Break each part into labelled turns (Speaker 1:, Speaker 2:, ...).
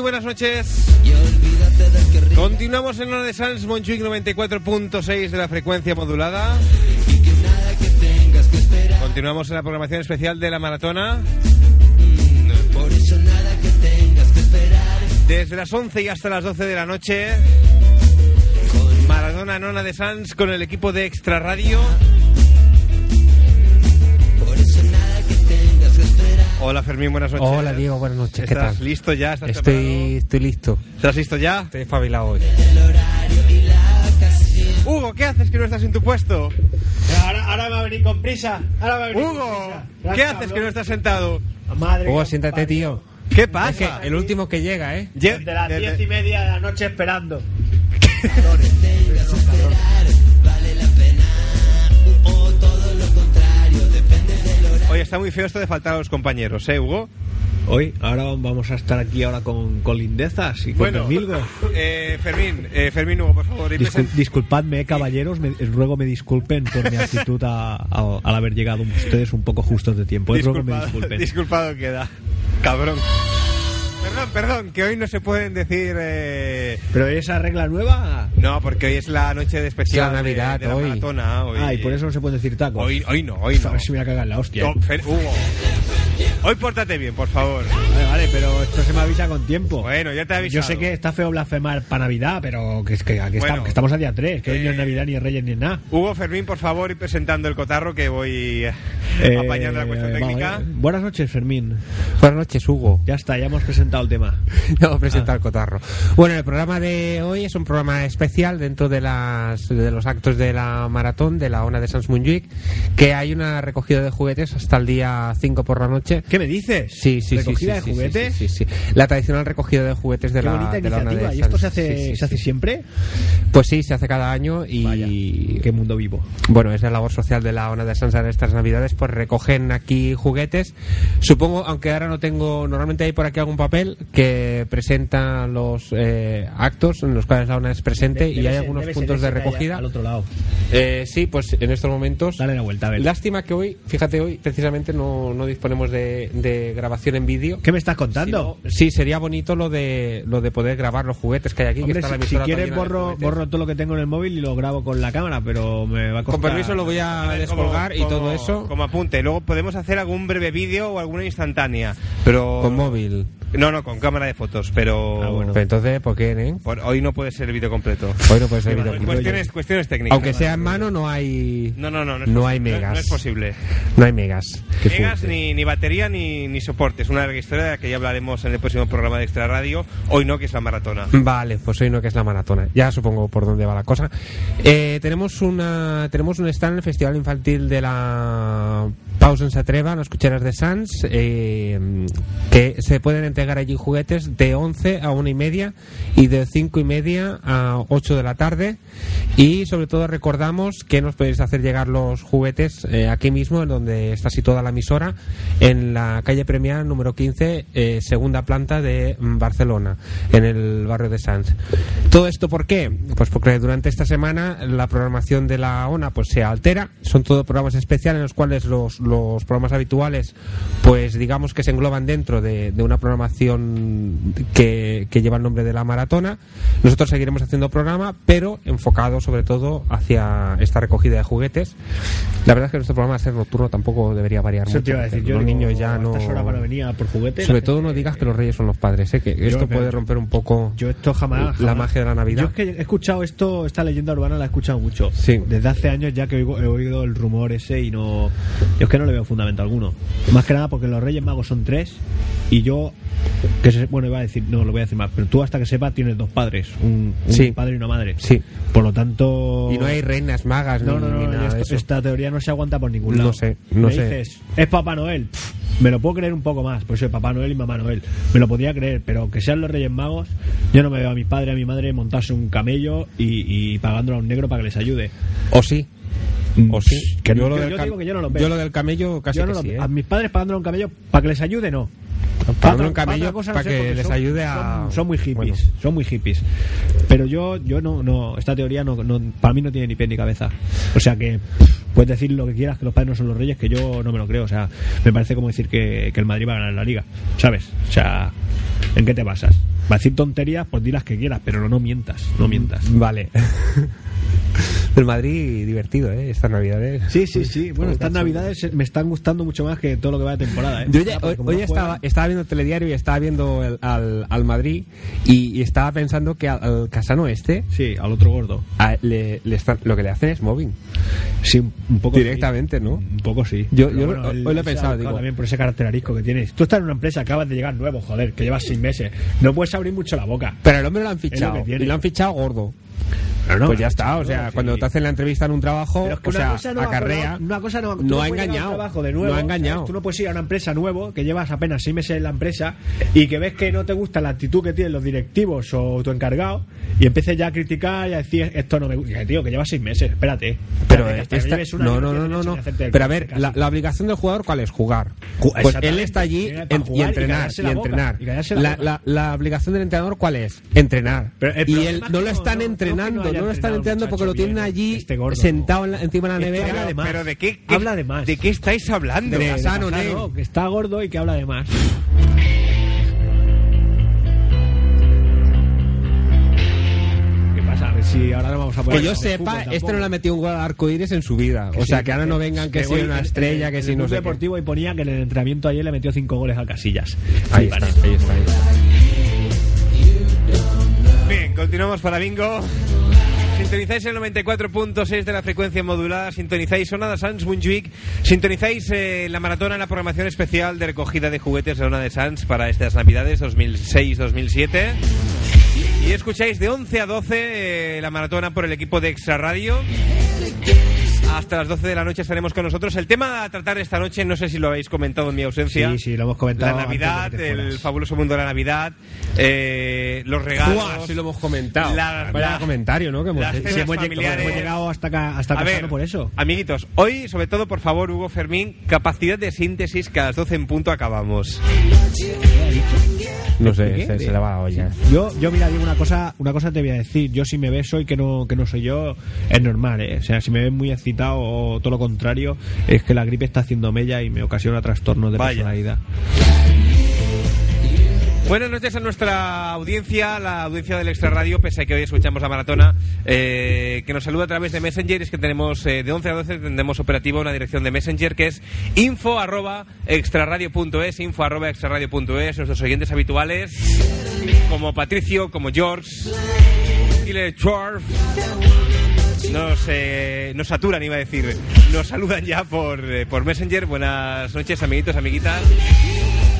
Speaker 1: buenas noches. Continuamos en la de Sans Montjuic 94.6 de la frecuencia modulada. Continuamos en la programación especial de la maratona. Desde las 11 y hasta las 12 de la noche. Maratona Nona de Sans con el equipo de Extra Radio. Hola Fermín, buenas noches.
Speaker 2: Hola Diego, buenas noches. ¿Qué
Speaker 1: ¿Estás
Speaker 2: tal?
Speaker 1: listo ya? ¿Estás
Speaker 2: Estoy,
Speaker 1: preparado?
Speaker 2: estoy listo.
Speaker 1: ¿Estás listo ya?
Speaker 2: Estoy espabilado hoy.
Speaker 1: Hugo, ¿qué haces que no estás en tu puesto?
Speaker 3: Ahora, ahora me va a venir con prisa. Ahora va a venir con
Speaker 1: Hugo,
Speaker 3: prisa.
Speaker 1: ¿qué
Speaker 3: Gracias,
Speaker 1: haces que no
Speaker 3: cabrón.
Speaker 1: estás sentado?
Speaker 3: Madre
Speaker 2: Hugo,
Speaker 3: que
Speaker 2: siéntate,
Speaker 3: parió.
Speaker 2: tío.
Speaker 1: ¿Qué
Speaker 2: Es que
Speaker 1: pasa?
Speaker 2: el último que llega, ¿eh?
Speaker 1: Lle-
Speaker 3: Desde las
Speaker 1: desde-
Speaker 3: diez y media de la noche esperando.
Speaker 1: Oye, está muy feo esto de faltar a los compañeros, ¿eh, Hugo?
Speaker 4: Hoy, ahora vamos a estar aquí ahora con, con lindezas y con Milgo.
Speaker 1: eh, Fermín, eh, Fermín Hugo, por favor. y presen-
Speaker 4: disculpadme, eh, caballeros, me- ruego me disculpen por mi actitud a- a- al haber llegado ustedes un poco justos de tiempo. eh, ruego me
Speaker 1: disculpado,
Speaker 4: disculpen.
Speaker 1: disculpado queda. Cabrón. Perdón, perdón, que hoy no se pueden decir... eh,
Speaker 4: Pero esa regla nueva...
Speaker 1: No, porque hoy es la noche de especial
Speaker 2: La Navidad,
Speaker 1: de, de la
Speaker 2: hoy.
Speaker 1: maratona. Hoy.
Speaker 4: Ah, y por eso no se puede decir tacos.
Speaker 1: Hoy, hoy no, hoy
Speaker 4: A
Speaker 1: no.
Speaker 4: ver si me voy a cagar en la hostia.
Speaker 1: No, Fer- Hugo, hoy pórtate bien, por favor.
Speaker 4: Vale, vale, pero esto se me avisa con tiempo.
Speaker 2: Pues,
Speaker 1: Bueno, ya te he
Speaker 4: Yo
Speaker 1: avisado.
Speaker 4: sé que está feo blasfemar para Navidad, pero que, es que, aquí
Speaker 1: Bueno.
Speaker 4: estamos, que estamos a día 3, que hoy no es
Speaker 1: Eh.
Speaker 4: Navidad ni es Reyes ni es nada.
Speaker 1: Hugo Fermín, por favor, ir presentando el cotarro que voy eh,
Speaker 4: Eh,
Speaker 1: apañando la cuestión
Speaker 4: vamos,
Speaker 1: técnica.
Speaker 4: eh. Buenas noches, Fermín.
Speaker 2: Buenas noches, Hugo.
Speaker 4: Ya está, ya hemos presentado el tema.
Speaker 2: Ya hemos presentado el cotarro. Bueno, el programa de hoy es un programa especial dentro de, las, de los actos de la maratón de la ONA de Sans Montjuic, que hay una recogida de juguetes hasta el día 5 por la noche.
Speaker 4: ¿Qué me dices?
Speaker 2: Sí, sí, sí,
Speaker 4: ¿Recogida
Speaker 2: sí, sí,
Speaker 4: de juguetes?
Speaker 2: Sí, sí, sí. La tradicional recogida de juguetes de
Speaker 4: Qué
Speaker 2: la,
Speaker 4: bonita
Speaker 2: de la ONA de
Speaker 4: iniciativa. ¿Y
Speaker 2: Sans.
Speaker 4: esto se hace,
Speaker 2: Sí, sí,
Speaker 4: se hace
Speaker 2: sí.
Speaker 4: siempre?
Speaker 2: Pues sí, se hace cada año y
Speaker 4: Qué mundo vivo.
Speaker 2: Bueno, es la labor social de la ONA de Sansa de estas navidades, pues recogen aquí juguetes. Supongo, aunque ahora no tengo, normalmente hay por aquí algún papel que presenta los eh, actos en los cuales la ONA es presente Eh, y
Speaker 4: Debe
Speaker 2: hay
Speaker 4: ser-
Speaker 2: algunos
Speaker 4: debe ser
Speaker 2: puntos
Speaker 4: ese
Speaker 2: de
Speaker 4: que haya
Speaker 2: recogida.
Speaker 4: Al otro lado.
Speaker 2: Eh, sí, pues en estos momentos.
Speaker 4: Dale la vuelta, a ver.
Speaker 2: Lástima que hoy, fíjate, hoy precisamente no, no disponemos de, de grabación en vídeo.
Speaker 4: ¿Qué me estás contando?
Speaker 2: Si no- sí, sería bonito lo de lo de poder grabar los juguetes que hay aquí. que
Speaker 4: Hombre,
Speaker 2: está la
Speaker 4: si, si
Speaker 2: emisora
Speaker 4: quieres
Speaker 2: también a ver
Speaker 4: borro,
Speaker 2: juguetes.
Speaker 4: borro todo lo que tengo en el móvil y lo grabo con la cámara, pero me va a
Speaker 2: Con
Speaker 4: costar...
Speaker 2: permiso lo voy a descolgar y
Speaker 1: como-
Speaker 2: todo eso.
Speaker 1: Como apunte. Luego podemos hacer algún breve vídeo o alguna instantánea. Pero.
Speaker 2: Con móvil.
Speaker 1: No, no, con cámara de fotos, pero.
Speaker 4: Ah, bueno.
Speaker 2: Pero entonces, ¿por qué, eh?
Speaker 1: por- hoy no puede ser el vídeo completo.
Speaker 2: Hoy no puede ser vídeo
Speaker 1: Cu-
Speaker 2: completo.
Speaker 1: cuestiones, cuestiones técnicas.
Speaker 2: Aunque sea en mano, no hay.
Speaker 1: No, no, no. No, es
Speaker 2: No
Speaker 1: posible.
Speaker 2: hay
Speaker 1: No,
Speaker 2: megas.
Speaker 1: es posible.
Speaker 2: No hay megas. Qué
Speaker 1: Megas,
Speaker 2: fuerte.
Speaker 1: ni, ni batería, ni, ni soporte. Es una larga historia de la que ya hablaremos en el próximo programa de Extra Radio. Hoy no, que es la maratona.
Speaker 2: Vale, pues hoy no que es la maratona. Ya supongo por dónde va la cosa. Eh, tenemos una tenemos un stand en el Festival Infantil de la Pausa en Satreva, las cucheras de Sans, eh, que se pueden entregar allí juguetes de 11 a 1 y media y de 5 y media a 8 de la tarde. Y sobre todo recordamos que nos podéis hacer llegar los juguetes eh, aquí mismo, en donde está situada la emisora, en la calle Premia número 15, eh, segunda planta de mm, Barcelona, en el barrio de Sanz. ¿Todo esto por qué? Pues porque durante esta semana la programación de la ONA pues, se altera. Son todos programas especiales en los cuales los, los programas habituales, pues digamos que se engloban dentro de, de una programación que, que lleva el nombre de la maratona. Nosotros seguiremos haciendo programa, pero enfocado sobre todo hacia esta recogida de juguetes. La verdad es que nuestro programa, al ser nocturno, tampoco debería variar
Speaker 4: Eso
Speaker 2: mucho.
Speaker 4: te iba a
Speaker 2: porque
Speaker 4: decir yo.
Speaker 2: los
Speaker 4: digo,
Speaker 2: niños ya
Speaker 4: a
Speaker 2: no.
Speaker 4: Estas horas van a venir a por juguetes.
Speaker 2: Sobre todo no digas que los reyes son los padres, ¿eh? que esto
Speaker 4: pero
Speaker 2: puede
Speaker 4: yo-
Speaker 2: romper un poco
Speaker 4: Yo esto jamás, jamás-
Speaker 2: la magia de la Navidad.
Speaker 4: Yo es que he escuchado esto, esta leyenda urbana la he escuchado mucho.
Speaker 2: Sí.
Speaker 4: Desde hace años ya que oigo- he oído el rumor ese y no. Yo es que no le veo fundamento alguno. Más que nada porque los Reyes Magos son tres y yo. Que se- bueno, iba a decir, no lo voy a decir más, pero tú hasta que sepas tienes dos padres, un, un
Speaker 2: Sí.
Speaker 4: padre y una madre.
Speaker 2: Sí.
Speaker 4: Por lo tanto.
Speaker 2: Y no hay reinas magas
Speaker 4: No,
Speaker 2: ni,
Speaker 4: no, no,
Speaker 2: ni nada
Speaker 4: esto-
Speaker 2: de eso.
Speaker 4: esta teoría no se aguanta por ningún
Speaker 2: No
Speaker 4: lado.
Speaker 2: sé, no
Speaker 4: Me
Speaker 2: sé.
Speaker 4: dices, es Papá Noel. Pff, me lo puedo creer un poco más, por eso es Papá Noel y Mamá Noel. Me lo podía creer, pero que sean los Reyes Magos, yo no me veo a mi padre, a mi madre montarse un camello y, y pagándolo a un negro para que les ayude.
Speaker 2: O sí. O sí.
Speaker 4: Mm, Que no- yo
Speaker 2: cam-
Speaker 4: digo que yo no lo veo.
Speaker 2: yo lo del camello casi
Speaker 4: Yo no
Speaker 2: que
Speaker 4: lo-
Speaker 2: sí, ¿eh?
Speaker 4: A mis padres pagándolo a un camello para que les ayude, no.
Speaker 2: Pagándolo
Speaker 4: Otra-
Speaker 2: un camello
Speaker 4: otra cosa
Speaker 2: para que
Speaker 4: porque
Speaker 2: les
Speaker 4: son-
Speaker 2: ayude a-
Speaker 4: Son, son muy hippies,
Speaker 2: Bueno.
Speaker 4: son muy hippies. Pero yo, yo no, no, esta teoría no, no- para mí no tiene ni pie ni cabeza. O sea que puedes decir lo que quieras, que los padres no son los reyes, que yo no me lo creo. O sea, me parece como decir que, que el Madrid va a ganar la liga, ¿sabes? O sea, ¿en qué te basas? Va a decir tonterías, pues di las que quieras, pero no, no mientas, no mientas.
Speaker 2: Vale. El Madrid divertido, ¿eh? Estas navidades.
Speaker 4: Sí, sí, sí. Bueno, estas navidades me están gustando mucho más que todo lo que va de temporada, ¿eh?
Speaker 2: Yo
Speaker 4: Ah,
Speaker 2: ya- hoy,
Speaker 4: porque como
Speaker 2: hoy
Speaker 4: no
Speaker 2: estaba,
Speaker 4: juegan-
Speaker 2: estaba viendo el telediario y estaba viendo el- al, al Madrid y, y estaba pensando que al, al Casano este
Speaker 4: Sí, al otro gordo.
Speaker 2: a- le, le están- lo que le hacen es mobbing.
Speaker 4: Sí, un un poco
Speaker 2: Directamente,
Speaker 4: sí.
Speaker 2: ¿no?
Speaker 4: Un poco sí.
Speaker 2: Yo-
Speaker 4: Pero
Speaker 2: yo lo-
Speaker 4: él
Speaker 2: hoy lo he
Speaker 4: se ha
Speaker 2: pensado,
Speaker 4: buscado
Speaker 2: digo.
Speaker 4: También por ese carácter arisco que tienes. Tú estás en una empresa, acabas de llegar nuevo, joder, que llevas seis meses. No puedes abrir mucho la boca.
Speaker 2: Pero el hombre lo han
Speaker 4: que
Speaker 2: fichado.
Speaker 4: tiene.
Speaker 2: y lo han fichado gordo.
Speaker 4: Pero no,
Speaker 2: pues ya
Speaker 4: no,
Speaker 2: está, o sea,
Speaker 4: sí.
Speaker 2: cuando te hacen la entrevista en un trabajo,
Speaker 4: Pero es que
Speaker 2: o
Speaker 4: una
Speaker 2: sea,
Speaker 4: cosa no va
Speaker 2: acarrea.
Speaker 4: con la- una cosa no, va- tú
Speaker 2: no ha
Speaker 4: puedes llegar a un
Speaker 2: engañado.
Speaker 4: trabajo de nuevo,
Speaker 2: no ha
Speaker 4: ¿sabes?
Speaker 2: engañado.
Speaker 4: Tú no puedes ir a una empresa nuevo que llevas apenas seis meses en la empresa y que ves que no te gusta la actitud que tienen los directivos o tu encargado y empieces ya a criticar y a decir esto no me gusta. Dije, Tío, que llevas seis meses, espérate.
Speaker 2: Pero
Speaker 4: Espérate, que hasta que
Speaker 2: esta-
Speaker 4: lleves un año
Speaker 2: no, no,
Speaker 4: tienes
Speaker 2: no, no,
Speaker 4: derecho
Speaker 2: no.
Speaker 4: de hacerte el
Speaker 2: Pero a
Speaker 4: casi,
Speaker 2: ver,
Speaker 4: casi.
Speaker 2: la, la obligación del jugador, ¿cuál es? Jugar.
Speaker 4: Ju-
Speaker 2: Pues él
Speaker 4: exactamente.
Speaker 2: está allí
Speaker 4: Tiene
Speaker 2: en-
Speaker 4: para
Speaker 2: y
Speaker 4: jugar y
Speaker 2: entrenar,
Speaker 4: callarse
Speaker 2: y,
Speaker 4: la boca,
Speaker 2: entrenar.
Speaker 4: y callarse la
Speaker 2: la,
Speaker 4: boca.
Speaker 2: la- la obligación del entrenador, ¿cuál es? Entrenar.
Speaker 4: Pero el
Speaker 2: y
Speaker 4: problema
Speaker 2: él
Speaker 4: es que
Speaker 2: no lo
Speaker 4: no-
Speaker 2: están
Speaker 4: no- no que no
Speaker 2: entrenando, no,
Speaker 4: haya
Speaker 2: lo
Speaker 4: entrenado
Speaker 2: están
Speaker 4: el
Speaker 2: entrenando porque lo
Speaker 4: muchacho
Speaker 2: tienen
Speaker 4: bien,
Speaker 2: allí
Speaker 4: este gordo, Este
Speaker 2: sentado en la- encima de la
Speaker 4: Es que
Speaker 2: nevera.
Speaker 4: habla de más.
Speaker 1: Pero de qué, qué-
Speaker 4: Habla de más.
Speaker 1: ¿De qué estáis hablando?
Speaker 2: De
Speaker 4: Pero que
Speaker 2: Sano,
Speaker 4: pasa,
Speaker 2: Ney.
Speaker 4: ¿no? Que está gordo y que habla de más. ¿Qué pasa? A ver si ahora no vamos a poner.
Speaker 2: Que yo
Speaker 4: algo de fútbol
Speaker 2: sepa, este
Speaker 4: tampoco.
Speaker 2: no le ha metido un gol al arcoíris en su vida. O
Speaker 4: Sí,
Speaker 2: sea, que ahora no
Speaker 4: porque
Speaker 2: vengan que
Speaker 4: me
Speaker 2: si
Speaker 4: voy
Speaker 2: una
Speaker 4: en-
Speaker 2: estrella,
Speaker 4: en
Speaker 2: que
Speaker 4: el
Speaker 2: si no
Speaker 4: Mundo
Speaker 2: sé qué.
Speaker 4: deportivo y ponía que en el entrenamiento ayer le metió cinco goles a Casillas.
Speaker 2: Ahí
Speaker 4: Flipan,
Speaker 2: está,
Speaker 4: ¿eh?
Speaker 2: ahí está. ahí está.
Speaker 1: Bien, continuamos para bingo. Sintonizáis el 94.6 de la frecuencia modulada, sintonizáis Onda de Sans Munjuic, sintonizáis eh, la maratona en la programación especial de recogida de juguetes de Onda de Sans para estas Navidades 2006-2007. Y escucháis de 11 a 12 eh, la maratona por el equipo de Extra Radio. Hasta las 12 de la noche estaremos con nosotros. El tema a tratar esta noche, no sé si lo habéis comentado en mi ausencia.
Speaker 4: Sí, sí, lo hemos comentado.
Speaker 1: La
Speaker 4: antes de que
Speaker 1: Navidad,
Speaker 4: te
Speaker 1: el
Speaker 4: fueras.
Speaker 1: fabuloso mundo de la Navidad, eh, los regalos.
Speaker 2: Buah, sí lo hemos comentado.
Speaker 1: La-
Speaker 2: Vaya
Speaker 1: la-
Speaker 2: comentario, ¿no? Que hemos
Speaker 1: las
Speaker 2: hecho.
Speaker 1: cenas
Speaker 2: Sí, hemos lleg-
Speaker 1: familiares.
Speaker 4: Hemos llegado hasta acá, hasta
Speaker 1: A
Speaker 4: Casano
Speaker 1: ver,
Speaker 4: por eso.
Speaker 1: amiguitos, hoy sobre todo, por favor, Hugo Fermín, capacidad de síntesis que a las 12 en punto acabamos.
Speaker 2: No sé,
Speaker 4: ¿Qué?
Speaker 2: se, se le va a olla.
Speaker 4: Yo, yo mira, digo una cosa, una cosa te voy a decir. Yo si me ves hoy que no, que no soy yo, es normal, ¿eh? O sea, si me ves muy excitado o todo lo contrario, es que la gripe está haciendo mella y me ocasiona trastornos de
Speaker 1: Vaya.
Speaker 4: personalidad.
Speaker 1: Buenas noches a nuestra audiencia, la audiencia del Extra Radio, pese a que hoy escuchamos la maratona, eh, que nos saluda a través de Messenger. y Es que tenemos eh, de 11 a 12 tendremos operativa una dirección de Messenger que es info arroba extraradio.es, info arroba extraradio.es. Nuestros oyentes habituales, como Patricio, como George, Ile Chorf, nos, eh, nos saturan, iba a decir. Nos saludan ya por, eh, por Messenger. Buenas noches, amiguitos, amiguitas.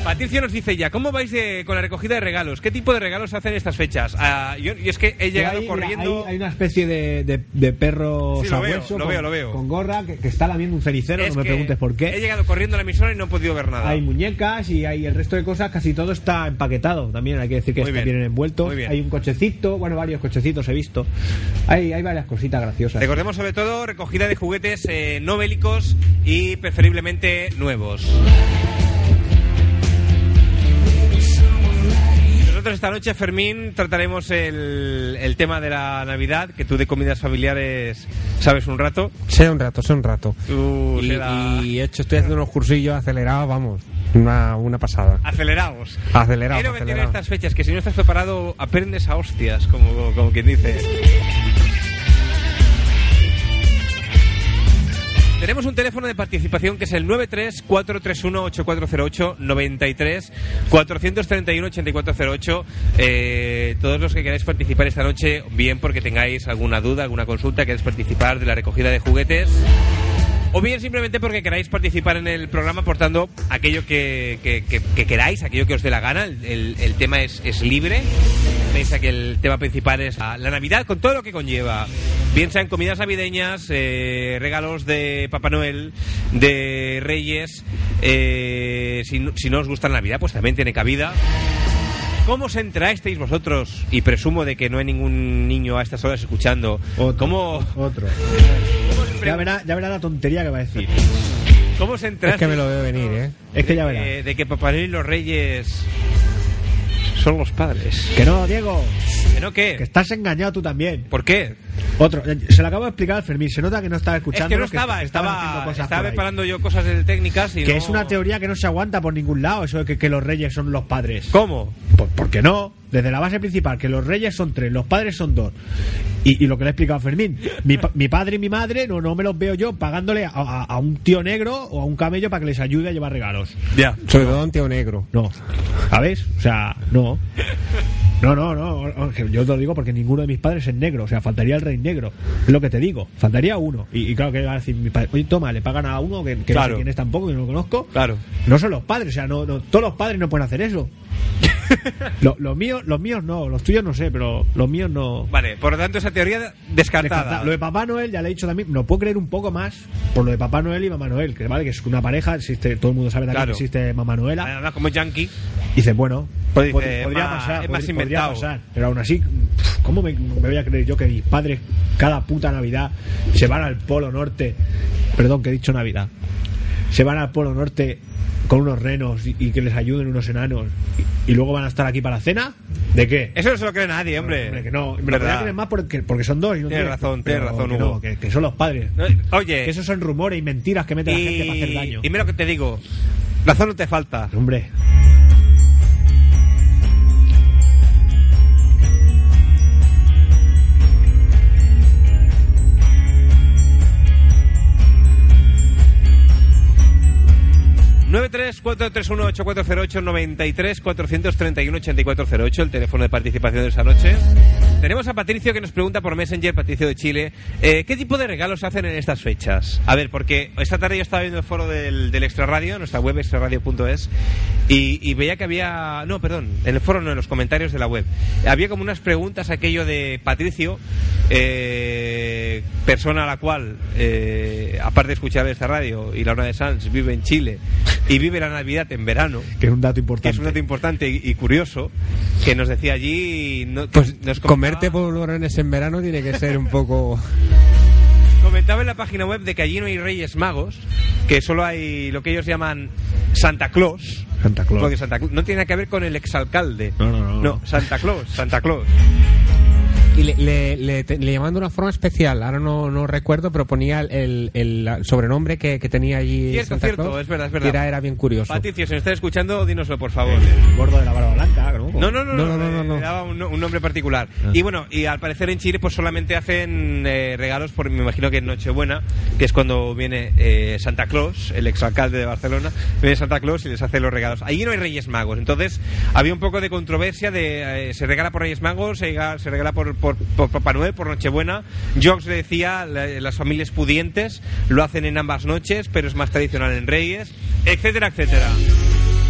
Speaker 1: Patricia nos dice ya, ¿cómo vais de- con la recogida de regalos? ¿Qué tipo de regalos se hacen estas fechas? Ah, yo, y es que he llegado
Speaker 4: Ahí, mira,
Speaker 1: corriendo.
Speaker 4: ahí hay, una especie de, de- de perro
Speaker 1: Sí, lo veo,
Speaker 4: sabueso
Speaker 1: lo
Speaker 4: con,
Speaker 1: veo, lo veo.
Speaker 4: con gorra que, que está lamiendo un cericero,
Speaker 1: Es
Speaker 4: no me
Speaker 1: que
Speaker 4: preguntes por
Speaker 1: He
Speaker 4: qué.
Speaker 1: llegado corriendo a la emisora y no he podido ver nada.
Speaker 4: Hay muñecas y hay el resto de cosas, casi todo está empaquetado también, hay que decir que
Speaker 1: Muy
Speaker 4: está
Speaker 1: bien.
Speaker 4: bien, envuelto.
Speaker 1: Muy bien.
Speaker 4: Hay un cochecito, bueno, varios cochecitos he visto. Hay, hay varias cositas graciosas.
Speaker 1: Recordemos sobre todo recogida de juguetes eh, no bélicos y preferiblemente nuevos. Nosotros esta noche, Fermín, trataremos el, el tema de la Navidad, que tú de comidas familiares sabes un rato.
Speaker 2: Sea un rato, sea un rato.
Speaker 1: Tú
Speaker 2: Y,
Speaker 1: se la-
Speaker 2: y hecho, estoy haciendo unos cursillos acelerados, vamos. Una, una pasada.
Speaker 1: Ah, Acelerados.
Speaker 2: Acelerado,
Speaker 1: Es lo que tiene
Speaker 2: acelerado.
Speaker 1: estas fechas, que si no estás preparado, aprendes a hostias, como, como quien dice. Tenemos un teléfono de participación que es el 93-431-8408, 93-431-8408. Eh, todos los que queráis participar esta noche, bien porque tengáis alguna duda, alguna consulta, queréis participar de la recogida de juguetes, o bien simplemente porque queráis participar en el programa aportando aquello que, que- que- que queráis, aquello que os dé la gana. El, el- el tema es, es libre. Piensa que el tema principal es la la Navidad con todo lo que conlleva. Piensa en comidas navideñas, eh, regalos de Papá Noel, de Reyes. eh, si, no- si no os gusta la Navidad, pues también tiene cabida. ¿Cómo os enterasteis vosotros? Y presumo de que no hay ningún niño a estas horas escuchando.
Speaker 4: Otro.
Speaker 1: ¿Cómo,
Speaker 4: Otro. Ya verá, ya verá la tontería que va a decir.
Speaker 1: cómo os enterasteis?
Speaker 2: Es que me lo veo venir, ¿eh?
Speaker 4: Es que ya verá.
Speaker 1: Eh, de que Papá Noel y los Reyes son los padres.
Speaker 4: Que no, Diego.
Speaker 1: ¿Que no qué?
Speaker 4: Que estás engañado tú también.
Speaker 1: ¿Por qué?
Speaker 4: Otro. eh, Se lo acabo de explicar al Fermín. Se nota que no estaba escuchando.
Speaker 1: Es que no estaba, estaba, estaba preparando yo cosas de técnicas y
Speaker 4: Que
Speaker 1: no-
Speaker 4: es una teoría que no se aguanta por ningún lado, eso de que, que los reyes son los padres.
Speaker 1: ¿Cómo?
Speaker 4: Por- ¿Por qué no? desde la base principal, que los reyes son tres, los padres son dos. Y, y lo que le he explicado a Fermín, mi, pa- mi padre y mi madre no, no me los veo yo pagándole a, a- a un tío negro o a un camello para que les ayude a llevar regalos.
Speaker 1: Ya.
Speaker 2: Sobre todo un tío negro.
Speaker 4: No. ¿Sabes? O sea, no. No, no, no. o- o- que Yo te lo digo porque ninguno de mis padres es negro. O sea, faltaría el rey negro. Es lo que te digo. Faltaría uno. Y, y claro que va a decir mi padre, oye, toma, le pagan a uno que, que no
Speaker 1: Claro.
Speaker 4: sé quién es tampoco, que no lo conozco.
Speaker 1: Claro.
Speaker 4: No son los padres. O sea, no, no- todos los padres no pueden hacer eso. Lo- los míos, los míos no. Los tuyos no sé, pero los míos no.
Speaker 1: Vale, por lo tanto, esa teoría descartada.
Speaker 4: Descarta- Lo de Papá Noel, ya le he dicho también, no puedo creer un poco más por lo de Papá Noel y Mamá Noel, que vale, que es una pareja, existe, todo el mundo sabe también
Speaker 1: Claro.
Speaker 4: que existe Mamá Noela.
Speaker 1: Además, como yankee.
Speaker 4: Y dices, bueno,
Speaker 1: Pero dice,
Speaker 4: pod-
Speaker 1: eh, es
Speaker 4: podría
Speaker 1: más-
Speaker 4: pasar,
Speaker 1: es
Speaker 4: pod-
Speaker 1: más
Speaker 4: podría
Speaker 1: inventado.
Speaker 4: pasar. Pero aún así, pf, ¿cómo me, me voy a creer yo que mis padres cada puta Navidad se van al Polo Norte? Perdón, que he dicho Navidad. Se van al Polo Norte con unos renos y, y que les ayuden unos enanos y, y luego van a estar aquí para la cena. ¿De qué?
Speaker 1: Eso no se lo cree nadie, hombre.
Speaker 4: Hombre, que no, me lo
Speaker 1: ¿Verdad?
Speaker 4: podría creer más porque, porque son dos. Y no
Speaker 1: Tienes
Speaker 4: tres,
Speaker 1: razón, tienes
Speaker 4: pero
Speaker 1: razón,
Speaker 4: que
Speaker 1: Hugo.
Speaker 4: no, que, que son los padres.
Speaker 1: No, Oye,
Speaker 4: Que esos son rumores y mentiras que mete la gente para hacer daño. Pues
Speaker 1: y mira lo que te digo. Razón no te falta.
Speaker 4: Hombre,
Speaker 1: tres 431 8408 el teléfono de participación de esa noche. Tenemos a Patricio que nos pregunta por Messenger, Patricio de Chile, eh, ¿qué tipo de regalos hacen en estas fechas? A ver, porque esta tarde yo estaba viendo el foro del, del Extra Radio, nuestra web extraradio.es, y, y veía que había, no, perdón, en el foro no, en los comentarios de la web, había como unas preguntas aquello de Patricio, eh, persona a la cual, eh, aparte de escuchar esta radio y la hora de Sanz, vive en Chile y vive la Navidad en verano
Speaker 4: que es un dato
Speaker 1: que
Speaker 4: importante.
Speaker 1: es un dato importante y, y curioso que nos decía allí no-
Speaker 2: Pues
Speaker 1: nos comentaba-
Speaker 2: comerte polvorones en verano tiene que ser un poco...
Speaker 1: comentaba en la página web de que allí no hay reyes magos que solo hay lo que ellos llaman Santa Claus
Speaker 4: Santa Claus.
Speaker 1: Porque Santa Claus- no tiene nada que ver con el exalcalde
Speaker 4: No, no, no.
Speaker 1: Santa Claus Santa Claus
Speaker 2: Y le, le, le- te- le llamaban de una forma especial, ahora no, no recuerdo, pero ponía el, el- el sobrenombre que, que tenía allí
Speaker 1: Cierto,
Speaker 2: Santa
Speaker 1: cierto,
Speaker 2: Claus,
Speaker 1: es verdad, es
Speaker 2: y
Speaker 1: verdad.
Speaker 2: Era, era bien curioso.
Speaker 1: Patricio si nos estás escuchando dínoslo por favor
Speaker 4: El gordo de la barba blanca, ¿no?
Speaker 1: No, no, no,
Speaker 2: No,
Speaker 1: no,
Speaker 2: no, no,
Speaker 1: le-
Speaker 2: no, Ah. no.
Speaker 1: le daba un, un nombre particular. Y bueno, y al parecer en Chile pues solamente hacen eh, regalos por, me imagino que en Nochebuena, que es cuando viene eh, Santa Claus, el exalcalde de Barcelona, viene Santa Claus y les hace los regalos. Allí no hay Reyes Magos, entonces había un poco de controversia de eh, se regala por Reyes Magos, se regala, se regala por, por, por Papá Noel, por Nochebuena. Jobs le decía, la- las familias pudientes lo hacen en ambas noches, pero es más tradicional en Reyes, etcétera, etcétera.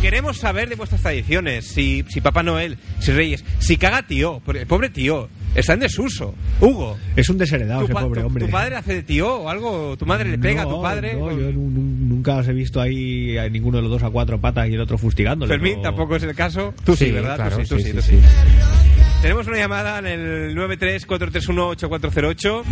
Speaker 1: Queremos saber de vuestras tradiciones, si, si Papá Noel, si Reyes, si caga tío, porque el pobre tío, está en desuso. Hugo,
Speaker 4: Es un desheredado
Speaker 1: tu,
Speaker 4: ese
Speaker 1: pa-
Speaker 4: pobre
Speaker 1: tu-
Speaker 4: hombre.
Speaker 1: tu padre hace de tío o algo, tu madre le pega a
Speaker 4: No,
Speaker 1: tu padre.
Speaker 4: no, yo nu- nu- nunca os he visto ahí a ninguno de los dos a cuatro patas y el otro fustigándole.
Speaker 1: Fermín,
Speaker 4: pero-
Speaker 1: tampoco es el caso. Tú sí,
Speaker 2: Sí,
Speaker 1: ¿verdad?
Speaker 2: claro,
Speaker 1: tú sí, tú
Speaker 2: sí,
Speaker 1: sí,
Speaker 2: sí,
Speaker 1: tú
Speaker 2: sí.
Speaker 1: sí. Tenemos una llamada en el 934318408.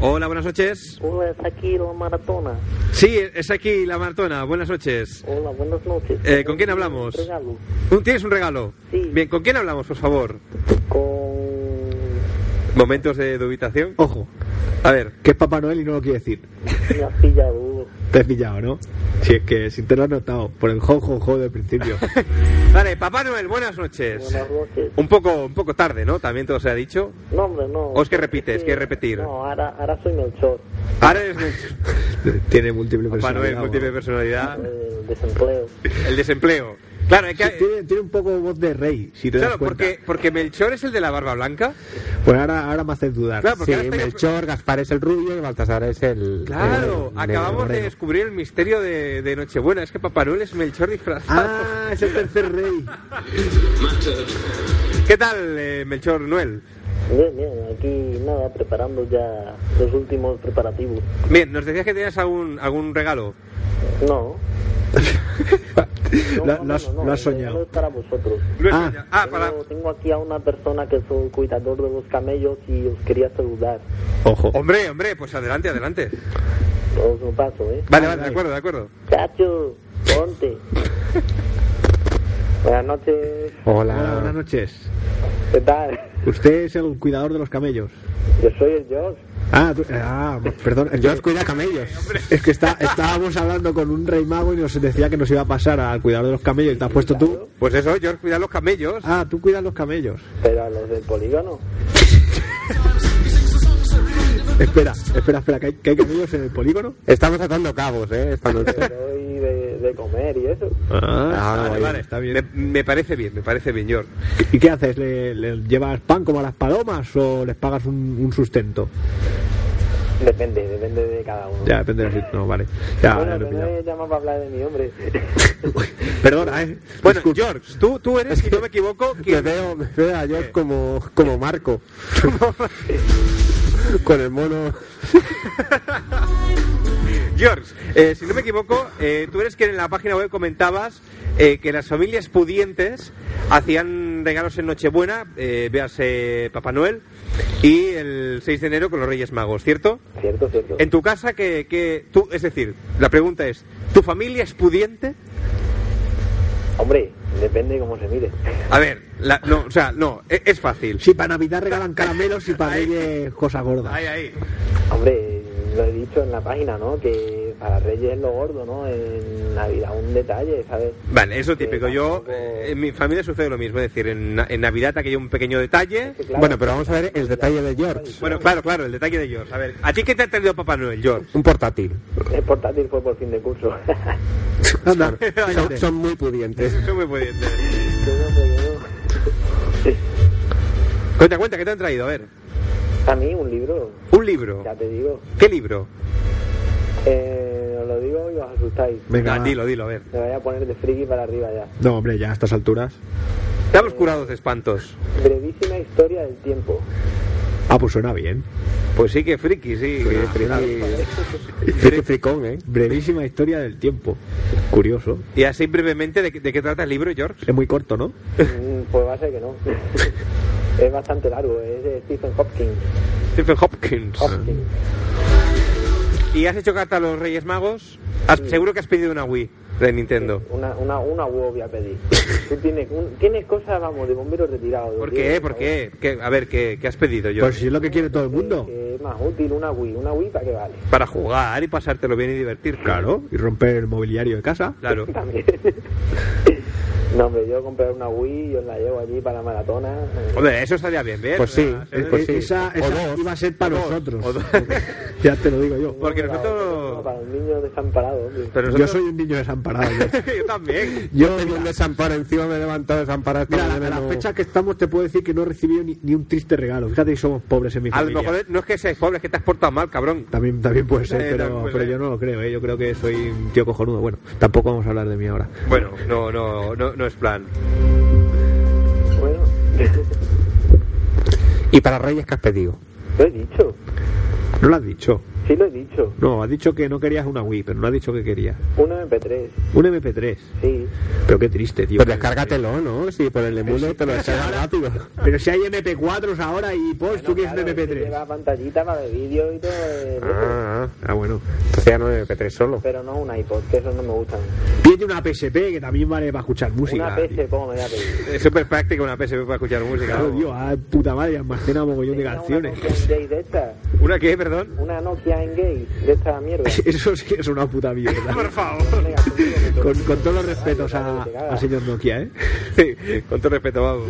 Speaker 1: Hola, buenas noches.
Speaker 5: Hola, es aquí la maratona.
Speaker 1: Sí, es aquí la Martona. Buenas noches.
Speaker 5: Hola, buenas noches.
Speaker 1: Eh, ¿con quién hablamos?
Speaker 5: Regalo.
Speaker 1: ¿Tienes un regalo?
Speaker 5: Sí.
Speaker 1: Bien, ¿con quién hablamos, por favor?
Speaker 5: Con.
Speaker 1: Momentos de dubitación.
Speaker 4: Ojo,
Speaker 1: A ver,
Speaker 4: que es Papá Noel y no lo quiere decir.
Speaker 5: Me has pillado, Hugo.
Speaker 4: Te has pillado, ¿no? Si es que si te lo has notado, por el jo jo jo del principio.
Speaker 1: vale, Papá Noel, buenas noches.
Speaker 5: Buenas noches.
Speaker 1: Un poco, un poco tarde, ¿no? También todo se ha dicho.
Speaker 5: No, hombre, no.
Speaker 1: O es que repites, que repetir.
Speaker 5: No, ahora, ahora soy Melchor.
Speaker 1: Ahora es
Speaker 4: Tiene múltiple
Speaker 1: Papá Noel,
Speaker 4: personalidad,
Speaker 1: múltiple
Speaker 4: bueno.
Speaker 1: personalidad,
Speaker 5: El eh, desempleo.
Speaker 1: el desempleo. Claro, hay
Speaker 4: Sí,
Speaker 1: que...
Speaker 4: tiene, tiene un poco voz de rey, si te
Speaker 1: Claro,
Speaker 4: das cuenta.
Speaker 1: porque, porque Melchor es el de la barba blanca.
Speaker 4: Pues ahora, ahora me haces dudar.
Speaker 1: Claro, porque
Speaker 2: Sí,
Speaker 1: ahora está-
Speaker 2: Melchor, Gaspar es el rubio y Baltasar es el... el-
Speaker 1: Claro,
Speaker 2: el
Speaker 1: acabamos de
Speaker 2: moreno.
Speaker 1: descubrir el misterio de, de Nochebuena. Es que Papá Noel es Melchor disfrazado.
Speaker 4: Ah, es el tercer rey.
Speaker 1: ¿Qué tal, eh, Melchor Noel?
Speaker 5: Bien, bien, aquí nada, preparando ya los últimos preparativos.
Speaker 1: Bien, nos decías que tenías algún, algún regalo.
Speaker 5: No. No,
Speaker 4: Lo-
Speaker 5: no,
Speaker 4: lo has-
Speaker 5: no, no,
Speaker 4: lo has
Speaker 5: no,
Speaker 4: soñado.
Speaker 5: No es para vosotros.
Speaker 1: Luis
Speaker 4: Ah.
Speaker 1: Peña. ah,
Speaker 5: Tengo-
Speaker 1: para...
Speaker 5: tengo aquí a una persona que soy cuidador de los camellos y os quería saludar.
Speaker 4: Ojo.
Speaker 1: Hombre, hombre, pues adelante, adelante.
Speaker 5: Os lo paso, ¿eh?
Speaker 1: Vale, vale, de acuerdo, de acuerdo.
Speaker 5: Chacho, ponte. Buenas noches,
Speaker 2: Hola.
Speaker 4: Hola, buenas noches.
Speaker 5: ¿qué tal?
Speaker 4: Usted es el cuidador de los camellos.
Speaker 5: Yo soy el Josh.
Speaker 4: Ah, tú- ah, perdón, yo os cuida camellos. Es que está, estábamos hablando con un rey mago y nos decía que nos iba a pasar al cuidador de los camellos y te has puesto tú.
Speaker 1: Pues eso, George, cuidar los camellos.
Speaker 4: Ah, tú cuidas los camellos.
Speaker 5: Pero a los del polígono.
Speaker 4: Espera, espera, espera, ¿que hay, que hay camellos en el polígono?
Speaker 1: Estamos atando cabos, ¿eh? Esta noche.
Speaker 5: Pero doy de, de comer y eso.
Speaker 4: Ah,
Speaker 1: vale,
Speaker 4: ahí
Speaker 1: vale.
Speaker 4: está
Speaker 1: Me,
Speaker 4: bien.
Speaker 1: me parece bien, me parece bien, George.
Speaker 4: ¿Y qué haces? ¿Le, le llevas pan como a las palomas o les pagas un, un sustento?
Speaker 5: Depende, depende de cada uno.
Speaker 4: Ya, depende del sitio. No, vale. Ya,
Speaker 5: bueno,
Speaker 4: ya lo he
Speaker 5: que
Speaker 4: pillado.
Speaker 5: no llama para hablar de mi hombre.
Speaker 4: Perdona, eh.
Speaker 1: Bueno,
Speaker 4: Disculpa.
Speaker 1: George, tú, tú eres, si no me equivoco,
Speaker 4: Me
Speaker 1: quien...
Speaker 4: veo, me veo a George como, como Marco. Con el mono.
Speaker 1: George, eh, si no me equivoco, eh, tú eres quien en la página web comentabas eh, que las familias pudientes hacían regalos en Nochebuena, eh, véase Papá Noel, y el 6 de enero con los Reyes Magos, ¿cierto?
Speaker 5: Cierto, cierto.
Speaker 1: En tu casa, que, que tú, es decir, la pregunta es, ¿tu familia es pudiente?
Speaker 5: Hombre, depende cómo se mire.
Speaker 1: A ver, la- no, o sea, no, e- es, fácil.
Speaker 4: Si para Navidad regalan caramelos y para Reyes cosas gordas.
Speaker 1: Ahí, ahí.
Speaker 5: Hombre, lo he dicho en la página, ¿no? Que para Reyes es lo gordo, ¿no? En Navidad un detalle, ¿sabes?
Speaker 1: Vale, eso
Speaker 5: Que
Speaker 1: típico. Yo,
Speaker 5: tampoco-
Speaker 1: eh, en mi familia sucede lo mismo, es decir, en, na- en Navidad aquí hay un pequeño detalle.
Speaker 5: que claro,
Speaker 4: Bueno, pero vamos a ver el detalle de George.
Speaker 1: Bueno, claro, claro, el detalle de George. A ver, ¿a ti qué te ha traído Papá Noel, George?
Speaker 4: Un portátil.
Speaker 5: El portátil fue por fin de curso.
Speaker 4: Anda, son, son muy pudientes.
Speaker 1: Eso muy pudiente.
Speaker 5: Yo no sé, yo no.
Speaker 1: Cuenta, cuenta, ¿qué te han traído? A ver,
Speaker 5: A mí un libro,
Speaker 1: un libro.
Speaker 5: ya te digo.
Speaker 1: ¿Qué libro?
Speaker 5: Eh, os lo digo y os asustáis.
Speaker 4: Venga,
Speaker 1: Ah,
Speaker 4: va.
Speaker 1: dilo, dilo, a ver.
Speaker 5: Me voy a poner de friki para arriba ya.
Speaker 4: No, hombre, ya a estas alturas.
Speaker 1: Estamos curados de espantos.
Speaker 5: Brevísima historia del tiempo.
Speaker 4: Ah, pues suena bien.
Speaker 1: Pues sí que friki, sí. que friki.
Speaker 4: Qué fricón, ¿eh? Brevísima historia del tiempo. Curioso.
Speaker 1: Y así brevemente, ¿de, qué- de qué trata el libro, George?
Speaker 4: Es muy corto, ¿no?
Speaker 5: Mm, pues va a ser que no. es bastante largo, es de Stephen Hopkins.
Speaker 1: Stephen Hopkins.
Speaker 5: Hopkins.
Speaker 1: Ah. ¿Y has hecho carta a los Reyes Magos? Has- seguro que has pedido una Wii de Nintendo.
Speaker 5: Una, una, una huevo voy a pedir. Tú tienes, un- tienes cosas, vamos, de bomberos retirados.
Speaker 1: ¿Por
Speaker 5: tío,
Speaker 1: qué? ¿Por
Speaker 5: favor.
Speaker 1: qué? ¿Qué- a ver, ¿qué, qué has pedido, George?
Speaker 4: Pues si es lo que quiere todo el mundo.
Speaker 5: Que es más útil una Wii. ¿Una Wii para qué vale?
Speaker 1: Para jugar y pasártelo bien y divertirte.
Speaker 4: Claro, y romper el mobiliario de casa.
Speaker 1: Claro.
Speaker 5: También. no, hombre, yo compré una Wii, yo la llevo allí para la maratona.
Speaker 1: Hombre, eso estaría bien, ¿ves?
Speaker 2: Pues sí,
Speaker 1: O sea,
Speaker 4: Eh,
Speaker 2: Pues sí.
Speaker 4: Esa,
Speaker 2: O
Speaker 4: esa
Speaker 2: dos.
Speaker 4: iba a ser para
Speaker 1: O dos. O
Speaker 4: nosotros.
Speaker 1: dos.
Speaker 4: ya te lo digo yo.
Speaker 1: porque
Speaker 5: Para-
Speaker 1: nosotros-
Speaker 5: Para los niños desamparados. hombre.
Speaker 1: Pero
Speaker 4: Yo
Speaker 1: nosotros-
Speaker 4: soy un niño desamparado. George.
Speaker 1: Yo también.
Speaker 4: Yo,
Speaker 2: tengo un desamparo encima, me he levantado desamparado. esta
Speaker 4: Mira, la,
Speaker 2: mañana,
Speaker 4: la
Speaker 2: no-
Speaker 4: fecha que estamos te puedo decir que no he recibido ni, ni un triste regalo. Fíjate que somos pobres en mi
Speaker 1: A lo
Speaker 4: familia.
Speaker 1: mejor no es que seas pobre, es que te has portado mal, cabrón.
Speaker 4: También, también puede ser,
Speaker 1: Eh,
Speaker 4: pero,
Speaker 1: también puede
Speaker 4: pero
Speaker 1: ser.
Speaker 4: yo no lo creo, ¿eh? Yo creo que soy un tío cojonudo. Bueno, tampoco vamos a hablar de mí ahora.
Speaker 1: Bueno, no, no, no, no es plan.
Speaker 5: Bueno,
Speaker 2: ¿Y para Reyes qué has pedido?
Speaker 5: lo he dicho.
Speaker 4: No lo has dicho.
Speaker 5: Sí lo he dicho.
Speaker 4: No, has dicho que no querías una Wii, pero no has dicho que querías.
Speaker 5: Un MP3,
Speaker 4: Un MP3.
Speaker 5: sí.
Speaker 4: Pero qué triste, tío.
Speaker 2: Pues descárgatelo, ¿no? Sí, por el emule te lo descargas rápido.
Speaker 4: Pero si hay MP4s ahora y pues tú quieres
Speaker 5: Claro,
Speaker 4: un
Speaker 5: que
Speaker 4: MP3.
Speaker 5: Lleva pantallita para ver vídeo y todo. eh,
Speaker 4: Ah, ah, ah, bueno.
Speaker 2: Entonces ya no me que tres solo.
Speaker 5: Pero no un iPod, que esos no me gustan.
Speaker 4: Pide una PSP que también vale para escuchar música.
Speaker 5: Una
Speaker 4: tío.
Speaker 5: PC, ¿cómo me voy a pedir?
Speaker 1: Es súper práctico una PSP para escuchar música.
Speaker 4: Claro,
Speaker 1: vamos.
Speaker 4: tío, ah, puta madre, almacena mogollón de
Speaker 5: Tenía
Speaker 4: canciones.
Speaker 5: Una Nokia Engage de esta,
Speaker 1: ¿Una qué, perdón?
Speaker 5: una Nokia Engage de esta mierda.
Speaker 4: Eso sí que es una puta mierda.
Speaker 1: Por favor.
Speaker 5: Venga, contigo, que te-
Speaker 4: Con, con todos los respetos a, a señor Nokia, ¿eh?
Speaker 1: Sí, Con todo respeto, vamos.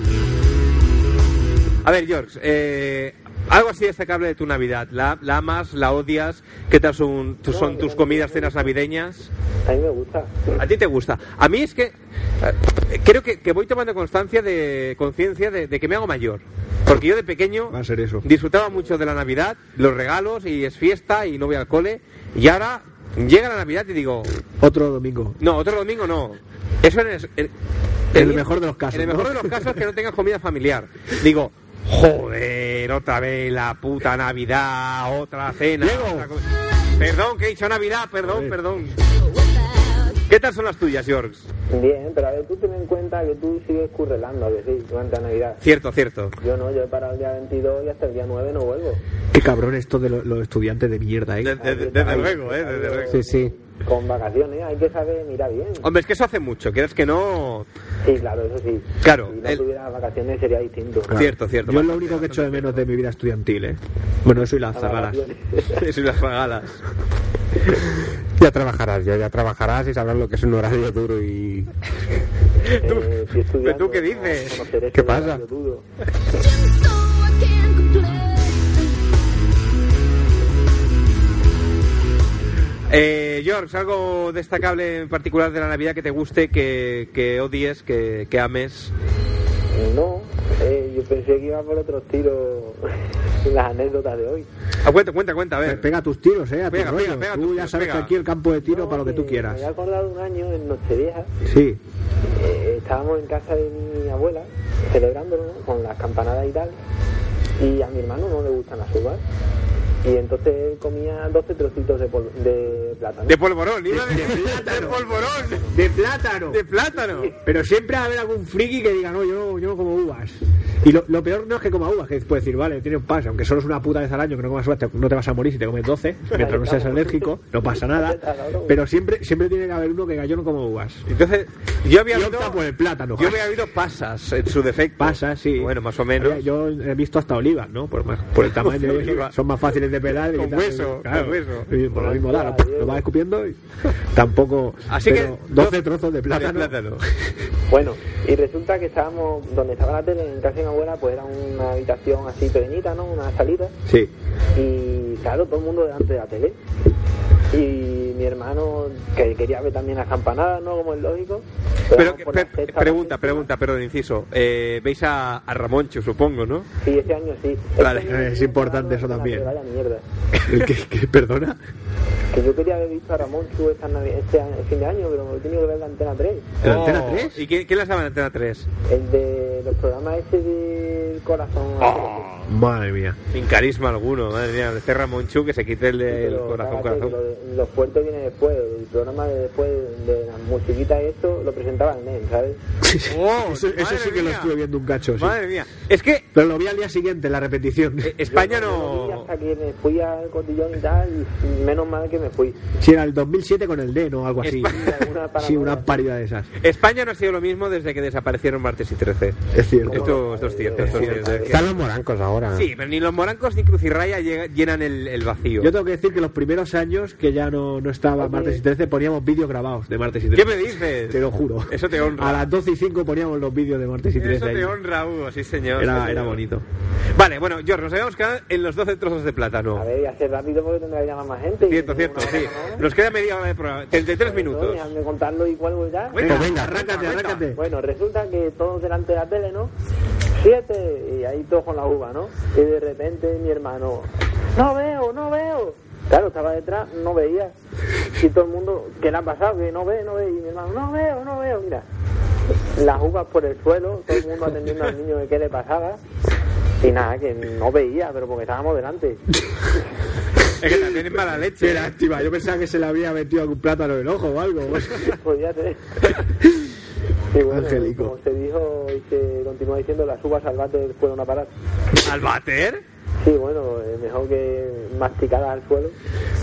Speaker 1: A ver, George, eh, algo así destacable de tu Navidad. ¿La, la amas? ¿La odias? ¿Qué tal son, tu- son tus comidas, cenas navideñas?
Speaker 5: A mí me gusta.
Speaker 1: A ti te gusta. A mí es que eh, creo que, que voy tomando constancia de conciencia de, de que me hago mayor. Porque yo de pequeño
Speaker 4: Va a ser eso.
Speaker 1: disfrutaba mucho de la Navidad, los regalos y es fiesta y no voy al cole. Y ahora llega la Navidad y digo,
Speaker 4: Otro domingo.
Speaker 1: no, otro domingo no. Eso en el, en-
Speaker 4: En el mejor de los casos,
Speaker 1: En el
Speaker 4: ¿no?
Speaker 1: mejor de los casos que no tengas comida familiar. Digo, joder, otra vez la puta Navidad, otra cena.
Speaker 4: Diego.
Speaker 1: otra co- perdón, que he dicho Navidad, perdón,
Speaker 4: Joder.
Speaker 1: perdón. ¿Qué tal son las tuyas, George?
Speaker 5: Bien, pero a ver, tú ten en cuenta que tú sigues currelando, a que sí, durante la Navidad.
Speaker 1: Cierto, cierto.
Speaker 5: Yo no, yo he parado el día 22 y hasta el día 9 no vuelvo.
Speaker 4: Qué cabrón esto de lo- los estudiantes de mierda, ¿eh?
Speaker 1: De- de- de- desde luego, eh, desde luego.
Speaker 2: Sí, sí.
Speaker 5: con vacaciones hay que saber mirar bien.
Speaker 1: Hombre, es que eso hace mucho, quieres que no.
Speaker 5: Sí, claro, eso sí.
Speaker 1: Claro,
Speaker 5: Si no
Speaker 1: el-
Speaker 5: tuviera vacaciones sería distinto.
Speaker 1: Cierto, cierto.
Speaker 4: Yo es lo único que echo de menos de mi vida estudiantil, ¿eh? Bueno, eso y las zagaras.
Speaker 1: Eso y las pagadas.
Speaker 2: Ya trabajarás, ya, ya trabajarás y sabrás lo que es un horario duro y...
Speaker 5: Eh, si estudiando,
Speaker 1: ¿Pero tú qué dices?
Speaker 5: no conoceré
Speaker 2: ¿Qué
Speaker 5: ese
Speaker 2: pasa?
Speaker 5: horario duro.
Speaker 6: So I can't complain.
Speaker 1: Eh, George, algo destacable en particular de la Navidad que te guste, que, que odies, que, que ames.
Speaker 5: No, eh, yo pensé que iba por otros tiros las anécdotas de hoy.
Speaker 1: Ah, cuenta, cuenta, cuenta, a
Speaker 4: Pe-
Speaker 1: ver.
Speaker 4: Pega tus tiros, ¿eh? A tu
Speaker 1: Pega,
Speaker 4: rollo.
Speaker 1: pega, pega
Speaker 4: Tú
Speaker 1: tus
Speaker 4: ya
Speaker 1: tiros,
Speaker 4: sabes
Speaker 1: pega.
Speaker 4: que aquí el campo de tiro
Speaker 5: No,
Speaker 4: para lo que tú quieras.
Speaker 5: Me he acordado un año en Nochevieja.
Speaker 4: Sí.
Speaker 5: Eh, estábamos en casa de mi abuela celebrándolo ¿no? con las campanadas y tal y a mi hermano no le gustan las uvas y entonces él comía 12 trocitos de, pol- de plátano
Speaker 1: De polvorón, iba a decir,
Speaker 4: De
Speaker 1: de
Speaker 4: plátano.
Speaker 1: polvorón,
Speaker 4: De plátano.
Speaker 1: de plátano.
Speaker 4: Pero siempre va a haber algún friki que diga, no, yo, yo no como uvas. Y lo, lo peor no es que coma uvas, que puedes decir, vale, tiene un pase, aunque solo es una puta vez al año que no comas uvas, te- no te vas a morir si te comes 12, mientras no seas alérgico, no pasa nada. Pero siempre siempre tiene que haber uno que diga, yo no como uvas.
Speaker 1: Entonces, yo había
Speaker 4: Y
Speaker 1: habido,
Speaker 4: opta por el plátano.
Speaker 1: yo había habido pasas en su defecto.
Speaker 4: Pasa, sí.
Speaker 1: Bueno, más o menos.
Speaker 4: Había- Yo he visto hasta olivas, ¿no? Por, más- por el tamaño.
Speaker 1: Oliva.
Speaker 4: son más fáciles de pelar. y
Speaker 1: Con
Speaker 4: quitarle-
Speaker 1: hueso, con hueso.
Speaker 4: Y por lo mismo da, lo, lo vas escupiendo y tampoco...
Speaker 1: Así
Speaker 4: pero
Speaker 1: que...
Speaker 4: 12 trozos de plátano.
Speaker 5: bueno y resulta que estábamos donde estaba la tele en casa de mi abuela pues era una habitación así pequeñita no una salita
Speaker 4: Sí.
Speaker 5: y claro todo el mundo delante de la tele y mi hermano que quería ver también las campanadas no como es lógico
Speaker 1: Pero,
Speaker 5: vamos
Speaker 1: que-
Speaker 5: por la
Speaker 1: per-
Speaker 5: sexta,
Speaker 1: pregunta,
Speaker 5: séptima.
Speaker 1: pregunta, perdón, inciso. Eh, Veis a, a Ramoncho, supongo, ¿no?
Speaker 5: sí este año sí
Speaker 1: Vale,
Speaker 5: Este año
Speaker 4: es
Speaker 5: sí,
Speaker 4: importante eso
Speaker 5: una
Speaker 4: también.
Speaker 5: verdadera mierda.
Speaker 4: El que, que- perdona.
Speaker 5: Que yo quería haber visto a Ramón Chu esta Navi- este año- fin de año, pero me he tenido que ver la antena 3.
Speaker 4: ¿En
Speaker 1: Oh,
Speaker 4: Antena 3?
Speaker 1: ¿Y quién, quién la sabe en Antena 3?
Speaker 5: El de los programas ese del corazón.
Speaker 1: Ah,
Speaker 4: Madre mía.
Speaker 1: Sin carisma alguno, madre mía. Este Ramoncho que se quite el,
Speaker 5: Sí,
Speaker 1: del
Speaker 5: pero
Speaker 1: corazón,
Speaker 5: cágate,
Speaker 1: corazón.
Speaker 5: que Lo, lo fuerte viene después. El programa de después de las musiquitas y esto lo presentaba el NEM, ¿sabes?
Speaker 1: Oh,
Speaker 4: eso eso
Speaker 1: madre
Speaker 4: sí que lo
Speaker 1: mía.
Speaker 4: estuve viendo un cacho, sí.
Speaker 1: Madre mía. Es que
Speaker 4: Pero lo vi al día siguiente, en la repetición.
Speaker 1: eh, España
Speaker 5: Yo vi
Speaker 1: no...
Speaker 5: Hasta que me fui al cotillón y tal, y menos mal que me fui.
Speaker 4: Si era el 2007 con el D, o algo así.
Speaker 1: España-
Speaker 5: Alguna paranoia.
Speaker 4: Sí, una parida de esas.
Speaker 1: España no ha sido lo mismo desde que desaparecieron martes y 13.
Speaker 4: Es cierto.
Speaker 1: Esto, esto es cierto. esto es cierto.
Speaker 2: Están los morancos ahora.
Speaker 1: Sí, pero ni los morancos ni Crucirraya llega- llenan el, el vacío.
Speaker 4: Yo tengo que decir que los primeros años que ya no, no estaba martes y 13 poníamos vídeos grabados de martes y 13.
Speaker 1: ¿Qué me dices?
Speaker 4: Te lo juro.
Speaker 1: Eso te honra.
Speaker 4: A las 12 y 5 poníamos los vídeos de martes y 13.
Speaker 1: Eso
Speaker 4: ahí.
Speaker 1: te honra, Hugo, sí señor.
Speaker 4: Era-
Speaker 1: sí, señor.
Speaker 4: era bonito.
Speaker 1: Vale, bueno, George, nos habíamos quedado en los 12 trozos de plátano.
Speaker 5: A ver, y hacer rápido porque tendrá que llamar más gente. y
Speaker 1: Cierto,
Speaker 5: tengo
Speaker 1: cierto,
Speaker 5: una
Speaker 1: sí.
Speaker 5: hora más.
Speaker 1: Nos queda media hora de programa. 33
Speaker 5: Sobre todo,
Speaker 1: minutos.
Speaker 5: Déjame contarlo y cuelgo ya.
Speaker 4: Pues Venga,
Speaker 2: Venga,
Speaker 4: arráncate,
Speaker 1: cuenta,
Speaker 4: arráncate.
Speaker 5: Bueno, resulta que todos delante de la tele, ¿no? Siete, y ahí todos con la uva, ¿no? Y de repente mi hermano, no veo, no veo. Claro, estaba detrás, no veía. Y todo el mundo, ¿qué le ha pasado? Que no ve, no ve. Y mi hermano, no veo, no veo, mira. Las uvas por el suelo, todo el mundo atendiendo al niño de qué le pasaba. Y nada, que no veía, pero porque estábamos delante.
Speaker 1: Es que también es mala leche. ¿eh?
Speaker 4: Qué lástima, yo pensaba que se le había metido algún plátano en el ojo o algo.
Speaker 5: Podía ser. Y bueno,
Speaker 4: Angélico.
Speaker 5: como se dijo y se continúa diciendo, las uvas al váter fueron a parar.
Speaker 1: ¿Al váter?
Speaker 5: Sí, bueno, eh, mejor que masticadas al suelo.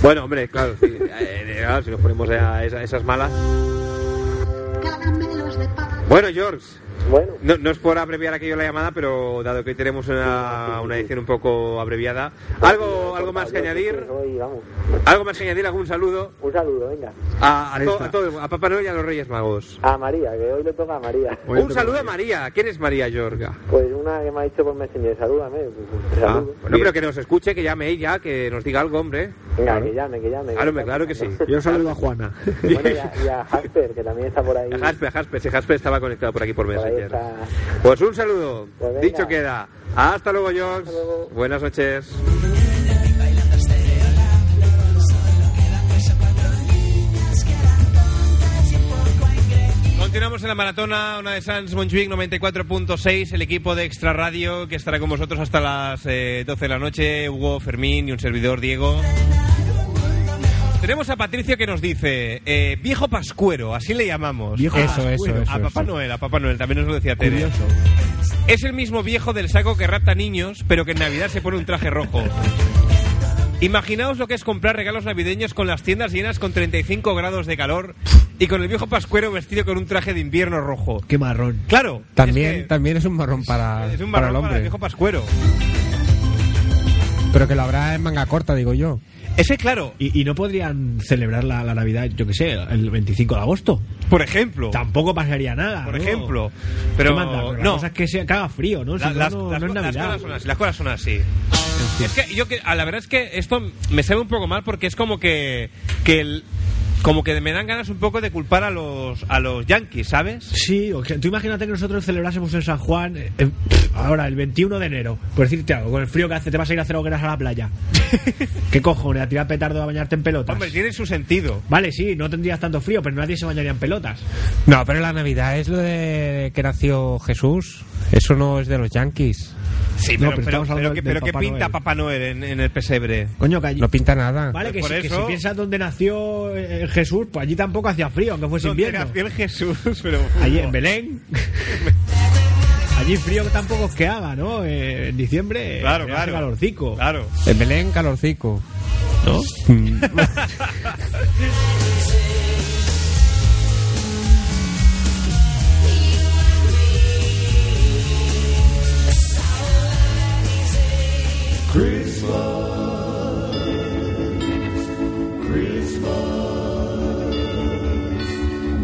Speaker 1: Bueno, hombre, claro, sí, eh, claro, si nos ponemos a esa- esas malas.
Speaker 6: Caramelos de pan.
Speaker 1: Bueno, George,
Speaker 5: Bueno,
Speaker 1: no, no es por abreviar aquello la llamada, pero dado que hoy tenemos una, una edición un poco abreviada, algo, algo más que
Speaker 5: Pablo,
Speaker 1: añadir,
Speaker 5: soy, vamos,
Speaker 1: algo más que añadir, algún saludo
Speaker 5: un saludo, venga.
Speaker 1: a, a,
Speaker 4: Ah, Ahí
Speaker 1: to-
Speaker 4: está.
Speaker 1: a todo- a Papá Noel y a los Reyes Magos.
Speaker 5: A María, que hoy le toca a María.
Speaker 4: Oye,
Speaker 1: un
Speaker 4: te-
Speaker 1: saludo a María. ¿Quién es María Yorga?
Speaker 5: Pues una que me ha dicho por Messenger, salúdame. pues, te
Speaker 1: Ah,
Speaker 5: saludo.
Speaker 1: bueno, pero que nos escuche, que llame ella, que nos diga algo, hombre.
Speaker 5: Venga, que llame, que llame.
Speaker 1: Claro, hombre, claro que sí.
Speaker 4: Yo saludo a Juana.
Speaker 5: Bueno, y a, y a Jasper, que también está por ahí.
Speaker 1: A Jasper, a Jasper, si Jasper estaba conectado por aquí por
Speaker 5: Por ahí
Speaker 1: Messenger.
Speaker 5: está.
Speaker 1: Pues un saludo,
Speaker 5: Pues venga.
Speaker 1: dicho queda. Hasta luego, George.
Speaker 5: luego.
Speaker 1: Buenas noches.
Speaker 7: Continuamos en la maratona, una de Sans Montjuic 94.6, el equipo de Extra Radio que estará con vosotros hasta las eh, 12 de la noche, Hugo, Fermín y un servidor, Diego. Tenemos a Patricio que nos dice, eh, viejo pascuero, así le llamamos.
Speaker 2: Viejo
Speaker 7: Ah,
Speaker 2: Eso, eso,
Speaker 7: bueno,
Speaker 2: eso,
Speaker 7: A Papá
Speaker 2: eso.
Speaker 7: Noel, a Papá Noel, también nos lo decía Tere. Es el mismo viejo del saco que rapta niños, pero que en Navidad se pone un traje rojo.
Speaker 1: Imaginaos lo que es comprar regalos navideños con las tiendas llenas con 35 grados de calor y con el viejo Pascuero vestido con un traje de invierno rojo.
Speaker 4: Qué marrón.
Speaker 1: Claro.
Speaker 2: También,
Speaker 1: es que
Speaker 2: también es un marrón para,
Speaker 1: es un
Speaker 2: para
Speaker 1: marrón
Speaker 2: el hombre.
Speaker 1: para el viejo Pascuero.
Speaker 2: Pero que lo habrá en manga corta, digo yo.
Speaker 1: Ese, claro,
Speaker 4: Y, y no podrían celebrar la, la Navidad, yo qué sé, el 25 de agosto.
Speaker 1: por ejemplo.
Speaker 4: Tampoco pasaría nada.
Speaker 1: Por
Speaker 4: ¿no?
Speaker 1: ejemplo.
Speaker 4: ¿Qué
Speaker 1: Pero
Speaker 4: manda? Pero la
Speaker 1: no.
Speaker 4: cosa es que, se, que haga frío, ¿no? Si
Speaker 1: La-
Speaker 4: no,
Speaker 1: las,
Speaker 4: no,
Speaker 1: las
Speaker 4: no es
Speaker 1: co- las
Speaker 4: Navidad.
Speaker 1: cosas son así, las cosas son así. Es que yo que, a la verdad es que esto me sabe un poco mal porque es como que, que el- como que me dan ganas un poco de culpar a los a los yankees, ¿sabes?
Speaker 4: Sí, o sea, tú imagínate que nosotros celebrásemos el San Juan eh, eh, ahora, el 21 de enero. Por decirte algo, con el frío que hace, te vas a ir a hacer hogueras a la playa. ¿Qué cojones? A tirar petardo a bañarte en pelotas.
Speaker 1: Hombre, tiene su sentido.
Speaker 4: Vale, sí, no tendrías tanto frío, pero nadie se bañaría en pelotas.
Speaker 2: No, pero la Navidad es lo de que nació Jesús. Eso no es de los yankees.
Speaker 1: Sí,
Speaker 4: No,
Speaker 1: pero,
Speaker 4: pero
Speaker 1: pero,
Speaker 4: estamos hablando
Speaker 1: pero que-
Speaker 4: del
Speaker 1: pero ¿qué
Speaker 4: Papá
Speaker 1: pinta
Speaker 4: Noel.
Speaker 1: Papá Noel en, en el pesebre?
Speaker 4: Coño, que allí-
Speaker 2: No pinta nada.
Speaker 4: Vale, que,
Speaker 1: Por
Speaker 4: si, que
Speaker 1: eso-
Speaker 4: si piensas dónde nació eh, Jesús, pues allí tampoco hacía frío, aunque fuese
Speaker 1: Donde
Speaker 4: invierno.
Speaker 1: nació el Jesús, pero...
Speaker 4: Allí en Belén. allí frío tampoco es que haga, ¿no? Eh, en diciembre. eh,
Speaker 1: Claro,
Speaker 4: hace
Speaker 1: claro.
Speaker 4: calorcico.
Speaker 1: Claro.
Speaker 2: En Belén, calorcico.
Speaker 4: ¿No?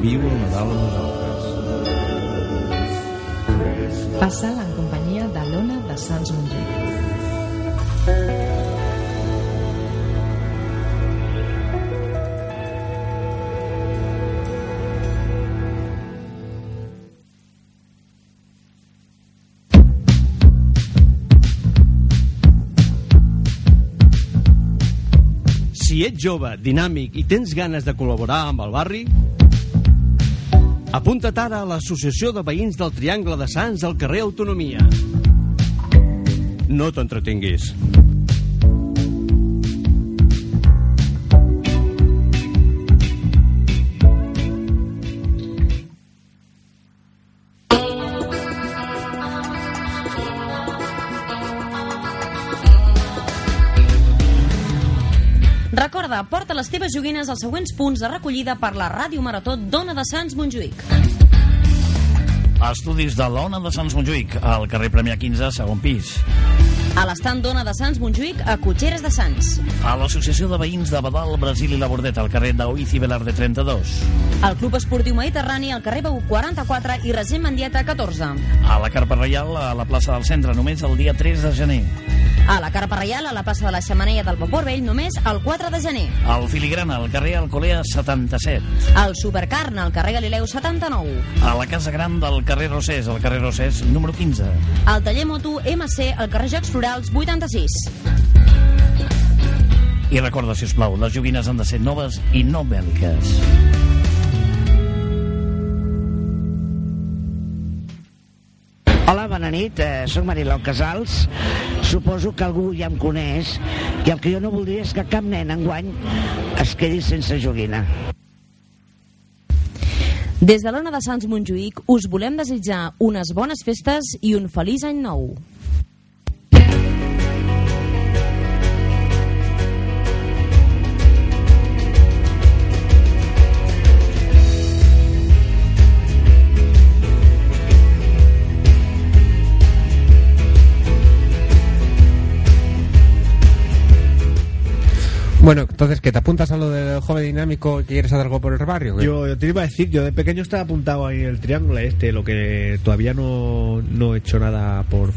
Speaker 8: Vivo en Dallas, Nosaltres.
Speaker 9: Passada en companyia de l'Ona de Sants Montjuïc.
Speaker 10: Si ets jove, dinàmic i tens ganes de col·laborar amb el barri, apunta't ara a l'Associació de Veïns del Triangle de Sants al carrer Autonomia. No t'entretinguis.
Speaker 11: Recorda, porta les teves joguines als següents punts de recollida per la Ràdio Marató Dona de Sants Montjuïc.
Speaker 8: Estudis de l'ONA de Sants Montjuïc, al carrer Premià 15, segon pis.
Speaker 11: A l'estant Dona de Sants Montjuïc a Cotxeres de Sants.
Speaker 8: A l'Associació de Veïns de Badal, Brasil i la Bordeta, al carrer Daoiz i Velarde 32.
Speaker 11: Al Club Esportiu Mediterrani al carrer Bau 44 i Regent Mendieta 14.
Speaker 8: A la Carpa Reial, a la plaça del centre, només el dia 3 de gener.
Speaker 11: A la Carpa Reial a la plaça de la Xemeneia del Vapor Vell només el 4 de gener.
Speaker 8: Al Filigrana, al carrer Alcolea 77.
Speaker 11: Al Supercarn al carrer Galileu 79.
Speaker 8: A la Casa Gran del carrer Rosés, al carrer Rosés número 15.
Speaker 11: Al taller moto MC al carrer Jocs Florals 86.
Speaker 8: I recorda, si us plau, les joguines han de ser noves i no bèl·liques.
Speaker 10: Hola, bona nit, eh, sóc Mariló Casals. Suposo que algú ja em coneix i el que jo no voldria és que cap nen enguany es quedi sense joguina.
Speaker 11: Des de l'Ona de Sants Montjuïc us volem desitjar unes bones festes i un feliç any nou.
Speaker 2: Bueno, entonces, que te apuntas a lo del joven dinámico y que quieres hacer algo por el barrio. qué?
Speaker 4: Yo, yo te iba a decir, yo de pequeño estaba apuntado ahí en el triángulo este, lo que todavía no, no he hecho nada por,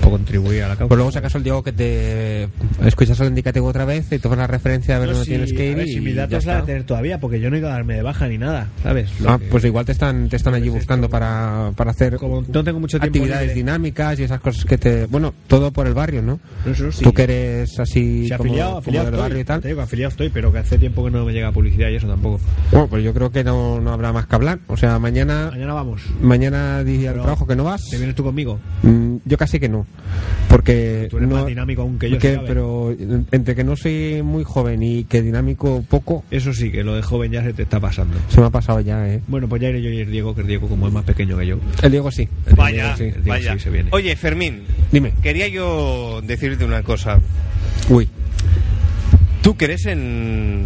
Speaker 4: por contribuir a la causa.
Speaker 2: Pues luego sacas el Diego que te escuchas el indicativo otra vez y tomas la referencia a ver
Speaker 4: No,
Speaker 2: dónde
Speaker 4: si-
Speaker 2: tienes que
Speaker 4: a
Speaker 2: ir.
Speaker 4: ver,
Speaker 2: y
Speaker 4: si mis
Speaker 2: ya
Speaker 4: datos la
Speaker 2: está.
Speaker 4: de tener todavía, porque yo no he ido a darme de baja ni nada, ¿sabes? Lo
Speaker 2: Ah,
Speaker 4: que-
Speaker 2: pues igual te están, te están allí buscando para, para hacer
Speaker 4: Como no tengo mucho tiempo
Speaker 2: actividades
Speaker 4: libre.
Speaker 2: dinámicas y esas cosas que te... Bueno, todo por el barrio, ¿no?
Speaker 4: Eso sí.
Speaker 2: Tú que eres así
Speaker 4: Sí,
Speaker 2: como,
Speaker 4: afiliado,
Speaker 2: como
Speaker 4: afiliado
Speaker 2: del
Speaker 4: estoy,
Speaker 2: barrio y tal.
Speaker 4: te digo, afiliado estoy, pero que hace tiempo que no me llega publicidad y eso tampoco.
Speaker 2: Bueno, pues yo creo que no, no habrá más que hablar. O sea, mañana
Speaker 4: Mañana vamos.
Speaker 2: mañana día al
Speaker 4: Pero-
Speaker 2: trabajo que no vas.
Speaker 4: ¿Te vienes tú conmigo?
Speaker 2: Mm, yo casi que no. Porque
Speaker 4: Tú eres
Speaker 2: no,
Speaker 4: más dinámico aún que yo,
Speaker 2: porque-
Speaker 4: se sabe.
Speaker 2: pero eh, entre que no soy muy joven y que dinámico poco,
Speaker 4: Eso sí, que lo de joven ya se te está pasando.
Speaker 2: se me ha pasado ya, ¿eh?
Speaker 4: Bueno, pues ya iré yo y el Diego, que el Diego como es más pequeño que yo.
Speaker 2: El Diego sí.
Speaker 1: Vaya,
Speaker 4: sí, digo,
Speaker 1: vaya.
Speaker 4: sí, se viene.
Speaker 1: Oye, Fermín,
Speaker 2: Dime.
Speaker 1: quería yo decirte una cosa.
Speaker 2: Uy.
Speaker 1: ¿Tú crees en,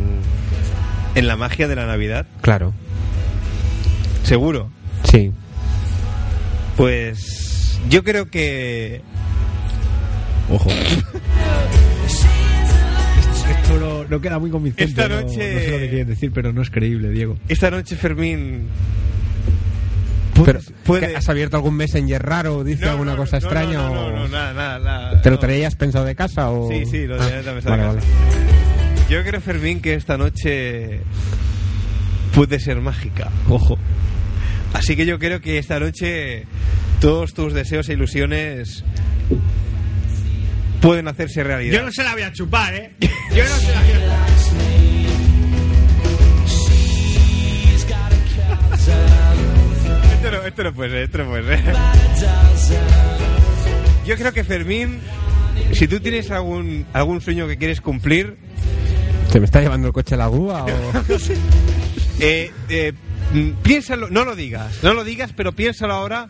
Speaker 1: en la magia de la Navidad?
Speaker 2: Claro.
Speaker 1: Seguro.
Speaker 2: Sí.
Speaker 1: Pues yo creo que... Ojo.
Speaker 4: Esto no, no queda muy convincente.
Speaker 1: Esta
Speaker 4: no-
Speaker 1: noche-
Speaker 4: No, sé lo que quieres decir, pero no es creíble, Diego.
Speaker 1: Esta noche Fermín...
Speaker 2: Pero,
Speaker 1: puede-
Speaker 2: ¿que ¿Has abierto algún messenger raro? ¿Dice alguna cosa extraña?
Speaker 1: No,
Speaker 2: o...
Speaker 1: no, no, nada, nada, nada.
Speaker 2: ¿Te lo
Speaker 1: No.
Speaker 2: traías pensado de casa? O...
Speaker 1: Sí, sí, lo
Speaker 2: Ah,
Speaker 1: tenía en la mesa de
Speaker 2: vale,
Speaker 1: casa.
Speaker 2: vale.
Speaker 1: Yo creo, Fermín, que esta noche puede ser mágica. Ojo. Así que yo creo que esta noche todos tus deseos e ilusiones pueden hacerse realidad.
Speaker 12: Yo no se la voy a chupar, ¿eh? Yo no se la voy a
Speaker 1: Esto no, esto no puede ser, esto no puede ser. Yo creo que Fermín, si tú tienes algún, algún sueño que quieres cumplir,
Speaker 2: ¿Se me está llevando el coche a la grúa? O...
Speaker 1: Eh, eh, mm, piénsalo, no lo digas, no lo digas, pero piénsalo ahora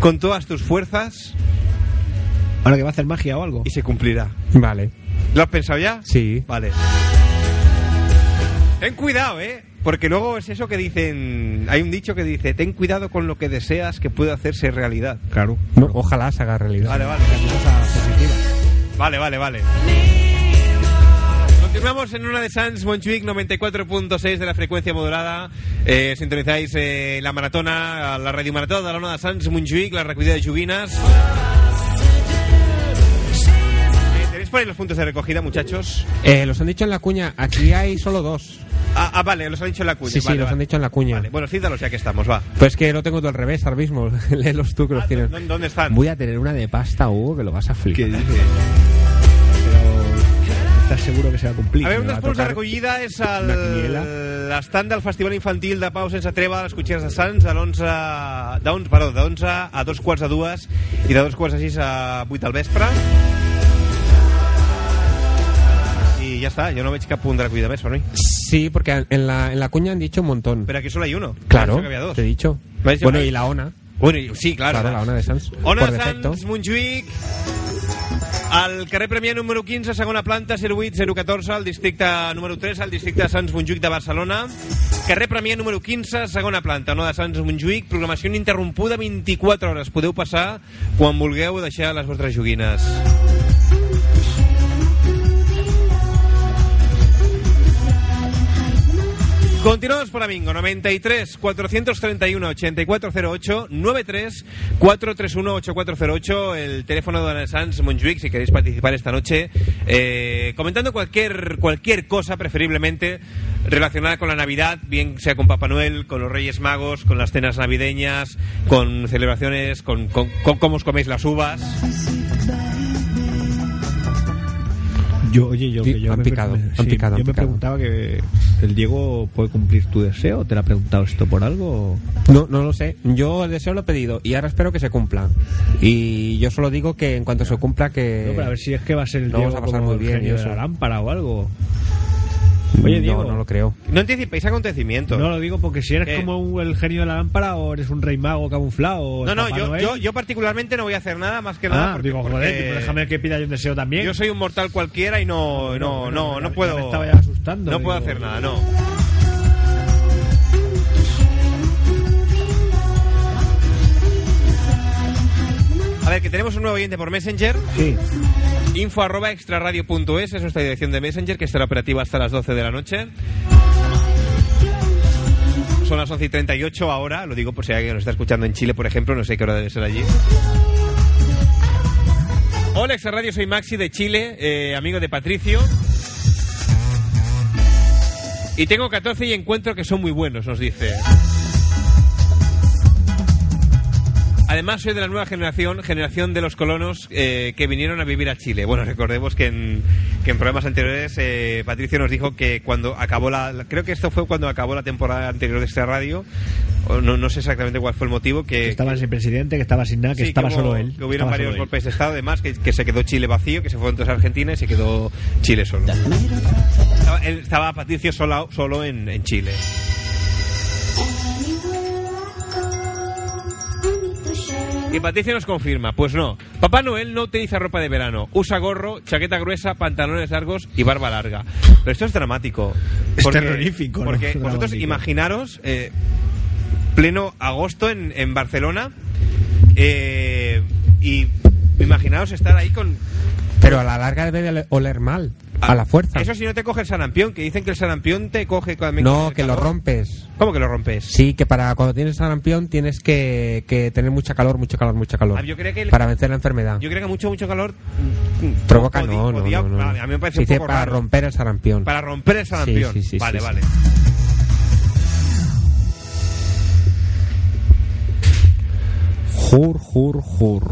Speaker 1: con todas tus fuerzas
Speaker 4: Ahora que va a hacer magia o algo.
Speaker 1: y se cumplirá.
Speaker 2: Vale.
Speaker 1: ¿Lo has pensado ya?
Speaker 2: Sí.
Speaker 1: Vale. Ten cuidado, ¿eh? Porque luego es eso que dicen, hay un dicho que dice, ten cuidado con lo que deseas que puede hacerse realidad.
Speaker 4: Claro.
Speaker 2: No, ojalá se haga realidad.
Speaker 1: Vale, vale. Vale, vale, vale. Continuamos en una de Sans Montjuic 94.6 de la frecuencia modulada. Eh, sintonizáis eh, la maratona, la radio maratona de la ona de Sans Montjuic, la recogida de Juvines. Eh, ¿Tenéis por ahí los puntos de recogida, muchachos?
Speaker 2: Eh, los han dicho en la cuña, aquí hay solo dos.
Speaker 1: Ah, ah, vale, los han dicho en la cuña.
Speaker 2: Sí, sí,
Speaker 1: vale,
Speaker 2: los
Speaker 1: vale.
Speaker 2: han dicho en la cuña.
Speaker 1: Vale, bueno, cítalos ya que estamos, va.
Speaker 2: Pues que lo tengo todo al revés ahora mismo. Léelos tú que los tienes.
Speaker 1: ¿Dónde dónde están?
Speaker 2: Voy a tener una de pasta, Hugo, que lo vas a flipar.
Speaker 4: Pero estás seguro que se va a cumplir.
Speaker 1: A
Speaker 4: Me
Speaker 1: veure, un
Speaker 4: va
Speaker 1: dels punts de
Speaker 4: tocar-
Speaker 1: recollida és el-
Speaker 4: una quiniela.
Speaker 1: l'estand del Festival Infantil de Pau sense treva a les Cotxeres de Sants de l'11 d'on- perdó, de 11 a dos quarts de dues i de dos quarts de sis a vuit del vespre. I ja està, jo no veig cap punt de recollida més, Fermí.
Speaker 2: Sí, porque en la, en la cuña han dicho un montón.
Speaker 1: Però aquí solo hay uno.
Speaker 2: claro,
Speaker 1: Penso que había dos.
Speaker 2: te he dicho.
Speaker 1: Me ha dicho
Speaker 2: Bueno,
Speaker 1: que-
Speaker 2: y la ONA.
Speaker 1: Bueno, i- sí, claro.
Speaker 2: Claro, la ONA de Sans.
Speaker 1: Ona
Speaker 2: por
Speaker 1: de
Speaker 2: defecto.
Speaker 1: Sants, Montjuïc, al carrer Premià número 15, segona planta, 08014, al districte número 3, al districte de Sants Montjuïc de Barcelona. Carrer Premià número 15, segona planta, Ona de Sants Montjuïc, programació ininterrompuda 24 hores. Podeu passar quan vulgueu deixar les vostres joguines. Continuamos por Amingo, 93 431 8408 93 431 8408 el teléfono de Sans Montjuic si queréis participar esta noche eh, comentando cualquier cualquier cosa preferiblemente relacionada con la Navidad, bien sea con Papá Noel, con los Reyes Magos, con las cenas navideñas, con celebraciones, con, con- con cómo os coméis las uvas.
Speaker 4: Yo, oye, yo,
Speaker 2: Di-
Speaker 4: que yo
Speaker 2: han
Speaker 4: me-
Speaker 2: picado,
Speaker 4: me-
Speaker 2: han
Speaker 4: sí,
Speaker 2: picado,
Speaker 4: Yo
Speaker 2: han
Speaker 4: me
Speaker 2: picado.
Speaker 4: preguntaba que el Diego puede cumplir tu deseo. ¿Te lo ha preguntado esto por algo? o-
Speaker 2: No, no lo sé. Yo el deseo lo he pedido y ahora espero que se cumpla. Y yo solo digo que en cuanto se cumpla que...
Speaker 4: No, pero a ver si es que va a ser el
Speaker 2: Eh, Lo
Speaker 4: Diego
Speaker 2: vamos a pasar
Speaker 4: como
Speaker 2: muy
Speaker 4: el
Speaker 2: bien
Speaker 4: genio
Speaker 2: y
Speaker 4: de
Speaker 2: eso.
Speaker 4: la lámpara o algo.
Speaker 2: Mm, No,
Speaker 4: Oye, Diego.
Speaker 2: no lo creo.
Speaker 1: No anticipéis acontecimientos.
Speaker 4: No lo digo porque si eres
Speaker 1: ¿Qué?
Speaker 4: como un- el genio de la lámpara o eres un rey mago camuflado o
Speaker 1: No,
Speaker 4: el
Speaker 1: no,
Speaker 4: pues Papá
Speaker 1: yo,
Speaker 4: Noel.
Speaker 1: yo, yo particularmente no voy a hacer nada más que nada
Speaker 4: Ah,
Speaker 1: porque-
Speaker 4: digo, joder,
Speaker 1: porque-
Speaker 4: tipo, déjame que pida yo un deseo también.
Speaker 1: Yo soy un mortal cualquiera y no, no, no, no,
Speaker 4: ya
Speaker 1: puedo.
Speaker 4: me estaba ya asustando,
Speaker 1: No
Speaker 4: digo.
Speaker 1: puedo hacer nada, no. A ver, que tenemos un nuevo oyente por Messenger.
Speaker 4: Sí.
Speaker 1: Info arroba extraradio.es es nuestra dirección de Messenger que estará operativa hasta las 12 de la noche. Son las 11 y 38 ahora, lo digo por si alguien nos está escuchando en Chile, por ejemplo, no sé qué hora debe ser allí. Hola, Extraradio, soy Maxi de Chile, eh, amigo de Patricio. Y tengo 14 y encuentro que son muy buenos, nos dice. Además, soy de la nueva generación, generación de los colonos eh, que vinieron a vivir a Chile. Bueno, recordemos que en, que en programas anteriores eh, Patricio nos dijo que cuando acabó la, la- Creo que esto fue cuando acabó la temporada anterior de esta radio. o No, no sé exactamente cuál fue el motivo.
Speaker 4: Que
Speaker 1: Que,
Speaker 4: estaba sin presidente, que estaba sin nada, que
Speaker 1: Sí,
Speaker 4: estaba
Speaker 1: hubo-
Speaker 4: solo él.
Speaker 1: Que hubieron
Speaker 4: Estaba
Speaker 1: varios
Speaker 4: solo él.
Speaker 1: golpes de Estado, además, que, que se quedó Chile vacío, que se fue entonces a Argentina y se quedó Chile solo. Estaba, él- estaba Patricio solo, solo en, en Chile. Y Patricio nos confirma, pues no, Papá Noel no utiliza ropa de verano. Usa gorro, chaqueta gruesa, pantalones largos y barba larga. Pero esto es dramático.
Speaker 4: Es terrorífico, ¿no?
Speaker 1: Porque
Speaker 4: Dramático.
Speaker 1: vosotros imaginaros eh, pleno agosto en, en Barcelona eh, y imaginaros estar ahí con...
Speaker 2: Pero a la larga debe de ole- oler mal, a la fuerza.
Speaker 1: Ah, Eso si no te coge el sarampión, que dicen que el sarampión te coge cuando...
Speaker 2: No, que lo rompes.
Speaker 1: ¿Cómo que lo rompes?
Speaker 2: Sí, que para cuando tienes sarampión tienes que, que tener mucha calor, mucha calor, mucha calor.
Speaker 1: Ah, yo creía que el-
Speaker 2: Para vencer la enfermedad.
Speaker 1: Yo creo que mucho, mucho calor
Speaker 2: Provoca,
Speaker 1: Odi-
Speaker 2: no, no,
Speaker 1: odia-
Speaker 2: no, no.
Speaker 1: Vale, a mí me parece
Speaker 2: Se
Speaker 1: un
Speaker 2: dice
Speaker 1: poco
Speaker 2: para
Speaker 1: raro.
Speaker 2: romper el sarampión.
Speaker 1: para romper el sarampión.
Speaker 2: Sí, sí, sí,
Speaker 1: vale,
Speaker 2: sí, sí.
Speaker 1: vale.
Speaker 2: Jur, jur, jur.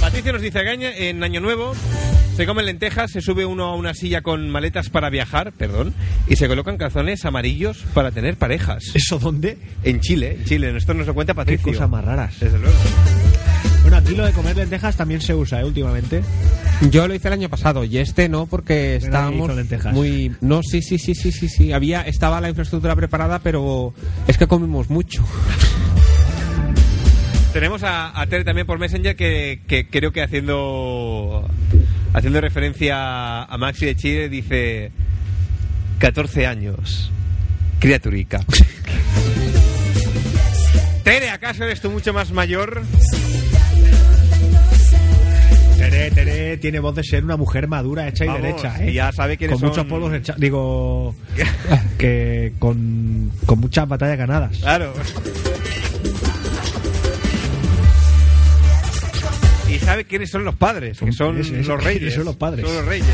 Speaker 1: Patricia nos dice Gaña, en Año Nuevo se comen lentejas, se sube uno a una silla con maletas para viajar, perdón, y se colocan calzones amarillos para tener parejas.
Speaker 4: ¿Eso dónde?
Speaker 1: En Chile, en Chile. Esto nos lo cuenta Patricia.
Speaker 4: cosas más raras.
Speaker 1: Desde luego.
Speaker 4: Bueno, aquí lo de comer lentejas también se usa, ¿eh? Últimamente.
Speaker 2: Yo lo hice el año pasado y este no porque
Speaker 4: Pero
Speaker 2: estábamos
Speaker 4: hizo lentejas.
Speaker 2: muy no sí sí sí sí sí sí había estaba la infraestructura preparada pero es que comimos mucho
Speaker 1: Tenemos a, a Tere también por Messenger que, que creo que haciendo haciendo referencia a Maxi de Chile dice 14 años. Criaturica. Tere, ¿acaso eres tú mucho más mayor?
Speaker 4: Tere, Tere tiene voz de ser una mujer madura, hecha
Speaker 1: Vamos,
Speaker 4: y derecha, ¿eh?
Speaker 1: y ya sabe quiénes
Speaker 4: Con muchos
Speaker 1: son.
Speaker 4: polvos echa- Digo. que con, con muchas batallas ganadas.
Speaker 1: Claro. Y sabe quiénes son los padres, que son
Speaker 4: Es- es-
Speaker 1: los reyes.
Speaker 4: son los padres.
Speaker 1: Son los reyes.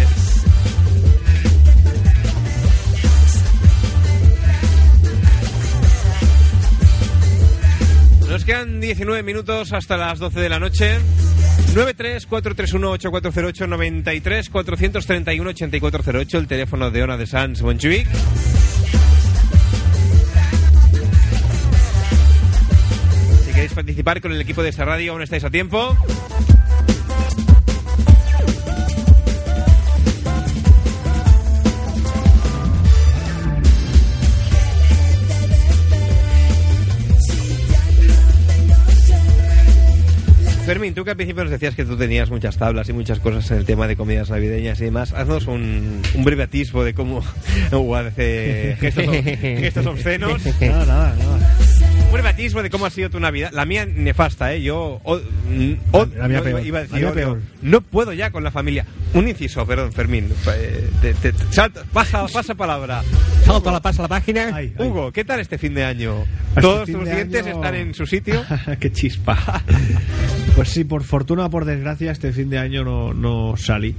Speaker 1: Nos quedan 19 minutos hasta las 12 de la noche. 93-431-8408-93-431-8408, el teléfono de Ona de Sans Montjuic. Si queréis participar con el equipo de esta radio, aún estáis a tiempo. Fermín, tú que al principio nos decías que tú tenías muchas tablas y muchas cosas en el tema de comidas navideñas y demás, haznos un, un breve atisbo de cómo Guad hace gestos, gestos obscenos.
Speaker 4: Nada, nada, nada.
Speaker 1: Un breve atisbo pues, de cómo ha sido tu Navidad. La mía nefasta, ¿eh? Yo o- mm, o-
Speaker 4: La- la mía
Speaker 1: no,
Speaker 4: peor,
Speaker 1: iba a decir,
Speaker 4: la mía
Speaker 1: odio.
Speaker 4: peor.
Speaker 1: no puedo ya con la familia. Un inciso, perdón, Fermín. Eh, te- te- te- salta- pasa, pasa palabra.
Speaker 2: salto la pasa la página
Speaker 4: Ay, ay.
Speaker 1: Hugo, ¿qué tal este fin de año?
Speaker 4: Este
Speaker 1: Todos
Speaker 4: fin
Speaker 1: tus
Speaker 4: de
Speaker 1: dientes
Speaker 4: año-
Speaker 1: están en su sitio.
Speaker 4: ¡Qué chispa! pues sí, por fortuna o por desgracia, este fin de año no, no salí.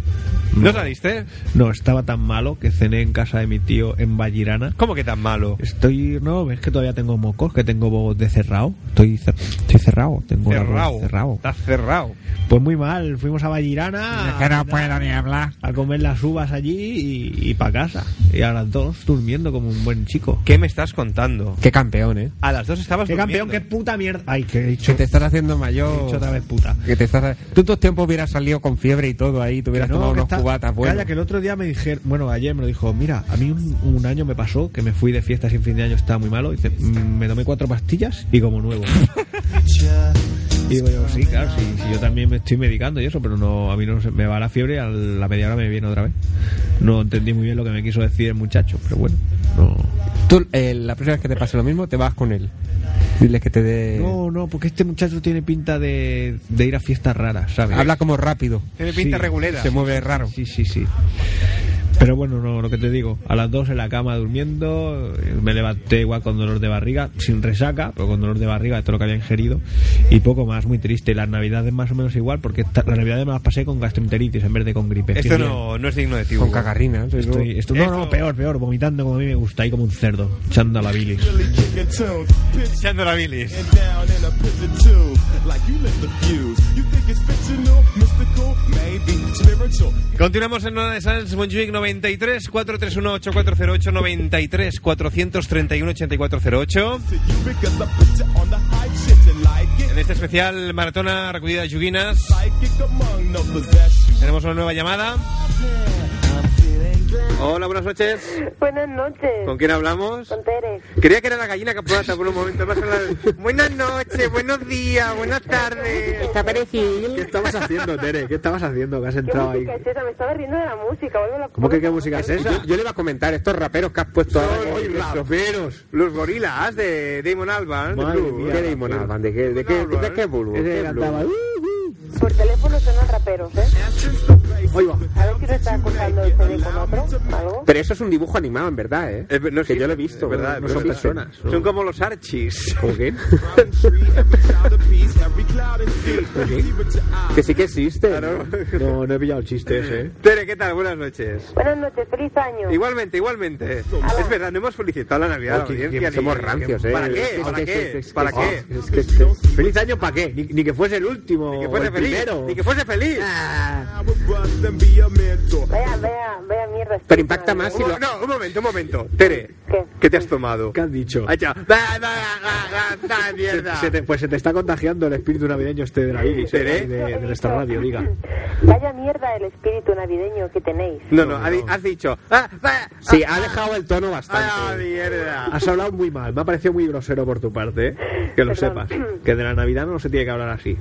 Speaker 1: ¿No saliste?
Speaker 4: No, estaba tan malo que cené en casa de mi tío en Vallirana.
Speaker 1: ¿Cómo que tan malo?
Speaker 4: Estoy, no, ves que todavía tengo mocos, que tengo bobos de cerrado. Estoy, cer- estoy cerrado, tengo la
Speaker 1: Cerrado.
Speaker 4: voz cerrado.
Speaker 1: Estás cerrado.
Speaker 4: Pues muy mal, fuimos a Vallirana
Speaker 2: que
Speaker 4: a,
Speaker 2: no puedo ni hablar
Speaker 4: a comer las uvas allí y, para casa. Y a las dos durmiendo como un buen chico.
Speaker 1: ¿Qué me estás contando?
Speaker 2: qué campeón eh
Speaker 1: A las dos estabas
Speaker 4: ¡Qué campeón, qué
Speaker 1: durmiendo.
Speaker 4: puta mierda! Ay, que he
Speaker 2: que
Speaker 4: dicho,
Speaker 2: te estás haciendo
Speaker 4: he dicho otra
Speaker 2: mayor
Speaker 4: vez puta.
Speaker 2: que te estás tú todo el tiempo hubieras salido con fiebre y todo ahí te hubieras
Speaker 4: Que no,
Speaker 2: tomado
Speaker 4: que
Speaker 2: unos
Speaker 4: está-
Speaker 2: cubatas bueno
Speaker 4: Calla, que el otro día me dijeron, bueno, ayer me lo dijo, mira, a mí un, un año me pasó que me fui de fiesta sin fin de año, estaba muy malo, y dice, "Mm, me tomé cuatro pastillas y como nuevo. y digo yo, sí, claro, sí, sí, yo también me estoy medicando y eso, pero no, a mí no se- me va la fiebre y a la media hora me viene otra vez. No entendí muy bien lo que me quiso decir el muchacho, pero bueno, no.
Speaker 2: tú eh, la próxima vez que te pase lo mismo te vas con él dile que te dé
Speaker 4: No, no, porque este muchacho tiene pinta de, de ir a fiestas raras, ¿sabes?
Speaker 2: habla como rápido
Speaker 1: Tiene pinta
Speaker 4: Sí.
Speaker 1: regulera.
Speaker 2: se mueve raro
Speaker 4: Sí, sí, sí. Pero bueno, no, lo que te digo, a las 2 en la cama durmiendo, eh, me levanté igual con dolor de barriga, sin resaca, pero con dolor de barriga de todo lo que había ingerido, y poco más, muy triste. Las navidades más o menos igual, porque esta- las navidades me las pasé con gastroenteritis en vez de con gripe.
Speaker 1: Esto
Speaker 4: Fíjate.
Speaker 1: no, no es digno de ti.
Speaker 2: con
Speaker 1: Hugo.
Speaker 2: cagarrinas eso.
Speaker 4: Estoy- esto- no, no,
Speaker 1: Esto-
Speaker 4: peor, peor, vomitando como a mí me gusta, ahí como un cerdo, echando a la bilis.
Speaker 1: Echando la bilis. Continuamos en una de Sans Montjuic 90
Speaker 13: 93 431 8408 93 431 8408 En este especial maratona recogida de joguines tenemos una nueva llamada.
Speaker 1: Hola, buenas noches.
Speaker 6: Buenas noches.
Speaker 1: ¿Con quién hablamos?
Speaker 6: Con Tere.
Speaker 1: Creía que era la gallina capulata por un momento. Vas a hablar- Buenas noches, buenos días, buenas tardes.
Speaker 6: Está parecido.
Speaker 4: ¿Qué estabas haciendo, Tere? ¿Qué estabas haciendo? Que has
Speaker 6: ¿Qué
Speaker 4: entrado ahí.
Speaker 6: música es esa? Me estaba riendo de la música. vuelve la-
Speaker 4: ¿Cómo que qué música es esa?
Speaker 2: Yo, yo le iba a comentar estos raperos que has puesto ahora. que- que son-
Speaker 1: raperos. Los gorilas de Damon Albarn. de
Speaker 2: Madre
Speaker 1: Blue.
Speaker 2: mía, ¿Qué Damon Albarn? ¿De qué, de qué, de qué, bulbo?
Speaker 4: eh. Ese
Speaker 2: ¿Qué bulbo?
Speaker 4: cantaba,
Speaker 6: Por teléfono son los raperos, ¿eh? A ver si no está acusando el CD con otro. ¿Algo?
Speaker 2: Pero eso es un dibujo animado, en verdad, ¿eh?
Speaker 1: Eh, no
Speaker 2: que yo lo he
Speaker 1: Es
Speaker 2: visto,
Speaker 1: verdad,
Speaker 2: no son
Speaker 1: existen.
Speaker 2: personas.
Speaker 1: Son como los archis.
Speaker 2: ¿Cómo qué? Que sí que existe.
Speaker 4: No, no he pillado el chiste ese. ¿eh?
Speaker 1: Tere, ¿qué tal? Buenas noches.
Speaker 6: Buenas noches, feliz año.
Speaker 1: Igualmente, igualmente. Es verdad, no hemos felicitado la Navidad. a la
Speaker 2: Oh, que- que
Speaker 1: audiencia, ni-
Speaker 2: somos rancios, ¿eh?
Speaker 1: ¿Para
Speaker 2: Es
Speaker 1: qué?
Speaker 2: que-
Speaker 1: ¿Para
Speaker 2: es que-
Speaker 1: qué?
Speaker 2: es que-
Speaker 1: ¿Para
Speaker 2: es
Speaker 1: qué?
Speaker 2: que- es que-
Speaker 4: ¿Feliz año para qué? Ni, ni que fuese el último.
Speaker 1: Ni que
Speaker 4: o
Speaker 1: fuese
Speaker 4: el
Speaker 1: feliz.
Speaker 4: primero.
Speaker 1: Ni que fuese feliz.
Speaker 6: Ah. Vea, vea, vea mierda.
Speaker 2: Pero impacta más si
Speaker 1: Un
Speaker 2: lo...
Speaker 1: mo- No, un momento, un momento. Tere, ¿qué, te has tomado?
Speaker 4: ¿Qué has dicho?
Speaker 1: Ay, ya. Da, da, da, da, da, mierda.
Speaker 4: Se te- pues se te está contagiando el espíritu navideño este de la Iris,
Speaker 1: Tere.
Speaker 4: eh, de, de nuestra radio, diga.
Speaker 6: Vaya mierda el espíritu navideño que tenéis.
Speaker 1: No, no, ha di- has dicho. Ah, ah,
Speaker 2: Sí, ha dejado el tono
Speaker 1: ah,
Speaker 2: bastante.
Speaker 1: mierda.
Speaker 4: Has hablado muy mal, me ha parecido muy grosero por tu parte, ¿eh? que lo
Speaker 6: Perdón.
Speaker 4: sepas. Que de la Navidad no se tiene que hablar así.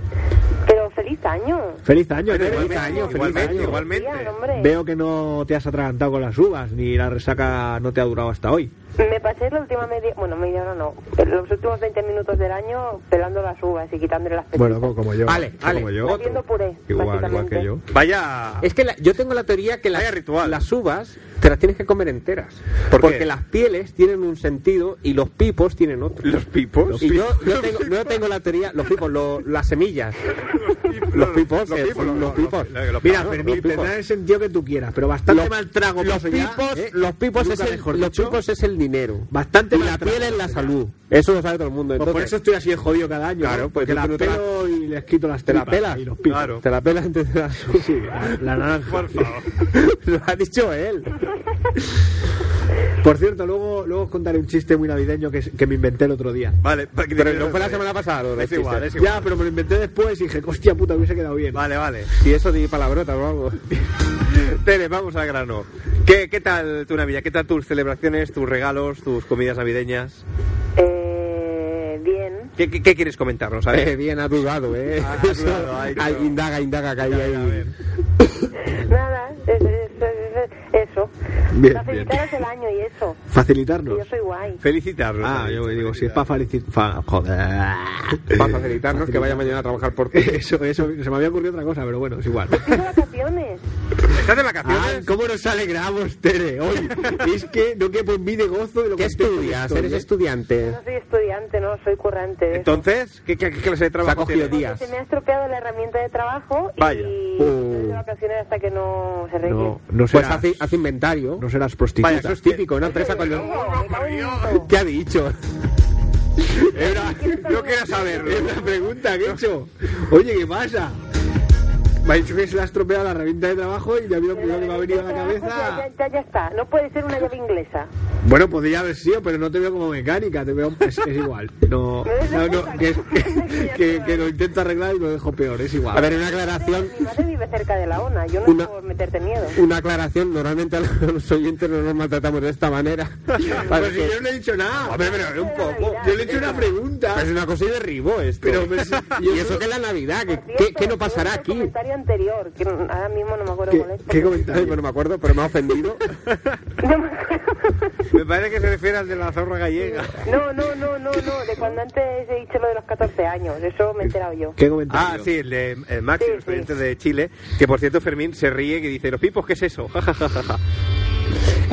Speaker 6: Pero feliz año.
Speaker 4: Feliz año,
Speaker 1: Pero
Speaker 4: Tere,
Speaker 1: igualmente,
Speaker 4: feliz año, feliz
Speaker 1: igualmente,
Speaker 4: año.
Speaker 1: igualmente.
Speaker 6: Tía, hombre.
Speaker 4: Veo que no te has atragantado con las uvas, ni la resaca no te ha durado hasta hoy.
Speaker 6: Me pasé la última media, bueno, media hora no, los últimos 20 minutos del año pelando las uvas y quitándole las pepitas.
Speaker 4: Bueno, como, como yo.
Speaker 2: Ale,
Speaker 4: Como
Speaker 2: ale.
Speaker 4: yo.
Speaker 6: Haciendo puré,
Speaker 4: Igual,
Speaker 6: básicamente.
Speaker 4: igual que yo.
Speaker 1: Vaya.
Speaker 2: Es que la- yo tengo la teoría que
Speaker 1: Vaya
Speaker 2: las,
Speaker 1: ritual.
Speaker 2: las uvas te las tienes que comer enteras.
Speaker 1: ¿Por
Speaker 2: porque
Speaker 1: qué?
Speaker 2: las pieles tienen un sentido y los pipos tienen otro.
Speaker 1: Los pipos.
Speaker 2: y yo, yo tengo, yo tengo la teoría, los pipos, lo- las semillas. Los pipos, eh, los pipos.
Speaker 4: Mira,
Speaker 2: Claro,
Speaker 4: Fermín,
Speaker 2: los pipos.
Speaker 4: tendrá el sentido que tú quieras, pero bastante
Speaker 2: Los-
Speaker 4: mal trago.
Speaker 2: los
Speaker 4: paso ya,
Speaker 2: pipos,
Speaker 4: ¿eh?
Speaker 2: los pipos
Speaker 4: Nunca
Speaker 2: es el,
Speaker 4: mejor
Speaker 2: los
Speaker 4: dicho.
Speaker 2: pipos es el dinero.
Speaker 4: Bastante
Speaker 2: y
Speaker 4: mal
Speaker 2: la
Speaker 4: trago,
Speaker 2: piel es la
Speaker 4: ya.
Speaker 2: salud. Eso lo sabe todo el mundo.
Speaker 4: Pues por
Speaker 2: Entonces,
Speaker 4: eso estoy así de jodido cada año.
Speaker 2: Claro,
Speaker 4: ¿no?
Speaker 2: pues
Speaker 4: Porque
Speaker 2: tú-
Speaker 4: la
Speaker 2: tú te la-
Speaker 4: pelo y les quito las
Speaker 2: te la
Speaker 4: tripas
Speaker 2: pelas.
Speaker 4: y los pipos.
Speaker 1: Claro.
Speaker 2: Te la pelas antes de la
Speaker 4: Sí, la, la naranja.
Speaker 1: Por favor.
Speaker 2: Lo ha dicho él.
Speaker 4: Por cierto, luego, luego os contaré un chiste muy navideño que, que me inventé el otro día.
Speaker 1: Vale,
Speaker 2: Pero no fue la semana pasada. lo
Speaker 1: Es
Speaker 2: del
Speaker 1: igual,
Speaker 2: chiste.
Speaker 1: es igual.
Speaker 4: Ya, pero me lo inventé después y dije, hostia puta, hubiese quedado bien.
Speaker 1: Vale, vale.
Speaker 2: Y eso de palabrotas o algo.
Speaker 1: Tere, vamos al grano. ¿Qué, ¿Qué tal tu Navidad? ¿Qué tal tus celebraciones, tus regalos, tus comidas navideñas?
Speaker 6: Eh, bien.
Speaker 1: ¿Qué, qué, qué quieres comentarnos? A
Speaker 2: Eh,
Speaker 1: ver.
Speaker 2: bien, ha dudado, ¿eh?
Speaker 1: Ah, ha dudado, ay,
Speaker 2: Ay,
Speaker 1: no.
Speaker 2: Indaga, indaga, que ahí
Speaker 1: A ver, a
Speaker 2: hay...
Speaker 1: ver.
Speaker 6: Nada, es- es- es- es- eso.
Speaker 4: Bien,
Speaker 6: Para
Speaker 4: bien.
Speaker 6: felicitaros el año y eso.
Speaker 4: Facilitarnos.
Speaker 6: Yo soy guay.
Speaker 1: Felicitarnos.
Speaker 4: Ah,
Speaker 1: ha
Speaker 4: yo
Speaker 1: dicho,
Speaker 4: digo, si es para
Speaker 1: felicitarnos.
Speaker 4: felicitar... joder.
Speaker 2: Para facilitarnos que vaya mañana a trabajar por ti.
Speaker 4: Eso, eso, se me había ocurrido otra cosa, pero bueno, es igual.
Speaker 6: Tengo vacaciones.
Speaker 1: ¿Estás de
Speaker 4: Ah,
Speaker 1: vacaciones?
Speaker 4: ¿Cómo nos alegramos, Tere? Hoy es que no quepo en mí de gozo de lo
Speaker 2: ¿Qué
Speaker 4: que
Speaker 2: estudias?
Speaker 4: estoy,
Speaker 2: ¿Eres
Speaker 4: ¿eh?
Speaker 2: estudiante?
Speaker 6: No soy estudiante, no soy currante. de eso.
Speaker 1: Entonces, ¿qué, qué, qué clase de trabajo
Speaker 2: cogido
Speaker 1: tienes?
Speaker 2: día. días.
Speaker 6: Se me ha estropeado la herramienta de trabajo
Speaker 1: Vaya.
Speaker 6: y
Speaker 2: Uh.
Speaker 6: estoy de vacaciones hasta que no se arregle.
Speaker 4: No, no
Speaker 2: Pues
Speaker 4: serás,
Speaker 2: hace, hace inventario.
Speaker 4: no serás prostituta.
Speaker 1: Vaya,
Speaker 2: Eso es típico, una empresa con los... ¿Qué ha dicho?
Speaker 1: Yo quiero saberlo.
Speaker 4: Es una pregunta que he hecho. Oye, ¿qué pasa? Me ha dicho que se le ha estropeado la herramienta de trabajo y a mí lo primero que me ha venido a la cabeza.
Speaker 6: Ya, ya, ya está, no puede ser una llave inglesa.
Speaker 4: Bueno, podría haber sido, pero no te veo como mecánica, te veo. Es, es igual. No, no, no, que, que, que- que lo intento arreglar y lo dejo peor, es igual.
Speaker 2: A ver, una aclaración...
Speaker 6: Mi madre vive cerca de la ONA, yo no
Speaker 2: Una-
Speaker 6: puedo meterte miedo.
Speaker 2: Una aclaración, normalmente a los oyentes no nos maltratamos de esta manera.
Speaker 4: Pero Pues
Speaker 1: pues
Speaker 4: si yo no he dicho nada.
Speaker 2: Hombre, pero un poco.
Speaker 4: Yo le he hecho una pregunta.
Speaker 2: Pero es una cosa de derribo esto.
Speaker 4: Pero me-
Speaker 2: y eso que es la Navidad, ¿qué, qué, qué no pasará
Speaker 6: El
Speaker 2: aquí?
Speaker 6: comentario anterior, que ahora mismo no me acuerdo cuál
Speaker 4: ¿Qué,
Speaker 6: es.
Speaker 4: qué
Speaker 2: Ay,
Speaker 4: comentario?
Speaker 2: bueno, me acuerdo, pero me ha ofendido.
Speaker 6: No me acuerdo.
Speaker 1: Me parece que se refiere al de la zorra gallega.
Speaker 6: No, no, no, no, no, de cuando antes he dicho lo de los 14 años, eso me he enterado yo.
Speaker 4: ¿Qué comentario?
Speaker 1: Ah, sí, el de eh, Max,
Speaker 6: Sí,
Speaker 1: el estudiante
Speaker 6: sí.
Speaker 1: de Chile, que por cierto Fermín se ríe y dice, los pipos, ¿qué es eso? Ja, ja, ja, ja, ja.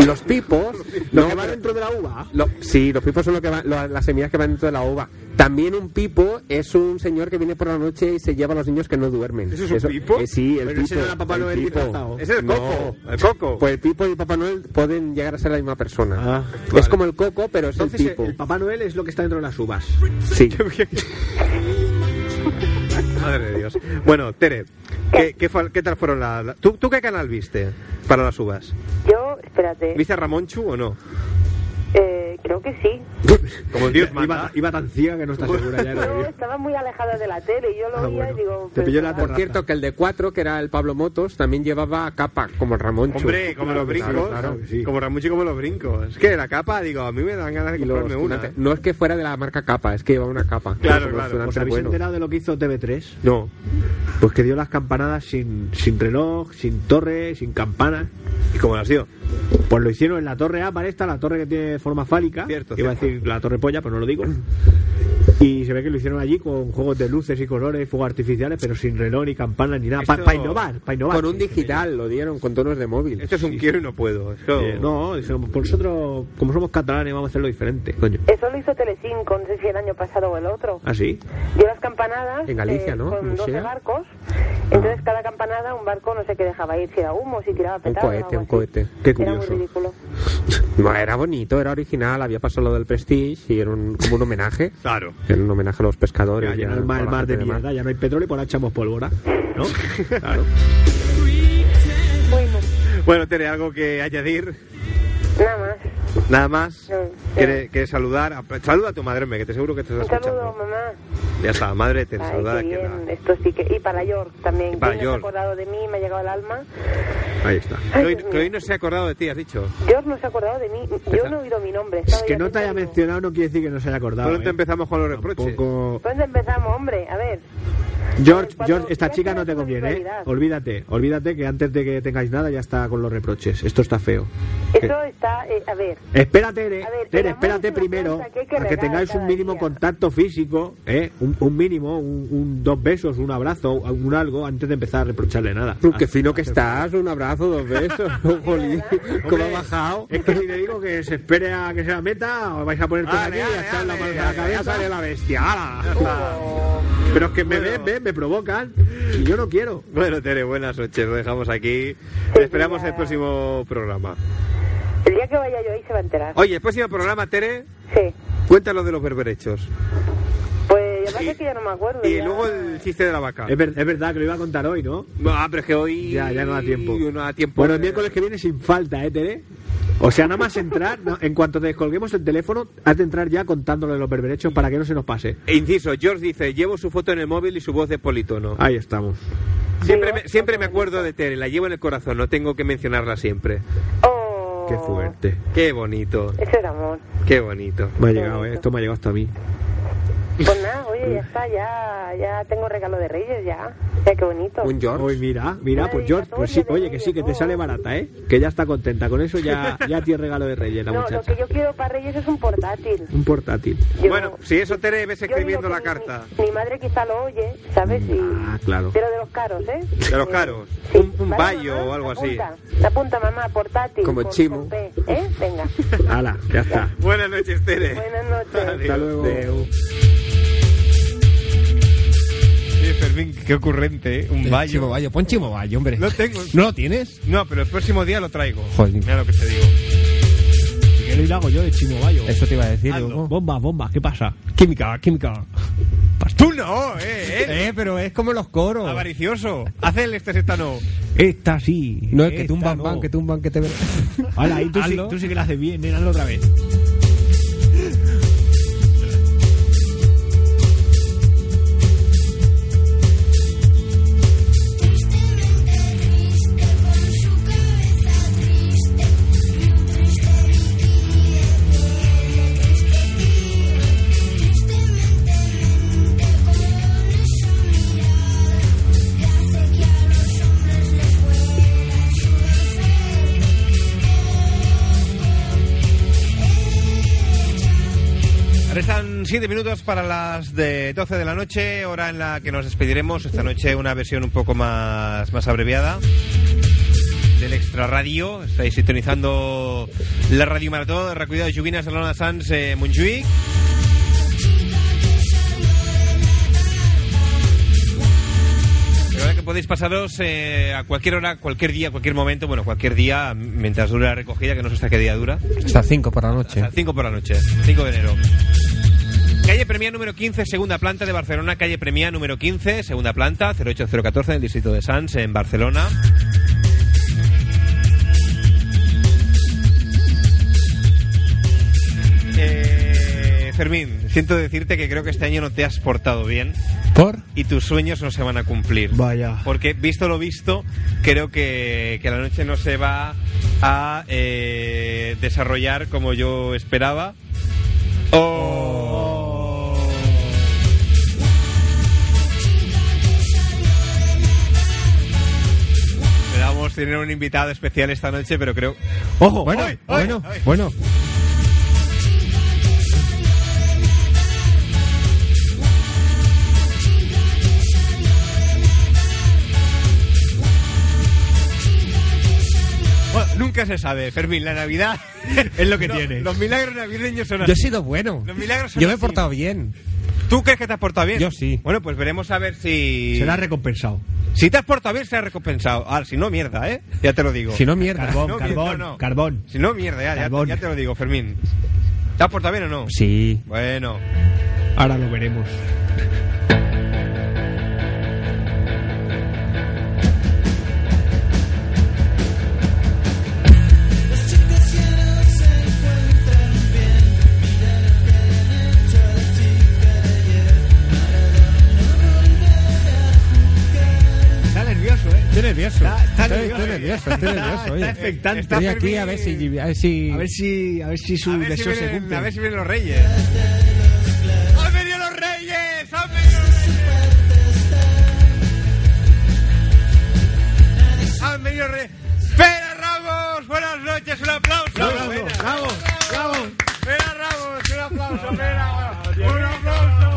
Speaker 2: Los pipos.
Speaker 4: ¿Lo
Speaker 2: no,
Speaker 4: que va
Speaker 2: pero-
Speaker 4: dentro de la uva?
Speaker 2: lo- sí, los pipos son lo que van- lo- las semillas que van dentro de la uva. También un pipo es un señor que viene por la noche y se lleva a los niños que no duermen.
Speaker 1: ¿Eso es un pipo?
Speaker 2: eh, sí, el
Speaker 4: Pero ese
Speaker 2: pipo.
Speaker 4: no era Papá
Speaker 2: el
Speaker 4: Noel
Speaker 2: pipo.
Speaker 4: disfrazado.
Speaker 1: Ese es el
Speaker 2: No.
Speaker 1: coco, el coco.
Speaker 2: Pues el pipo y Papá Noel pueden llegar a ser la misma persona.
Speaker 4: Ah,
Speaker 2: Es
Speaker 4: vale.
Speaker 2: como el coco, pero es
Speaker 4: Entonces,
Speaker 2: el
Speaker 4: el,
Speaker 2: pipo.
Speaker 4: Papá Noel es lo que está dentro de las uvas.
Speaker 2: Sí.
Speaker 1: Madre de Dios. Bueno, Tere, ¿qué, qué, fue- qué tal fueron las... ¿tú, ¿Tú qué canal viste para las uvas?
Speaker 6: Yo, espérate,
Speaker 1: ¿Viste a Ramonchu o no?
Speaker 6: eh, creo que sí.
Speaker 1: Como Dios
Speaker 14: iba, iba tan ciega que no está segura ya.
Speaker 6: Yo estaba muy alejada de la tele y yo lo
Speaker 14: Ah,
Speaker 6: oía
Speaker 14: bueno.
Speaker 6: y digo...
Speaker 14: Te pilló la
Speaker 6: "Pues,
Speaker 14: terraza.
Speaker 2: Por cierto, que el de 4, que era el Pablo Motos, también llevaba capa, como el Ramón Chu.
Speaker 1: Hombre, como los brincos.
Speaker 2: Claro, claro.
Speaker 1: Como Ramonchu y como los brincos. Es que la capa, digo, a mí me dan ganas de
Speaker 2: Y los
Speaker 1: comprarme una.
Speaker 2: tunantes.
Speaker 1: ¿eh?
Speaker 2: No es que fuera de la marca capa, es que llevaba una capa.
Speaker 1: Claro,
Speaker 2: Los
Speaker 1: claro.
Speaker 2: tunantes
Speaker 1: Pues habéis
Speaker 2: buenos.
Speaker 4: enterado de lo que hizo TV3?
Speaker 1: No.
Speaker 4: Pues que dio las campanadas sin, sin reloj, sin torre, sin campana.
Speaker 1: ¿Y cómo las dio?
Speaker 4: Pues lo hicieron en la torre ámbar esta, la torre que tiene forma fálica.
Speaker 1: Cierto,
Speaker 4: Iba
Speaker 1: cierto.
Speaker 4: a decir la torre polla, pero no lo digo. Y se ve que lo hicieron allí con juegos de luces y colores, fuegos artificiales, pero sin reloj ni campana ni nada. Para
Speaker 2: Esto-
Speaker 4: innovar, para innovar.
Speaker 2: Con un digital lo dieron, con tonos de móvil.
Speaker 1: Esto es un quiero y no puedo. Esto...
Speaker 4: Eh, no, dijeron, por nosotros, como somos catalanes, vamos a hacerlo diferente, coño. Ah,
Speaker 6: Eso lo hizo Telecinco, no sé si el año pasado o el otro.
Speaker 4: Así.
Speaker 6: Dio las campanadas eh,
Speaker 4: En Galicia, ¿no? Ah.
Speaker 6: con
Speaker 4: Como
Speaker 6: 12
Speaker 4: sea.
Speaker 6: barcos. Entonces cada campanada un barco no sé qué dejaba ir, si era humo, si tiraba
Speaker 2: Un
Speaker 6: petardos.
Speaker 2: cohete,
Speaker 6: o
Speaker 2: un
Speaker 6: algo así.
Speaker 2: cohete.
Speaker 6: Era muy ridículo.
Speaker 2: No, era bonito, era original, había pasado lo del Prestige y era un- como un homenaje.
Speaker 1: Claro.
Speaker 2: Era un homenaje a los pescadores.
Speaker 4: Ya
Speaker 2: y a-
Speaker 4: llena el mar,
Speaker 2: a
Speaker 4: el
Speaker 2: la
Speaker 4: mar de
Speaker 2: gente
Speaker 4: mierda, ya no hay petróleo, pues la echamos pólvora. ¿No? Claro.
Speaker 1: Bueno, Tere, algo que añadir.
Speaker 6: Nada más.
Speaker 1: Nada más.
Speaker 6: No. eh.
Speaker 1: ¿Quieres, quieres saludar? Apa- Saluda a tu madre, hombre, que te seguro que te está
Speaker 6: Un
Speaker 1: escuchando.
Speaker 6: saludo, mamá.
Speaker 1: Ya está, madre de Tere,
Speaker 6: Ay,
Speaker 1: saludada.
Speaker 6: qué
Speaker 1: que la-
Speaker 6: bien. Esto sí que... Y para York también.
Speaker 1: Y para
Speaker 6: ¿Quién no se
Speaker 1: York.
Speaker 6: ha acordado de mí? Me ha llegado al alma.
Speaker 1: Ahí está. Que hoy, que hoy no se ha acordado de ti, has dicho.
Speaker 6: Dios no se ha acordado de mí. Yo no he oído mi nombre.
Speaker 4: Es
Speaker 6: estaba
Speaker 4: que
Speaker 6: yo
Speaker 4: no te haya mencionado no quiere decir que no se haya acordado.
Speaker 1: Solamente
Speaker 4: ¿eh?
Speaker 1: empezamos con los reproches.
Speaker 4: Tampoco-
Speaker 6: ¿Cuándo empezamos, hombre? A ver.
Speaker 4: George, George, esta chica no te conviene, ¿eh?
Speaker 6: rivalidad.
Speaker 4: Olvídate, olvídate que antes de que tengáis nada ya está con los reproches. Esto está feo.
Speaker 6: Eso está... eh, a ver.
Speaker 4: Espérate, Tere,
Speaker 6: A ver,
Speaker 4: Tere,
Speaker 6: el amor
Speaker 4: espérate
Speaker 6: es una
Speaker 4: primero
Speaker 6: cosa que hay que
Speaker 4: a que
Speaker 6: regar
Speaker 4: tengáis un
Speaker 6: cada
Speaker 4: mínimo
Speaker 6: día.
Speaker 4: contacto físico, ¿eh? un, un mínimo, un, un- dos besos, un abrazo, un algo, antes de empezar a reprocharle nada. Ah.
Speaker 2: Tú, qué fino que estás, un abrazo, dos besos. Jolín, ¿Cómo ha bajado?
Speaker 4: Es que si le digo que se espere a que sea meta, os vais a poner todos aquí y a echar la mano a la cabeza. sale la bestia,
Speaker 6: Oh.
Speaker 4: Pero es que me ven, ven, me provocan y yo no quiero.
Speaker 1: Bueno, Tere, buenas noches. Lo dejamos aquí. Te esperamos en el próximo programa.
Speaker 6: El día que vaya yo ahí se va a enterar.
Speaker 1: Oye, el próximo programa, Tere.
Speaker 6: Sí.
Speaker 1: Cuéntalo de los berberechos.
Speaker 6: Pues lo que pasa es que ya no me acuerdo.
Speaker 1: Y
Speaker 6: ya.
Speaker 1: luego el chiste de la vaca.
Speaker 4: Es, ver- es verdad que lo iba a contar hoy, ¿no?
Speaker 1: Ah, pero es que hoy.
Speaker 4: Ya, ya no da tiempo.
Speaker 1: No da tiempo.
Speaker 4: Bueno, el miércoles que viene sin falta, ¿eh, Tere? O sea, nada más entrar, no, en cuanto te descolguemos el teléfono, has de entrar ya contándole los berberechos para que no se nos pase.
Speaker 1: E Inciso, George dice, llevo su foto en el móvil y su voz de polítono.
Speaker 4: Ahí estamos.
Speaker 1: Siempre me, siempre me acuerdo de Tere, la llevo en el corazón, no tengo que mencionarla siempre.
Speaker 4: Qué
Speaker 5: Oh.
Speaker 4: fuerte.
Speaker 1: Qué bonito,
Speaker 6: Oh, Eso era amor.
Speaker 1: qué bonito.
Speaker 4: Me ha llegado, ¿eh? esto me ha llegado hasta a mí.
Speaker 6: Pues nada, oye, ya está, ya, ya tengo regalo de Reyes, ya. Ya, qué bonito.
Speaker 2: Un George.
Speaker 4: Uy, mira, mira, pues George, pues sí, oye, que sí, que te sale barata, ¿eh? Que ya está contenta, con eso ya, ya tiene regalo de reyes la
Speaker 6: No, lo
Speaker 4: muchacha.
Speaker 6: que yo quiero para Reyes es un portátil.
Speaker 4: Un portátil.
Speaker 1: Bueno, si eso Tere, ves escribiendo la carta.
Speaker 6: Mi madre quizá lo oye, ¿sabes? Y...
Speaker 4: Ah, claro.
Speaker 6: Pero de los caros, ¿eh?
Speaker 1: De los caros, un, un bayo o algo así.
Speaker 6: Apunta, apunta mamá, portátil.
Speaker 1: Como
Speaker 6: con-
Speaker 1: chimo.
Speaker 6: con P, ¿eh? Venga.
Speaker 4: Hala, ya está.
Speaker 1: Buenas noches, Tere.
Speaker 6: Buenas noches.
Speaker 1: Hasta luego. Fermín, qué ocurrente, ¿eh? Un bayo.
Speaker 15: Chimo Bayo, pon Chimo Bayo, hombre.
Speaker 1: No tengo.
Speaker 15: ¿No lo tienes?
Speaker 1: No, pero el próximo día lo traigo.
Speaker 15: Joder.
Speaker 1: Mira lo que te digo.
Speaker 4: ¿Qué lo hago yo de chimo bayo?
Speaker 15: Eso te iba a decir.
Speaker 4: Bombas, bombas, ¿qué pasa?
Speaker 15: Química, química.
Speaker 1: Tú no, eh,
Speaker 15: eh. pero es como los coros.
Speaker 1: Avaricioso. Haz el este, esta no.
Speaker 4: Esta sí.
Speaker 15: No, es que
Speaker 4: esta
Speaker 15: tumban,
Speaker 4: no.
Speaker 15: van, que tumban, que te ven.
Speaker 4: Hala, ahí tú, sí,
Speaker 15: Hazlo.
Speaker 4: tú sí que la haces bien, ven, hazlo otra vez.
Speaker 1: Restan 7 minutos para las de 12 de la noche, hora en la que nos despediremos. Esta noche una versión un poco más, más abreviada del Extra Radio. Estáis sintonizando la Radio Maratón de Recuidado de Lluvinas, Alona Sanz, eh, Montjuïc. Recordad que podéis pasaros eh, a cualquier hora, cualquier día, cualquier momento, bueno, cualquier día, mientras dura la recogida, que no sé hasta qué día dura.
Speaker 15: Hasta 5 por la noche.
Speaker 1: Hasta 5 por la noche, 5 de enero. Calle Calle Premia número 15, segunda planta de Barcelona. Calle Premia número 15, segunda planta, 08014 en el distrito de Sants, en Barcelona. Eh, Fermín, siento decirte que creo que este año no te has portado bien.
Speaker 4: ¿Por?
Speaker 1: Y tus sueños no se van a cumplir.
Speaker 4: Vaya.
Speaker 1: Porque visto lo visto, creo que, que la noche no se va a eh, desarrollar como yo esperaba. Oh. Esperábamos tener un invitado especial esta noche, pero creo... ¡Ojo!
Speaker 2: Bueno,
Speaker 1: ¡Ay, ay,
Speaker 2: bueno,
Speaker 1: ay!
Speaker 2: bueno.
Speaker 1: Bueno, nunca se sabe, Fermín. La Navidad
Speaker 4: Es lo que
Speaker 1: Los-
Speaker 4: tiene.
Speaker 1: Los milagros navideños son
Speaker 2: Yo
Speaker 1: así.
Speaker 2: he sido bueno.
Speaker 1: Los milagros son
Speaker 2: Yo me he
Speaker 1: así.
Speaker 2: portado bien.
Speaker 1: ¿Tú crees que te has portado bien?
Speaker 2: Yo sí.
Speaker 1: Bueno, pues veremos a ver si.
Speaker 4: Será recompensado.
Speaker 1: Si te has portado bien, será recompensado. Ah, si no, mierda, ¿eh? Ya te lo digo.
Speaker 2: Si no, mierda.
Speaker 4: Carbón,
Speaker 1: No,
Speaker 4: carbón,
Speaker 1: no, no.
Speaker 4: carbón.
Speaker 1: Si no, mierda, ya, ya,
Speaker 4: Carbón.
Speaker 1: ya te lo digo, Fermín. ¿Te has portado bien o no?
Speaker 2: Sí.
Speaker 1: Bueno.
Speaker 4: Ahora lo veremos. Está nervioso, ¿eh?
Speaker 2: Estoy nervioso.
Speaker 4: Está- está
Speaker 2: estoy,
Speaker 4: nervioso.
Speaker 2: estoy nervioso, estoy nervioso. este oye.
Speaker 4: Está expectante.
Speaker 2: Estoy aquí
Speaker 1: Fermín.
Speaker 2: a ver si. A ver si...
Speaker 4: A ver si, a ver si su
Speaker 1: A ver, si
Speaker 4: deseo se
Speaker 1: vienen,
Speaker 4: cumple.
Speaker 1: a ver si vienen los reyes. ¡Han venido los reyes! ¡Han venido los reyes! ¡Han venido los reyes! ¡Fera Ramos! ¡Buenas noches! ¡Un aplauso!
Speaker 4: Bravo,
Speaker 1: Fera.
Speaker 4: bravo, bravo.
Speaker 1: ¡Fera Ramos! ¡Un aplauso! ¡Fera! ¡Un aplauso! ¡Un aplauso!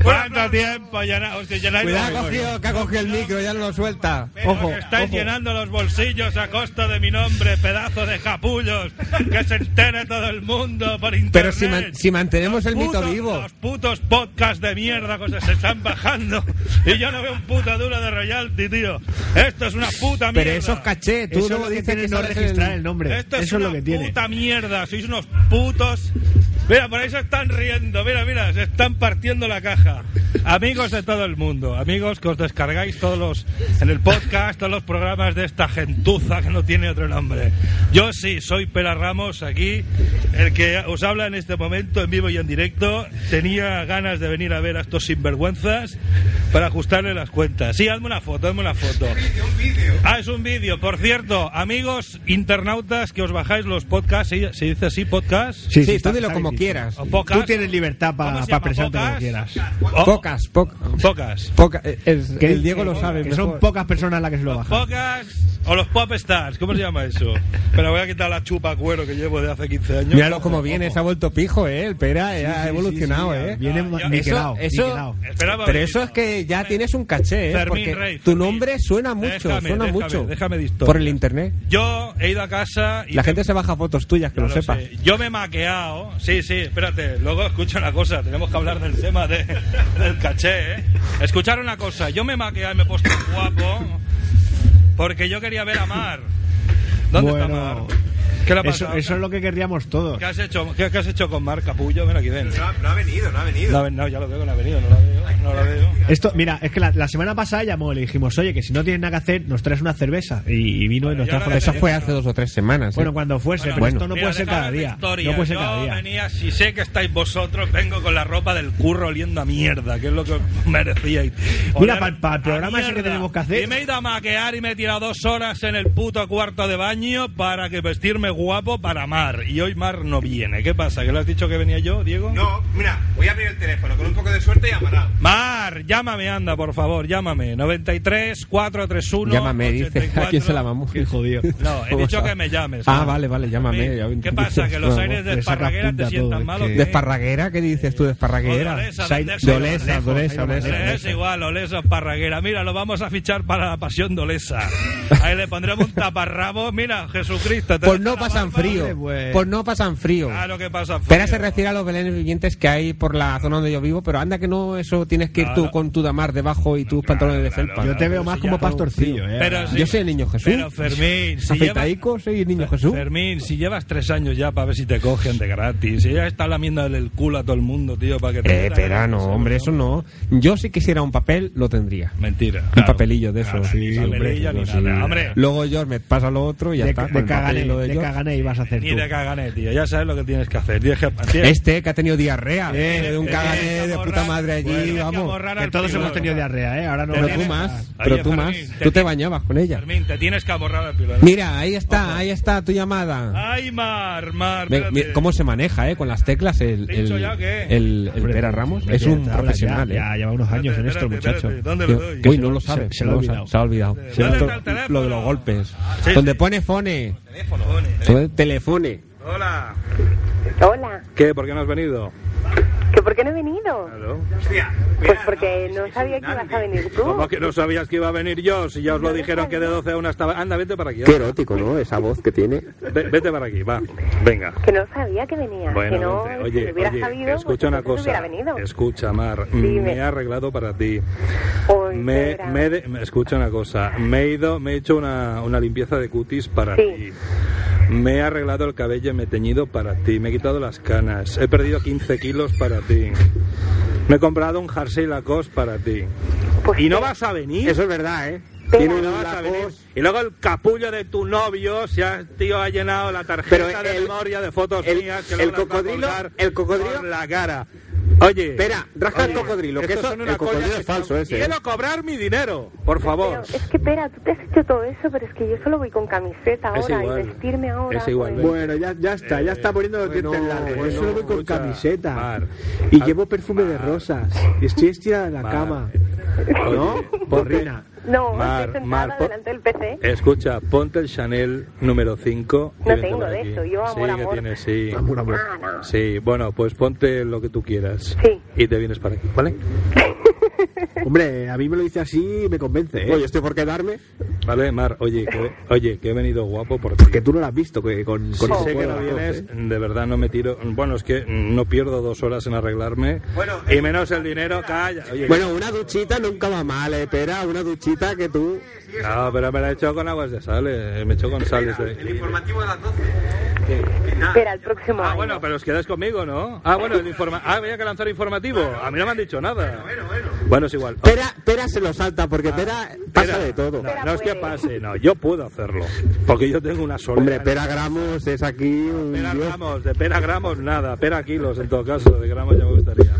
Speaker 16: ¿Cuánto tiempo? Llena, hostia, llenáis
Speaker 2: Cuidado, que ha
Speaker 16: los-
Speaker 2: cogido, que ha cogido el micro, ya no lo suelta.
Speaker 16: Pero
Speaker 2: Ojo.
Speaker 16: que estáis
Speaker 2: ojo.
Speaker 16: llenando los bolsillos a costa de mi nombre, pedazo de capullos. Que se entere todo el mundo por internet.
Speaker 2: Pero si, man- si mantenemos el mito
Speaker 16: Putos-
Speaker 2: vivo.
Speaker 16: Los putos podcasts de mierda que se están bajando. Y yo no veo un puto duro de royalty, tío. Esto es una puta mierda.
Speaker 2: Pero eso es caché. Tú
Speaker 4: Eso
Speaker 2: no
Speaker 4: es lo que
Speaker 2: dices
Speaker 4: tiene
Speaker 2: que
Speaker 4: no
Speaker 2: sales en
Speaker 4: registrar el nombre.
Speaker 16: Esto es
Speaker 4: Eso es
Speaker 16: una
Speaker 4: lo que tiene.
Speaker 16: puta mierda. Sois unos putos. Mira, por ahí se están riendo. Mira, mira, se están partiendo la caja. Amigos de todo el mundo, amigos que os descargáis todos los en el podcast, todos los programas de esta gentuza que no tiene otro nombre. Yo sí, soy Pera Ramos aquí, el que os habla en este momento en vivo y en directo. Tenía ganas de venir a ver a estos sinvergüenzas para ajustarle las cuentas. Sí, hazme una foto, hazme una foto. Ah, es un vídeo. Por cierto, amigos internautas que os bajáis los podcasts, ¿se se dice así podcast?
Speaker 2: Sí, tú
Speaker 4: está-
Speaker 2: dilo
Speaker 4: está
Speaker 2: como
Speaker 4: difícil.
Speaker 2: quieras.
Speaker 16: O podcast.
Speaker 4: Tú tienes libertad
Speaker 16: ¿Cómo
Speaker 4: para
Speaker 16: se llama?
Speaker 4: expresarte
Speaker 16: ¿Pocas?
Speaker 4: como quieras.
Speaker 16: Oh,
Speaker 2: Pocas, poca-
Speaker 16: Pocas.
Speaker 2: poca- eh, es-
Speaker 4: Que-
Speaker 2: el Diego lo
Speaker 4: que-
Speaker 2: sabe.
Speaker 4: que
Speaker 2: mejor.
Speaker 4: son pocas personas las que se lo bajan.
Speaker 16: Pocas o los pop stars, ¿cómo se llama eso? Pero voy a quitar la chupa cuero que llevo de hace 15 años.
Speaker 2: Míralo cómo viene, se ha vuelto pijo, ¿eh? El pera eh,
Speaker 4: Sí, sí,
Speaker 2: ha
Speaker 4: sí,
Speaker 2: evolucionado,
Speaker 4: sí,
Speaker 2: ¿eh?
Speaker 4: Viene
Speaker 16: Ah, ya-
Speaker 4: niquelado,
Speaker 2: eso-
Speaker 4: niquelado.
Speaker 16: Esperaba
Speaker 2: Pero
Speaker 16: venir.
Speaker 2: eso es que ya tienes un caché, ¿eh?
Speaker 16: Fermín
Speaker 2: Porque
Speaker 16: Rey,
Speaker 2: tu
Speaker 16: Fermín.
Speaker 2: nombre suena mucho,
Speaker 16: Déjame,
Speaker 2: suena
Speaker 16: déjame,
Speaker 2: mucho.
Speaker 16: déjame de historia.
Speaker 2: Por el internet.
Speaker 16: Yo he ido a casa y
Speaker 2: La gente se baja fotos tuyas, que
Speaker 16: Ya
Speaker 2: lo,
Speaker 16: lo
Speaker 2: sepas.
Speaker 16: sé. Yo me he maqueado. Sí, sí, espérate. Luego escucha una cosa. Tenemos que hablar del tema de- del caché, ¿eh? Escuchar una cosa. Yo me he maqueado y me he puesto guapo porque yo quería ver a Mar. ¿Dónde está Mar?
Speaker 4: Bueno,
Speaker 16: ¿Qué le ha
Speaker 4: eso,
Speaker 16: pasado?
Speaker 4: eso es lo que querríamos todos.
Speaker 16: ¿Qué, has hecho, qué, qué has hecho con Mar, capullo? Ven aquí, ven.
Speaker 7: No ha, no ha venido, no ha venido.
Speaker 16: No, no, ya lo veo que no ha venido. No la veo, no la veo.
Speaker 4: Esto, mira, es que la, la semana pasada llamó y le dijimos, oye, que si no tienes nada que hacer, nos traes una cerveza. Y, y vino y
Speaker 16: Bueno,
Speaker 4: nos
Speaker 16: ya
Speaker 4: trajo
Speaker 16: ahora
Speaker 4: la
Speaker 2: Eso
Speaker 16: te-
Speaker 2: fue hace dos o tres semanas. ¿eh?
Speaker 4: Bueno, cuando fuese,
Speaker 16: Bueno,
Speaker 4: pero
Speaker 2: bueno.
Speaker 4: esto no
Speaker 16: Mira,
Speaker 4: puede ser
Speaker 16: déjame
Speaker 4: cada
Speaker 16: mi
Speaker 4: día.
Speaker 16: historia.
Speaker 4: No puede ser
Speaker 16: Yo
Speaker 4: cada día.
Speaker 16: venía, si sé que estáis vosotros, vengo con la ropa del curro oliendo a mierda, que es lo que os merecíais.
Speaker 4: Mira,
Speaker 16: Oler
Speaker 4: pa'l- pa'l
Speaker 16: a
Speaker 4: programa ese que
Speaker 16: mierda.
Speaker 4: tenemos que hacer.
Speaker 16: Y me he ido a maquear y me he tirado dos horas en el puto cuarto de baño para que vestirme guapo para Mar. Y hoy Mar no viene. ¿Qué pasa? ¿Que le has dicho que venía yo, Diego?
Speaker 7: No, mira, voy a abrir el teléfono. Con un poco de suerte llamará.
Speaker 16: Mar, llámame, anda, por favor, llámame. 93 431
Speaker 2: Llámame, dice. ¿A quién se la mamó?
Speaker 4: Qué jodido.
Speaker 16: No, he
Speaker 2: Vamos
Speaker 16: dicho
Speaker 2: a-
Speaker 16: que me llames.
Speaker 2: Ah,
Speaker 16: ¿no?
Speaker 2: vale, vale, llámame. ya
Speaker 16: ¿Qué
Speaker 2: entiendo.
Speaker 16: pasa? ¿Que los aires de
Speaker 4: le sacas
Speaker 16: Esparraguera
Speaker 4: punta
Speaker 16: te
Speaker 4: a
Speaker 16: sientan
Speaker 4: todo,
Speaker 16: mal
Speaker 4: es
Speaker 16: o
Speaker 4: que-
Speaker 16: qué?
Speaker 2: ¿De Esparraguera? ¿Qué dices tú de Esparraguera?
Speaker 16: Dolesa,
Speaker 2: Sai-
Speaker 16: Dolesa,
Speaker 2: Dolesa, Dolesa, Dolesa.
Speaker 16: Es igual, Olesa Parraguera. Mira, lo vamos a fichar para la pasión de Olesa. Ahí le pondremos un taparrabo. Mira, Jesucristo. te
Speaker 2: Pues
Speaker 16: deja
Speaker 2: no
Speaker 16: la
Speaker 2: pasan
Speaker 16: barba.
Speaker 2: frío.
Speaker 4: hombre, pues.
Speaker 2: Pues no pasan frío.
Speaker 16: Claro que pasan frío.
Speaker 2: Pera se refiere a los belenes vivientes que hay por la zona donde yo vivo, pero anda que no, eso tienes que ir
Speaker 16: No,
Speaker 2: tú con tu damar debajo y tus pantalones de felpa.
Speaker 17: Yo te veo más como pastorcillo, ¿eh?
Speaker 18: Pero sí.
Speaker 2: Yo soy el niño Jesús.
Speaker 18: Pero Fermín, si
Speaker 2: Afeitaico, soy el niño Jesús. Eh,
Speaker 18: Fermín, si llevas tres años ya para ver si te cogen de gratis, ella está lamiendo el culo a todo el mundo, tío, para que te.
Speaker 2: Eh, espera, no, hombre, eso no. Yo si quisiera un papel, lo tendría.
Speaker 18: Mentira.
Speaker 2: Un papelillo de esos.
Speaker 18: Sí,
Speaker 2: Sí, hombre,
Speaker 18: papelillo ni
Speaker 2: sí.
Speaker 18: nada, hombre.
Speaker 2: Luego yo me pasa lo otro y ya
Speaker 17: De,
Speaker 2: está.
Speaker 17: de
Speaker 2: con el
Speaker 17: cagané,
Speaker 2: papelillo de
Speaker 17: de
Speaker 2: George.
Speaker 17: cagané ibas a hacer
Speaker 18: Ni
Speaker 17: tú.
Speaker 18: de cagané, tío. Ya sabes lo que tienes que hacer. Tienes que- tienes-
Speaker 2: Este que ha tenido diarrea.
Speaker 18: Eh,
Speaker 2: eh, de un
Speaker 18: eh,
Speaker 2: cagané de puta madre allí,
Speaker 18: tienes que
Speaker 2: vamos.
Speaker 18: amorrar
Speaker 17: Que
Speaker 18: al
Speaker 17: todos
Speaker 18: piloto.
Speaker 17: hemos tenido diarrea, ¿eh? Ahora no
Speaker 2: Pero
Speaker 17: me-
Speaker 2: tú más, pero
Speaker 18: Oye,
Speaker 2: tú más.
Speaker 18: Fermín, te
Speaker 2: Tú te
Speaker 18: tienes-
Speaker 2: bañabas con ella.
Speaker 18: Fermín, te tienes que borrar al piloto.
Speaker 2: Mira, ahí está, ahí está tu llamada.
Speaker 18: Ay, Mar, Mar.
Speaker 2: Ve-
Speaker 18: espérate.
Speaker 2: mi- ¿Cómo se maneja, eh? Con las teclas el,
Speaker 18: Te he dicho
Speaker 2: el,
Speaker 18: ya que-
Speaker 2: el- el
Speaker 17: Hombre,
Speaker 2: Pera
Speaker 17: sí,
Speaker 2: Ramos.
Speaker 17: hombre,
Speaker 2: Es
Speaker 17: ya
Speaker 2: un
Speaker 17: está, ahora
Speaker 2: profesional,
Speaker 17: ya,
Speaker 2: eh.
Speaker 17: ya lleva unos años en esto el
Speaker 18: espérate,
Speaker 17: muchacho.
Speaker 18: espérate, ¿dónde lo doy?
Speaker 2: Uy, no lo
Speaker 17: se-
Speaker 2: sabe.
Speaker 17: se
Speaker 2: no
Speaker 17: lo ha
Speaker 2: lo sabe,
Speaker 17: olvidado.
Speaker 2: se ha olvidado.
Speaker 18: ¿Dónde
Speaker 2: Se ha
Speaker 18: está
Speaker 2: olvidado
Speaker 18: el teléfono?
Speaker 2: lo de los golpes.
Speaker 18: Ah, Sí,
Speaker 2: Donde
Speaker 18: sí.
Speaker 2: pone Fone.
Speaker 18: Teléfono.
Speaker 2: Donde Telefone.
Speaker 18: Hola.
Speaker 6: Hola.
Speaker 16: ¿Qué? ¿Por qué no has venido?
Speaker 6: ¿Que ¿Por qué no he venido?
Speaker 16: Claro.
Speaker 6: Pues porque no sabía que ibas a venir tú.
Speaker 16: ¿Cómo que no sabías que iba a venir yo? Si ya os lo dijeron que de 12 a 1 estaba... Anda, vete para aquí.
Speaker 19: Qué
Speaker 16: anda.
Speaker 19: erótico, ¿no? Esa voz que tiene.
Speaker 16: Ve- Vete para aquí, va. Venga.
Speaker 6: Que no sabía que venía. que no,
Speaker 16: Bueno, vente.
Speaker 6: si
Speaker 16: oye,
Speaker 6: hubiera
Speaker 16: oye,
Speaker 6: sabido, pues,
Speaker 16: escucha una
Speaker 6: entonces
Speaker 16: cosa.
Speaker 6: hubiera venido.
Speaker 16: Escucha, Mar,
Speaker 6: Dime.
Speaker 16: me he arreglado para ti.
Speaker 6: Hoy,
Speaker 16: Me,
Speaker 6: Pedra.
Speaker 16: me he de- me- escucha una cosa. Me he ido, me he hecho una, una limpieza de cutis para
Speaker 6: Sí.
Speaker 16: ti. Me he arreglado el cabello, y me he teñido para ti. Me he quitado las canas. He perdido 15 kilos para ti. Me he comprado un jersey Lacoste para ti.
Speaker 6: Pues
Speaker 16: y no vas a venir.
Speaker 19: Eso es verdad, ¿eh?
Speaker 6: Pero-
Speaker 19: Tiene
Speaker 16: Y
Speaker 19: un
Speaker 16: no vas a venir.
Speaker 19: Lacoste.
Speaker 16: Y luego el capullo de tu novio, si has, tío, ha llenado la tarjeta
Speaker 19: Pero
Speaker 16: de
Speaker 19: el-
Speaker 16: memoria de fotos
Speaker 19: el-
Speaker 16: mías. Que
Speaker 19: el
Speaker 16: luego las va a
Speaker 19: cocodrilo-
Speaker 16: colgar
Speaker 19: el cocodrilo-
Speaker 16: por la cara. Oye.
Speaker 19: Espera, rasca el cocodrilo, que
Speaker 16: estos
Speaker 19: eso-
Speaker 16: son
Speaker 19: el
Speaker 16: una
Speaker 19: cocodrilo
Speaker 16: coña
Speaker 19: es
Speaker 16: que
Speaker 19: falso
Speaker 16: son-
Speaker 19: ese, ¿eh?
Speaker 16: Quiero cobrar mi dinero, por favor.
Speaker 6: Pero es que, pera, tú te has hecho todo eso, pero es que yo solo voy con camiseta
Speaker 16: Es
Speaker 6: ahora
Speaker 16: igual.
Speaker 6: y vestirme ahora.
Speaker 16: Es igual.
Speaker 6: pues-
Speaker 4: Bueno, ya, ya está, ya está poniendo los dientes
Speaker 19: Eh, bueno,
Speaker 4: largos.
Speaker 19: bueno,
Speaker 4: Yo solo voy con
Speaker 16: escucha,
Speaker 4: camiseta.
Speaker 16: Mar,
Speaker 4: y
Speaker 16: Mar,
Speaker 4: llevo perfume de
Speaker 16: Mar,
Speaker 4: rosas. Y estoy estirada en la
Speaker 16: Mar,
Speaker 4: cama.
Speaker 16: Oye,
Speaker 4: ¿No? Pues
Speaker 16: ponte-
Speaker 4: Porrina.
Speaker 6: No,
Speaker 16: Mar,
Speaker 6: estoy sentada
Speaker 16: Mar, po-
Speaker 6: delante del PC.
Speaker 16: Escucha, ponte el Chanel número 5.
Speaker 6: No tengo de eso, yo amor,
Speaker 16: Sí,
Speaker 6: amor.
Speaker 16: que tienes, sí.
Speaker 4: Amor, amor.
Speaker 6: Ah, no.
Speaker 16: Sí, bueno, pues ponte lo que tú quieras.
Speaker 6: Sí.
Speaker 16: Y te vienes para aquí, ¿vale?
Speaker 4: Hombre, a mí me lo dice así y me convence, ¿eh?
Speaker 19: Oye, estoy por quedarme.
Speaker 16: Vale, Mar, oye, que, oye, que he venido guapo por ti.
Speaker 4: Que tú no lo has visto que con,
Speaker 16: Si
Speaker 4: con ese
Speaker 16: sé que
Speaker 4: cuero,
Speaker 16: no
Speaker 4: ¿no?
Speaker 16: vienes, de verdad no me tiro. Bueno, es que no pierdo dos horas en arreglarme. y menos el dinero, calla. Oye,
Speaker 19: Bueno, una duchita nunca va mal, ¿eh? Pera, una duchita que tú.
Speaker 16: No, pero me la he hecho con aguas de sales. Me he hecho con sales. De...
Speaker 6: Espera, el próximo
Speaker 16: Ah,
Speaker 6: año.
Speaker 16: bueno, pero os quedáis conmigo, ¿no? Ah, bueno, el informa... Ah, había que lanzar informativo. A mí no me han dicho nada. Bueno, bueno. Bueno, es igual.
Speaker 19: Pera, pera se lo salta
Speaker 18: Ah.
Speaker 19: porque Pera pasa
Speaker 16: Espera,
Speaker 19: de todo.
Speaker 16: No, no es que pase, no. Yo puedo hacerlo. Porque yo tengo una sola.
Speaker 19: Hombre, Pera Gramos es aquí un
Speaker 16: Pera
Speaker 19: dios.
Speaker 16: gramos, de pera gramos nada, pera kilos en todo caso, de gramos ya me gustaría.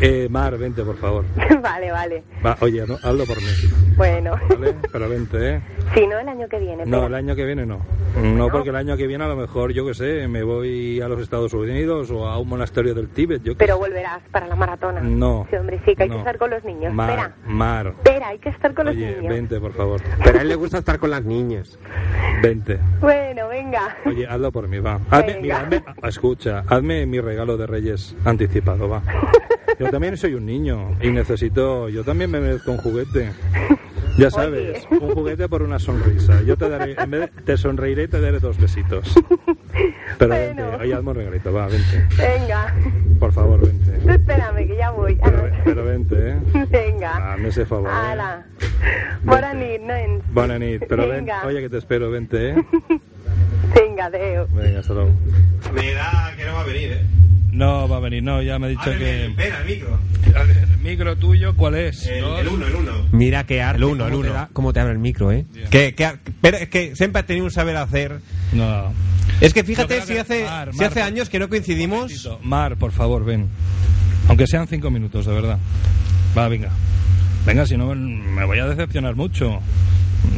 Speaker 16: Eh, Mar, vente, por favor.
Speaker 6: vale, vale.
Speaker 16: Va, oye, no, hazlo por mí,
Speaker 6: Bueno.
Speaker 16: ¿vale? Pero vente, ¿eh?
Speaker 6: si no, el año que viene.
Speaker 16: No,
Speaker 6: Pera.
Speaker 16: el año que viene no. No, porque el año que viene a lo mejor, yo qué sé, me voy a los Estados Unidos o a un monasterio del Tíbet, yo qué
Speaker 6: Pero volverás para la maratona.
Speaker 16: sé. No.
Speaker 6: Sí, hombre, sí, que hay
Speaker 16: no.
Speaker 6: que estar con los niños.
Speaker 16: Mar,
Speaker 6: Espera.
Speaker 16: Mar.
Speaker 6: Espera, hay que estar con
Speaker 16: Oye,
Speaker 6: los niños.
Speaker 16: vente, por favor.
Speaker 19: Pero a él le gusta estar con las niñas.
Speaker 16: Vente.
Speaker 6: Bueno, venga.
Speaker 16: Oye, hazlo por mí, va. Hazme,
Speaker 6: Venga.
Speaker 16: mira, hazme- ah, escucha, hazme mi regalo de Reyes anticipado, va. Yo también soy un niño y necesito, yo también me merezco un juguete. Ya sabes,
Speaker 6: Oye.
Speaker 16: un juguete por una sonrisa. Yo te daré, en vez de- te sonreiré y te daré dos besitos. Pero vente,
Speaker 6: Bueno.
Speaker 16: oye, hazme un regalito, va, vente.
Speaker 6: Venga.
Speaker 16: Por favor,
Speaker 6: Tú
Speaker 16: vente.
Speaker 6: espérame, que ya voy.
Speaker 16: Pero, ve- pero vente, ¿eh?
Speaker 6: venga.
Speaker 16: Ah, me hace favor. ¿eh?
Speaker 6: Ala. Bona nit, nens.
Speaker 16: Bona nit, pero ven,
Speaker 6: Venga.
Speaker 16: oye, que te espero, vente, ¿eh?
Speaker 6: Venga, adeu.
Speaker 16: Venga, hasta luego.
Speaker 1: Me da que no va a venir, ¿eh?
Speaker 18: No va a venir, no, ya me he dicho
Speaker 1: Ábreme el
Speaker 18: que.
Speaker 1: pera, el micro.
Speaker 18: ¿El micro tuyo cuál es?
Speaker 1: El,
Speaker 18: ¿Dos?
Speaker 1: el uno, el uno.
Speaker 2: Mira qué arte.
Speaker 1: El uno,
Speaker 2: cómo
Speaker 1: el
Speaker 2: te
Speaker 1: uno.
Speaker 2: da- Cómo te abre el micro, eh.
Speaker 1: Que, que- pero es que siempre ha tenido un saber hacer.
Speaker 18: No.
Speaker 1: Es que
Speaker 18: Yo
Speaker 1: fíjate,
Speaker 18: creo
Speaker 1: si,
Speaker 18: que-
Speaker 1: hace,
Speaker 18: Mar,
Speaker 1: si
Speaker 18: Mar,
Speaker 1: hace
Speaker 18: por-
Speaker 1: años que no coincidimos.
Speaker 18: Mar, por favor, ven. Aunque sean cinco minutos, de verdad. Va, venga. Venga, si no me voy a decepcionar mucho.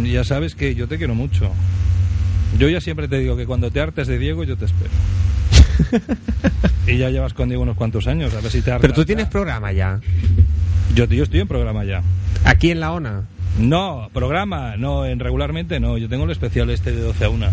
Speaker 18: Ya sabes que yo te quiero mucho. Yo ya siempre te digo que cuando te hartes de Diego, yo te espero. y ya llevas con Diego unos cuantos años, a ver si te hartas.
Speaker 2: Pero tú
Speaker 18: ya.
Speaker 2: tienes programa ya.
Speaker 18: Yo, yo estoy en programa ya.
Speaker 2: Aquí en la ONA.
Speaker 18: No, programa, no, en regularmente no. Yo tengo el especial este de 12 a 1.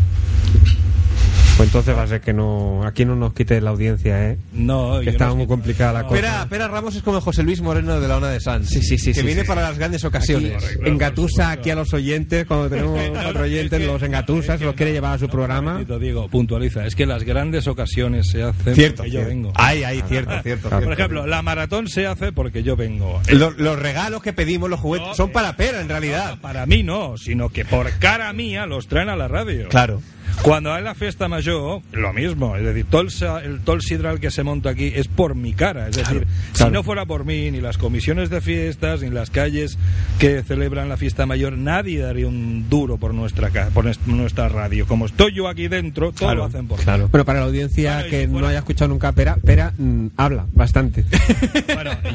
Speaker 2: Pues entonces va a ser que no. Aquí no nos quite la audiencia, ¿eh?
Speaker 16: No,
Speaker 2: Que
Speaker 16: yo
Speaker 2: estaba
Speaker 16: no
Speaker 2: muy
Speaker 16: quito-
Speaker 2: complicada la
Speaker 16: no.
Speaker 2: cosa.
Speaker 1: Pera, Pera Ramos es como José Luis Moreno de la Ona de Sanz.
Speaker 2: Sí, sí, sí,
Speaker 1: Que
Speaker 2: sí,
Speaker 1: viene
Speaker 2: sí.
Speaker 1: para las grandes ocasiones.
Speaker 2: Aquí, engatusa aquí a los oyentes, cuando tenemos cuatro oyentes, los engatusas, los quiere llevar a su programa.
Speaker 16: Lo digo, puntualiza. Es que las grandes ocasiones se hacen
Speaker 1: Cierto,
Speaker 16: porque yo
Speaker 1: cierto.
Speaker 16: vengo.
Speaker 1: Ay, ay, cierto, cierto,
Speaker 16: Por
Speaker 1: cierto.
Speaker 16: ejemplo, la maratón se hace porque yo vengo.
Speaker 1: Lo- Los, regalos que pedimos, los juguetes, Pues son
Speaker 4: eh,
Speaker 1: para Pera en realidad.
Speaker 16: Para mí no, sino que por cara mía los traen a la radio.
Speaker 1: Claro.
Speaker 16: Cuando hay la fiesta mayor, lo mismo. Es decir, todo el, sa- el- todo el sidral que se monta aquí es por mi cara. Es decir, si
Speaker 1: claro.
Speaker 16: no fuera por mí, ni las comisiones de fiestas, ni las calles que celebran la fiesta mayor, nadie daría un duro por nuestra, ca- por nues- nuestra radio. Como estoy yo aquí dentro, todo lo hacen por mí.
Speaker 2: Bueno, para la audiencia que no haya escuchado nunca a Pera, Pera mm, habla bastante.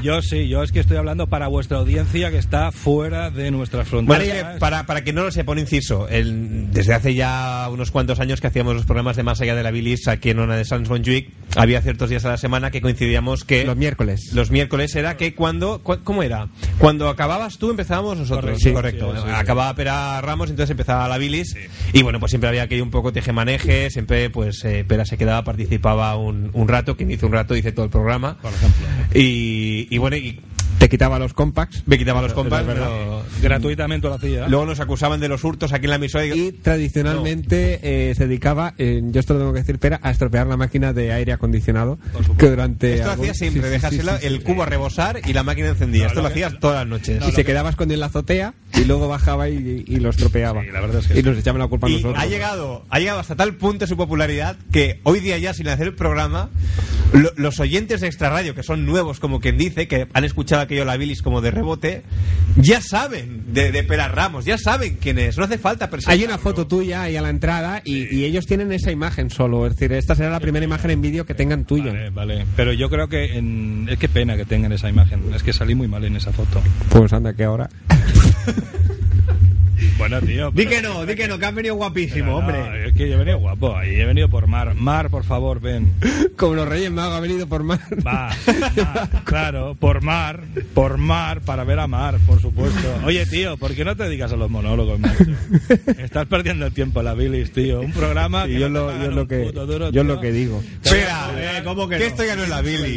Speaker 16: Yo sí, yo es que estoy hablando para vuestra audiencia que está fuera de nuestras
Speaker 1: Bueno,
Speaker 16: fronteras.
Speaker 1: es que para, para que no lo sepa un inciso, el- desde hace ya unos cuantos años que hacíamos los programas de Más Allá de la Bilis aquí en Ona de Sans Montjuic, había ciertos días a la semana que coincidíamos que... Los
Speaker 2: miércoles.
Speaker 1: Los miércoles era que cuando... cu- ¿Cómo era? Cuando acababas tú empezábamos nosotros.
Speaker 16: Correcto. Sí.
Speaker 1: correcto.
Speaker 16: Sí, sí, sí.
Speaker 1: Acababa Pera Ramos, entonces empezaba la Bilis. Y bueno, pues siempre había que ir un poco tejemaneje, siempre pues eh, Pera se quedaba, participaba un, un rato, quien dice un rato dice todo el programa. Por ejemplo. Y, y bueno, y...
Speaker 2: Te quitaba los compacts.
Speaker 1: Me quitaba los
Speaker 2: Eso es
Speaker 1: compacts,
Speaker 2: verdad.
Speaker 1: pero-
Speaker 16: Gratuitamente lo hacía.
Speaker 1: Luego nos acusaban de los hurtos aquí en la emisora. Y,
Speaker 2: Tradicionalmente eh, se dedicaba, eh, yo esto lo tengo que decir, Pera, a estropear la máquina de aire acondicionado. Que durante
Speaker 1: Esto
Speaker 2: algún-
Speaker 1: hacía siempre,
Speaker 2: sí, sí,
Speaker 1: dejarse
Speaker 2: sí,
Speaker 1: la-
Speaker 2: sí,
Speaker 1: el
Speaker 2: sí.
Speaker 1: cubo a rebosar y la máquina encendida. Esto lo hacías todas las noches.
Speaker 2: y se quedaba escondido en la azotea y luego bajaba y, y lo estropeaba. y nos echaban la culpa a
Speaker 1: Y
Speaker 2: nosotros.
Speaker 1: ha llegado, ha llegado hasta tal punto su popularidad que hoy día ya sin hacer el programa, lo- los oyentes de Extra Radio, que son nuevos como quien dice, que han escuchado aquello de la bilis como de rebote, ya saben de, de Pera Ramos, ya saben quién es, no hace falta
Speaker 2: Hay
Speaker 1: presentar.
Speaker 2: una foto tuya ahí a la entrada y, y ellos tienen esa imagen solo. Es decir, esta será la primera imagen en vídeo que tengan tuya.
Speaker 16: Vale, Eh, vale. Pero yo creo que en- es que pena que tengan esa imagen. Es que salí muy mal en esa foto.
Speaker 2: Pues anda, que ahora.
Speaker 16: Bueno, tío.
Speaker 4: Di que no, di que no, que has venido guapísimo, hombre.
Speaker 16: es que yo he venido guapo. Y he venido por mar. Mar, por favor, ven.
Speaker 2: Como los Reyes Magos ha venido por mar.
Speaker 16: Va, va, claro, por mar, por mar, para ver a mar, por supuesto. Oye, tío, ¿por qué no te dedicas a los monólogos, macho? Estás perdiendo el tiempo, la bilis, tío. Un programa. que
Speaker 2: yo
Speaker 16: no te
Speaker 2: lo,
Speaker 16: pagan
Speaker 2: yo
Speaker 16: un
Speaker 2: lo que,
Speaker 16: puto duro,
Speaker 2: yo
Speaker 16: tío.
Speaker 2: lo que digo.
Speaker 16: eh,
Speaker 4: Eh,
Speaker 1: Espera, que, esto ya no es la bilis.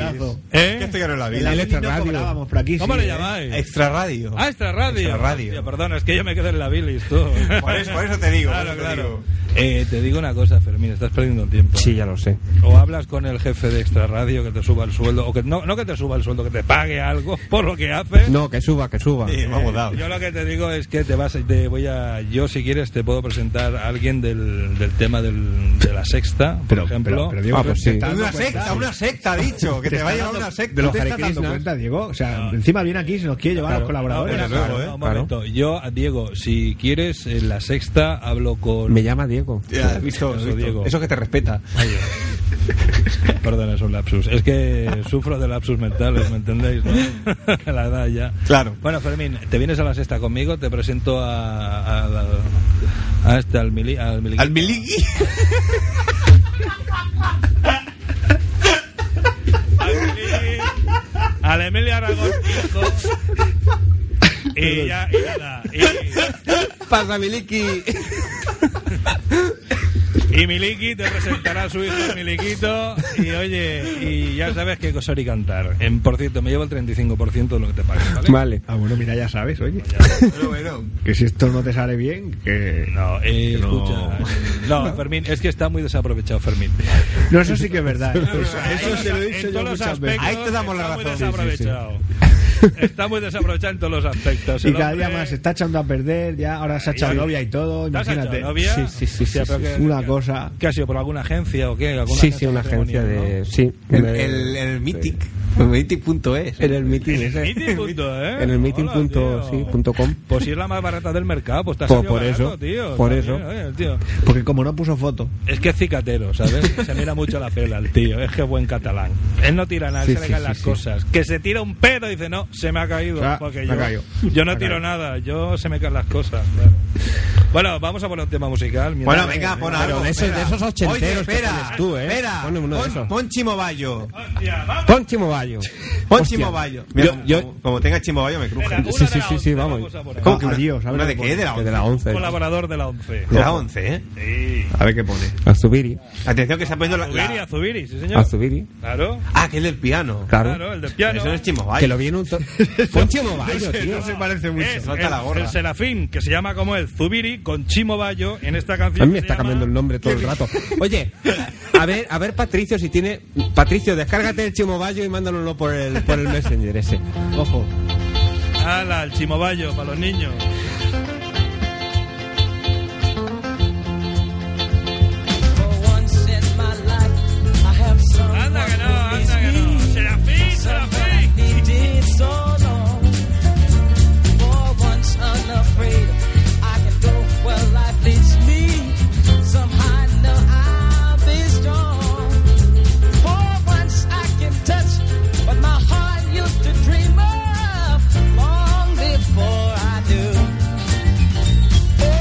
Speaker 1: ¿Eh? Que esto ya no es la bilis.
Speaker 4: En la bilis no cobrábamos, pero aquí
Speaker 16: ¿Cómo
Speaker 4: sí,
Speaker 16: le
Speaker 4: ¿eh?
Speaker 16: llamáis?
Speaker 1: Extra Radio.
Speaker 16: Ah, extra radio.
Speaker 1: Extra Radio.
Speaker 16: Hostia, perdona, es que yo me quedé en la bilis, tú.
Speaker 1: Por eso- por eso te digo, por
Speaker 16: Claro,
Speaker 1: eso te
Speaker 16: claro.
Speaker 1: digo.
Speaker 16: Eh, te digo una cosa, Fermín, estás perdiendo el tiempo.
Speaker 2: Sí, ya lo sé.
Speaker 16: O hablas con el jefe de extra radio que te suba el sueldo, o que no, no que te suba el sueldo, que te pague algo por lo que haces.
Speaker 2: No, que suba, que suba.
Speaker 1: Sí, vamos, dado.
Speaker 16: Yo lo que te digo es que te vas, te voy a, yo si quieres te puedo presentar a alguien del, del tema del- de la sexta, por
Speaker 4: Pero-
Speaker 16: ejemplo.
Speaker 4: pero- pero Diego, Ah, pues te sí. está dando
Speaker 1: Una
Speaker 4: cuenta.
Speaker 1: secta, una secta, ha dicho, que te, va a llevar una secta.
Speaker 4: ¿De los
Speaker 1: ¿Te
Speaker 4: Hare
Speaker 1: estás dando
Speaker 4: Krishnas?
Speaker 1: cuenta?
Speaker 4: Diego? O sea, encima viene aquí y se nos quiere llevar a los colaboradores. ¿eh?
Speaker 16: No, espera, no, un momento. Yo, Diego, si quieres, en la sexta hablo con.
Speaker 2: Me llama Diego.
Speaker 1: Ya, has visto, has
Speaker 16: Eso,
Speaker 1: visto.
Speaker 16: Diego.
Speaker 1: Eso que te respeta.
Speaker 16: Perdón, es un lapsus. Es que sufro de lapsus mentales, ¿me entendéis? no? la edad ya.
Speaker 1: Claro.
Speaker 16: Bueno, Fermín, te vienes a la sexta conmigo, te presento a. a, la- a este, al mili, al miliquito.
Speaker 1: Al miligui.
Speaker 16: Al Emilio Aragón, hijo. Y ya, y nada. Y...
Speaker 2: Pasa, Miliki.
Speaker 16: Y Miliki te presentará a su hijo Miliquito. Y oye, y ya sabes que coser y cantar. En, por cierto, me llevo el 35% de lo que te pague, ¿vale?
Speaker 2: Vale.
Speaker 4: Ah, bueno, mira, ya sabes, oye.
Speaker 1: Pero bueno.
Speaker 4: Que si esto no te sale bien, que...
Speaker 16: No, eh,
Speaker 4: que no.
Speaker 16: escucha. eh. No, Fermín, es que está muy desaprovechado, Fermín.
Speaker 4: No, eso sí que es verdad. Eso,
Speaker 16: En
Speaker 4: eso
Speaker 16: todos-
Speaker 4: se lo he
Speaker 16: en
Speaker 4: dicho yo
Speaker 16: todos los
Speaker 4: muchas veces.
Speaker 16: aspectos. está muy desaprovechado. Está muy desaprovechado en todos los aspectos.
Speaker 4: Y
Speaker 16: El
Speaker 4: cada
Speaker 16: hombre-
Speaker 4: día más se está echando a perder, ya ahora se ha echado
Speaker 16: Ay,
Speaker 4: novia y todo,
Speaker 16: ¿Te has
Speaker 4: imagínate.
Speaker 16: echado novia?
Speaker 4: Sí, sí, sí, sí,
Speaker 16: Hostia, pero
Speaker 4: sí,
Speaker 16: que-
Speaker 4: Una cosa.
Speaker 16: ¿Qué ha sido? ¿Por alguna agencia o qué? ¿Alguna
Speaker 2: Sí, sí, una agencia
Speaker 16: matrimonial,
Speaker 2: de.
Speaker 16: no?
Speaker 2: Sí.
Speaker 1: El,
Speaker 2: de-
Speaker 1: el, el Mythic. El Mythic.es.
Speaker 2: En el meeting, ese.
Speaker 16: Meeting punto, ¿eh?
Speaker 2: En el meeting
Speaker 16: Hola,
Speaker 2: punto,
Speaker 16: tío.
Speaker 2: sí, punto com.
Speaker 16: Pues si es la más barata del mercado, pues te has
Speaker 2: Pues
Speaker 16: salido
Speaker 2: por
Speaker 16: barato,
Speaker 2: eso,
Speaker 16: tío.
Speaker 2: por
Speaker 16: También,
Speaker 2: eso.
Speaker 16: oye, tío.
Speaker 4: Porque como no puso foto.
Speaker 16: Es que es cicatero, ¿sabes? Se mira mucho la pela el tío, es que es buen catalán. Él no tira nada,
Speaker 4: Sí,
Speaker 16: se le
Speaker 4: sí,
Speaker 16: caen
Speaker 4: sí,
Speaker 16: las
Speaker 4: sí.
Speaker 16: cosas. Que se tira un pedo y dice, no, se me ha caído.
Speaker 4: Ah,
Speaker 16: porque
Speaker 4: me
Speaker 16: yo,
Speaker 4: ha caído.
Speaker 16: yo no
Speaker 4: Me ha
Speaker 16: tiro
Speaker 4: caído.
Speaker 16: nada, yo se me caen las cosas. claro. Bueno, vamos a poner un tema musical. mientras-
Speaker 1: Bueno, venga, pon algo.
Speaker 2: de esos-
Speaker 1: espera.
Speaker 2: de esos ochenteros
Speaker 1: Oye,
Speaker 2: que
Speaker 1: espera,
Speaker 2: pones tú, ¿eh?
Speaker 1: Espera,
Speaker 2: Pon uno de
Speaker 1: pon,
Speaker 2: esos.
Speaker 1: pon Chimobayo.
Speaker 2: Pon Chimobayo.
Speaker 1: Pon
Speaker 2: Hostia.
Speaker 1: Chimobayo. Mira,
Speaker 2: Yo-
Speaker 1: como,
Speaker 2: yo-
Speaker 1: como- como tenga Chimobayo me cruje.
Speaker 2: Sí, sí, sí, sí, vamos.
Speaker 1: ¿Cómo que una-
Speaker 2: a ver
Speaker 1: una de
Speaker 2: qué
Speaker 1: qué?
Speaker 2: pone.
Speaker 1: De la
Speaker 2: Que de la 11.
Speaker 16: Colaborador de la 11.
Speaker 1: De la 11, ¿eh? A ver qué pone.
Speaker 2: A Zubiri.
Speaker 1: Atención que está poniendo la...
Speaker 16: Zubiri,
Speaker 1: la-
Speaker 16: Azubiri, sí,
Speaker 4: Ah.
Speaker 16: señor.
Speaker 2: Azubiri.
Speaker 16: Claro.
Speaker 1: Ah, que es del piano.
Speaker 2: Claro.
Speaker 16: Claro, el del piano.
Speaker 1: Eso no es Chimobayo.
Speaker 2: Que lo viene un... to- Pon Chimobayo,
Speaker 16: No sé,
Speaker 2: tío.
Speaker 16: no se parece
Speaker 1: mucho.
Speaker 16: Es
Speaker 1: Nota
Speaker 16: el,
Speaker 1: la gorra.
Speaker 16: el Serafín, que se llama como el Zubiri, con Chimo Bayo en esta canción.
Speaker 2: A mí me
Speaker 16: que
Speaker 2: está
Speaker 16: se llama-
Speaker 2: cambiando el nombre todo el rato. Oye, a ver, a ver Patricio si tiene... Patricio, descárgate el Chimobayo y mándanoslo por el, por el Messenger ese. Ojo.
Speaker 16: Ala, el Chimo Bayo, para los niños.
Speaker 7: Anda que no, anda que no. Serafín, Serafín. so long. For once unafraid, I can go where life leads me. Somehow I know I'll be strong. For once I can touch what my heart used to dream of long before I knew.
Speaker 13: Oh,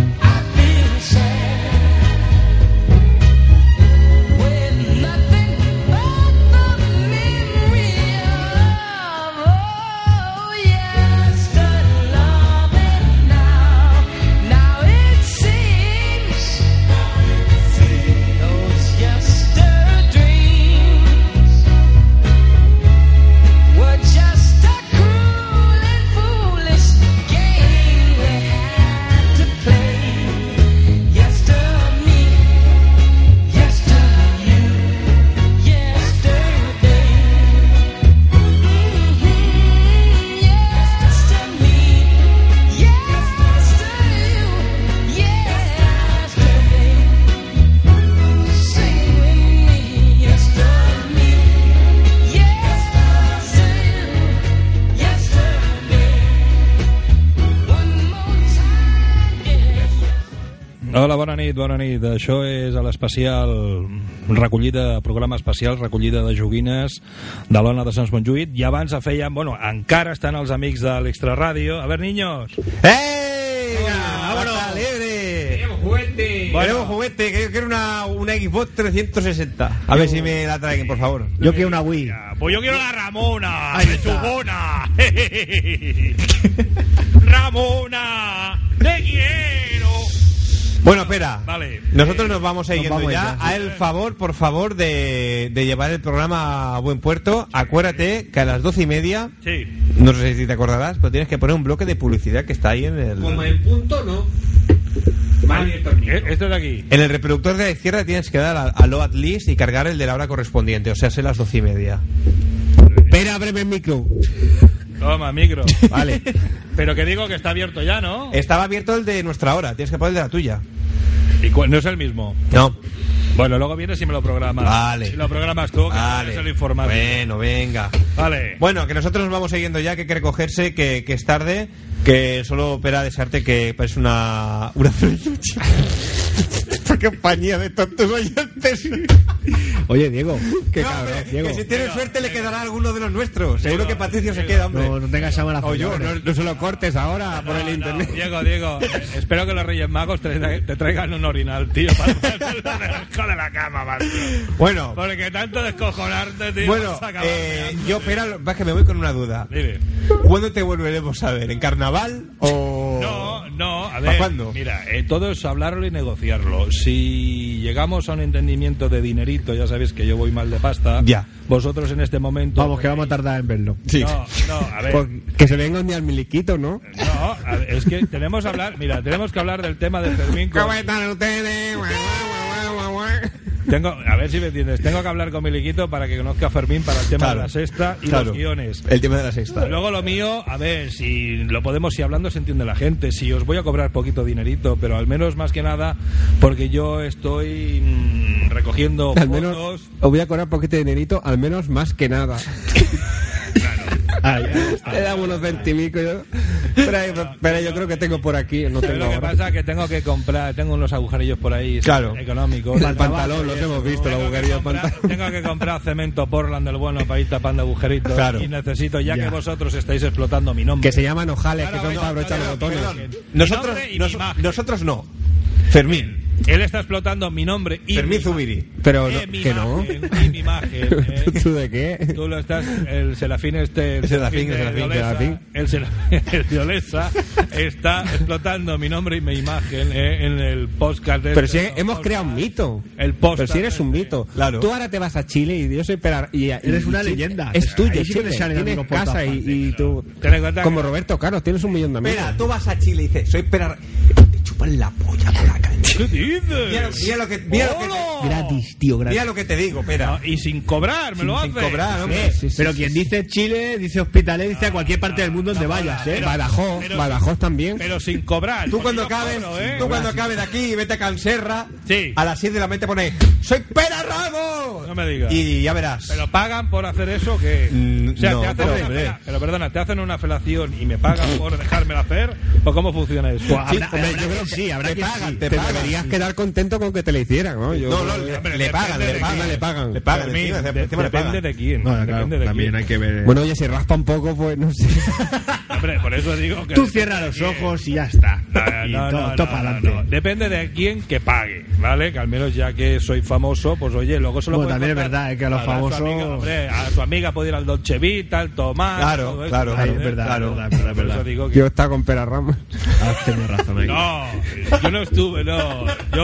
Speaker 13: Mm, oh,
Speaker 16: nit, Mm. bona nit. Això és a l'especial recollida, programa especial, recollida de joguines de l'Ona de Sants Montjuït. I abans feien, bueno, encara estan els amics de l'Extraràdio. A ver, niños.
Speaker 1: ¡Ey! ¡Vámonos! libre! ¡Queremos juguete! ¡Queremos juguete! Que yo quiero una, una Xbox 360. A ver si me la traen, por favor.
Speaker 4: Yo quiero una Wii.
Speaker 16: Pues yo quiero la Ramona, lechugona. Ramona, te quiero.
Speaker 1: Bueno, espera.
Speaker 16: Vale.
Speaker 1: Nosotros nos vamos a ir
Speaker 16: Nos
Speaker 1: yendo
Speaker 16: vamos
Speaker 1: ya.
Speaker 16: ya, sí.
Speaker 1: A el favor, por favor, de, de llevar el programa a buen puerto. Acuérdate que a las doce y media,
Speaker 16: Sí.
Speaker 1: no sé si te acordarás, pero tienes que poner un bloque de publicidad que está ahí en el,
Speaker 20: en punto, no.
Speaker 16: Eh, Esto de aquí.
Speaker 1: en el reproductor de la izquierda. Tienes que dar a, a Load List y cargar el de la hora correspondiente, o sea, ser las doce y media.
Speaker 4: Espera, breve el micro.
Speaker 16: Toma, micro.
Speaker 1: Vale.
Speaker 16: Pero que digo que está abierto ya, ¿no?
Speaker 1: Estaba abierto el de nuestra hora, tienes que poner el de la tuya.
Speaker 16: ¿Y cu- no es el mismo?
Speaker 1: No.
Speaker 16: Bueno, luego vienes y me lo programas.
Speaker 1: Vale.
Speaker 16: Si lo programas tú, que
Speaker 1: Vale.
Speaker 16: eres el informático.
Speaker 1: Bueno, venga.
Speaker 16: Vale.
Speaker 1: Bueno, que nosotros nos vamos siguiendo ya, que hay que recogerse, que, que es tarde, que solo opera desearte que parece una, una feliz noche. Esta compañía de tantos oyentes.
Speaker 4: Oye, Diego.
Speaker 1: Que,
Speaker 4: Qué cabrón, Diego.
Speaker 1: que si tienes suerte le quedará alguno de los nuestros. Seguro que Patricio se queda, hombre.
Speaker 4: No, no tengas esa mala
Speaker 1: O yo,
Speaker 4: fe,
Speaker 1: no,
Speaker 4: hombre.
Speaker 1: no se lo cortes ahora por el
Speaker 16: No,
Speaker 1: internet.
Speaker 16: Diego, Diego, eh, espero que los Reyes Magos te, te traigan un orinal, tío, para para- debajo de la cama, macho.
Speaker 1: Bueno.
Speaker 16: Porque tanto descojonarte, tío,
Speaker 1: Bueno,
Speaker 16: vas a acabar,
Speaker 1: eh,
Speaker 16: tío.
Speaker 1: yo, espera, lo- va que me voy con una duda.
Speaker 16: Dime.
Speaker 1: ¿Cuándo te volveremos a ver? ¿En carnaval o.?
Speaker 16: No, no, a
Speaker 1: ¿Para
Speaker 16: ver.
Speaker 1: cuándo?
Speaker 16: Mira, eh, todo es hablarlo y negociarlo. Si llegamos a un entendimiento de dinerito, ya sabéis que yo voy mal de pasta.
Speaker 4: Ya.
Speaker 16: Vosotros en este momento.
Speaker 4: Vamos, que vamos a tardar en verlo.
Speaker 16: Sí. No, no, a ver.
Speaker 2: Por- Que se venga un día al miliquito, ¿no?
Speaker 16: No, a ver, es que tenemos que hablar. Mira, tenemos que hablar del tema de Fermín. con-
Speaker 20: ¿Cómo están ustedes? Guau, guau, guau, guau, guau.
Speaker 16: Tengo, a ver si me entiendes. Tengo que hablar con Miliquito para que conozca a Fermín para el tema
Speaker 1: Claro,
Speaker 16: de la sexta y
Speaker 1: claro.
Speaker 16: los guiones.
Speaker 1: El tema de la sexta.
Speaker 16: Luego lo mío, a ver, si lo podemos, si hablando se entiende la gente, si os voy a cobrar poquito dinerito, pero al menos más que nada, porque yo estoy mm, recogiendo
Speaker 2: Al
Speaker 16: fotos.
Speaker 2: menos os voy a cobrar poquito de dinerito, al menos más que nada.
Speaker 4: Ay,
Speaker 2: Le damos unos ventimico yo. Pero, yo creo que tengo por aquí, no
Speaker 16: ¿Sabes
Speaker 2: tengo
Speaker 16: lo que
Speaker 2: ahora.
Speaker 16: pasa? Que tengo que comprar, tengo unos agujerillos por ahí
Speaker 1: Claro.
Speaker 16: económicos.
Speaker 2: Al pantalón, los hemos visto, la
Speaker 16: Tengo que
Speaker 2: agujerillo del
Speaker 16: comprar-
Speaker 2: pantalón.
Speaker 16: Tengo que comprar cemento Portland del bueno para ir tapando agujeritos.
Speaker 1: Claro.
Speaker 16: Y necesito, ya,
Speaker 4: Ya.
Speaker 16: que vosotros estáis explotando mi nombre.
Speaker 2: Que se llaman ojales, que
Speaker 16: Ahora
Speaker 2: son
Speaker 16: voy-
Speaker 2: para abrochar
Speaker 16: ahora
Speaker 2: los
Speaker 16: voy-
Speaker 2: botones.
Speaker 16: perdón. Mi
Speaker 1: Nosotros,
Speaker 16: nombre y mi
Speaker 1: nos-
Speaker 16: imagen.
Speaker 1: nosotros no. Fermín.
Speaker 16: Él está explotando mi nombre y mi
Speaker 1: Fermín
Speaker 16: imagen.
Speaker 1: Zubiri.
Speaker 2: Pero
Speaker 16: Eh,
Speaker 2: no-
Speaker 16: mi
Speaker 2: que no.
Speaker 16: imagen, y mi imagen, eh.
Speaker 2: ¿Tú de qué?
Speaker 16: Tú lo estás, el Serafín este...
Speaker 1: El Serafín, el
Speaker 16: de
Speaker 1: Serafín,
Speaker 16: Olesa,
Speaker 2: Serafín.
Speaker 16: El Serafín el de Olesa está explotando mi nombre y mi imagen eh, en el podcast.
Speaker 2: Pero
Speaker 16: este,
Speaker 2: si
Speaker 16: ¿no?
Speaker 2: hemos creado un mito.
Speaker 16: El post.
Speaker 2: Pero si eres un mito.
Speaker 1: Claro.
Speaker 2: Tú ahora te vas a Chile y yo soy pera- y, y-
Speaker 4: Eres una
Speaker 2: y-
Speaker 4: leyenda.
Speaker 2: Es tuyo,
Speaker 4: Ahí sí que
Speaker 2: Chile.
Speaker 4: te salen
Speaker 2: Tienes
Speaker 4: amigos por
Speaker 2: casa
Speaker 4: todas
Speaker 2: y,
Speaker 4: partes,
Speaker 2: y tú...
Speaker 16: Ten en cuenta
Speaker 2: Como
Speaker 16: que-
Speaker 2: Roberto Carlos, tienes un millón de amigos.
Speaker 1: Espera, tú vas a Chile y dices, soy pera... Te chupan la polla por la calle.
Speaker 16: ¿Qué dices?
Speaker 1: Mira, lo- mira lo que... Mira lo que,
Speaker 16: ¡Hola!
Speaker 4: Oh. Gratis, tío, gratis.
Speaker 1: mira lo que te digo, pera.
Speaker 16: No, y sin cobrar, me lo haces.
Speaker 1: Sin cobrar, hombre.
Speaker 4: Eh, pero quien dice Chile, dice hospitalet, dice a cualquier parte del mundo donde vayas, ¿eh?
Speaker 2: Badajoz,
Speaker 16: pero-
Speaker 2: Badajoz también.
Speaker 16: Pero sin cobrar.
Speaker 1: Tú
Speaker 16: porque
Speaker 1: cuando
Speaker 16: yo
Speaker 1: acabes,
Speaker 16: cobro, ¿eh?
Speaker 1: tú cuando acabes de aquí y vete a Canserra,
Speaker 16: Sí.
Speaker 1: a las 6 de la mente pones, soy pera Ramos.
Speaker 16: No me digas.
Speaker 1: Y ya verás.
Speaker 16: ¿Pero pagan por hacer eso que
Speaker 1: Mm,
Speaker 16: o sea,
Speaker 1: no,
Speaker 16: te hacen
Speaker 1: hombre,
Speaker 16: una
Speaker 1: hombre.
Speaker 16: fela- Pero perdona, ¿te hacen una felación y me pagan por dejármela hacer? ¿O cómo funciona eso?
Speaker 4: Buah, habrá- habrá quien sí, habrá
Speaker 1: te
Speaker 4: quien
Speaker 1: pagan,
Speaker 4: sí.
Speaker 1: te
Speaker 2: Te
Speaker 1: pagan.
Speaker 2: deberías quedar contento con que te la hicieran, ¿no? Yo-
Speaker 1: No, no, le,
Speaker 16: Hombre,
Speaker 1: le pagan,
Speaker 16: depende
Speaker 1: le
Speaker 16: de
Speaker 1: pagan,
Speaker 16: quién.
Speaker 1: le pagan. Le pagan,
Speaker 16: Fermín,
Speaker 1: encima,
Speaker 16: de-
Speaker 1: encima le pagan.
Speaker 16: depende de quién.
Speaker 4: Bueno, claro,
Speaker 16: depende de
Speaker 4: también
Speaker 16: quién.
Speaker 4: hay que ver.
Speaker 2: Bueno, oye, si raspa un poco, pues no sé.
Speaker 16: Hombre, por eso digo que...
Speaker 4: tú cierra los ojos y ya está.
Speaker 16: No,
Speaker 4: Y
Speaker 16: no,
Speaker 4: to-
Speaker 16: no,
Speaker 4: to
Speaker 16: no,
Speaker 4: pa'lante.
Speaker 16: no. Depende de quién que pague, ¿vale? Que al menos ya que soy famoso, pues oye, luego se lo
Speaker 4: Bueno,
Speaker 16: puedes
Speaker 4: también es
Speaker 16: contar
Speaker 4: verdad, eh, que a los
Speaker 16: a su
Speaker 4: famosos-
Speaker 16: amiga, hombre, a su amiga puede ir al Dolce Vita, al Tomás...
Speaker 1: Claro,
Speaker 16: todo eso,
Speaker 1: claro,
Speaker 16: ¿vale?
Speaker 4: Ay, es verdad,
Speaker 1: claro.
Speaker 4: es verdad, es verdad, es
Speaker 16: Por eso
Speaker 4: verdad.
Speaker 16: digo que...
Speaker 2: Yo estaba con Pera Ramos.
Speaker 4: Has tenido razón ahí.
Speaker 16: No, yo no estuve, no.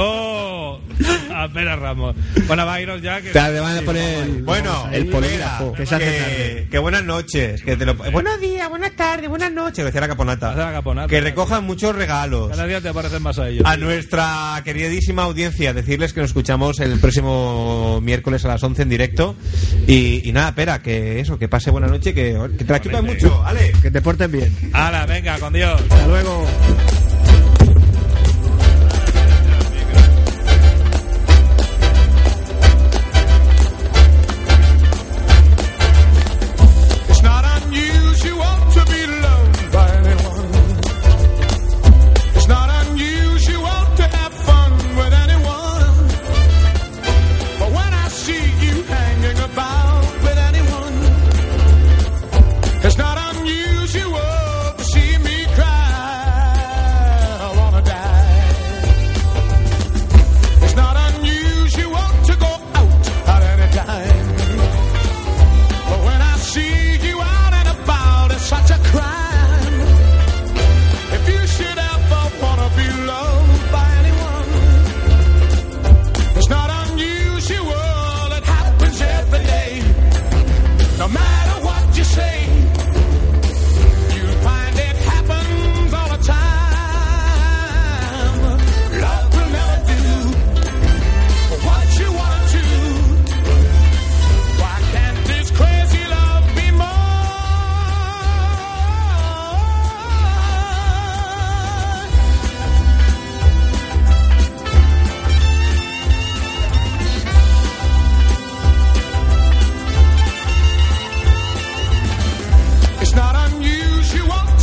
Speaker 16: Yo. Apenas Ramos. Bueno, va a irnos ya que.
Speaker 2: Te van a poner
Speaker 1: Bueno,
Speaker 2: el
Speaker 1: polera
Speaker 2: polígrafo.
Speaker 4: que se hace
Speaker 1: que,
Speaker 4: tarde.
Speaker 1: que buenas noches. Que te lo, buenos días, buenas tardes, buenas noches. Decía la caponata.
Speaker 16: Decía la caponata.
Speaker 1: Que recojan muchos regalos.
Speaker 16: Cada día te parecen más a ellos.
Speaker 1: A nuestra queridísima audiencia, decirles que nos escuchamos el próximo miércoles a las 11 en directo. Y, y nada, espera, que eso, que pase buena noche, que, que te la chupen mucho, Ale.
Speaker 4: Que te porten bien.
Speaker 16: Hala, venga, con Dios.
Speaker 4: Hasta luego.
Speaker 13: It's not unusual to be loved by anyone. It's not unusual to have fun with she would to see me cry. I wanna die. It's not unusual to go out at any time. But when I see you out and about, it's such a crime. If you should ever wanna be loved by anyone, it's not unusual. It happens every day. No matter what you say, you'll find it happens all the time. Love will never do what you wanna do. Why can't this crazy love be more? It's not unusual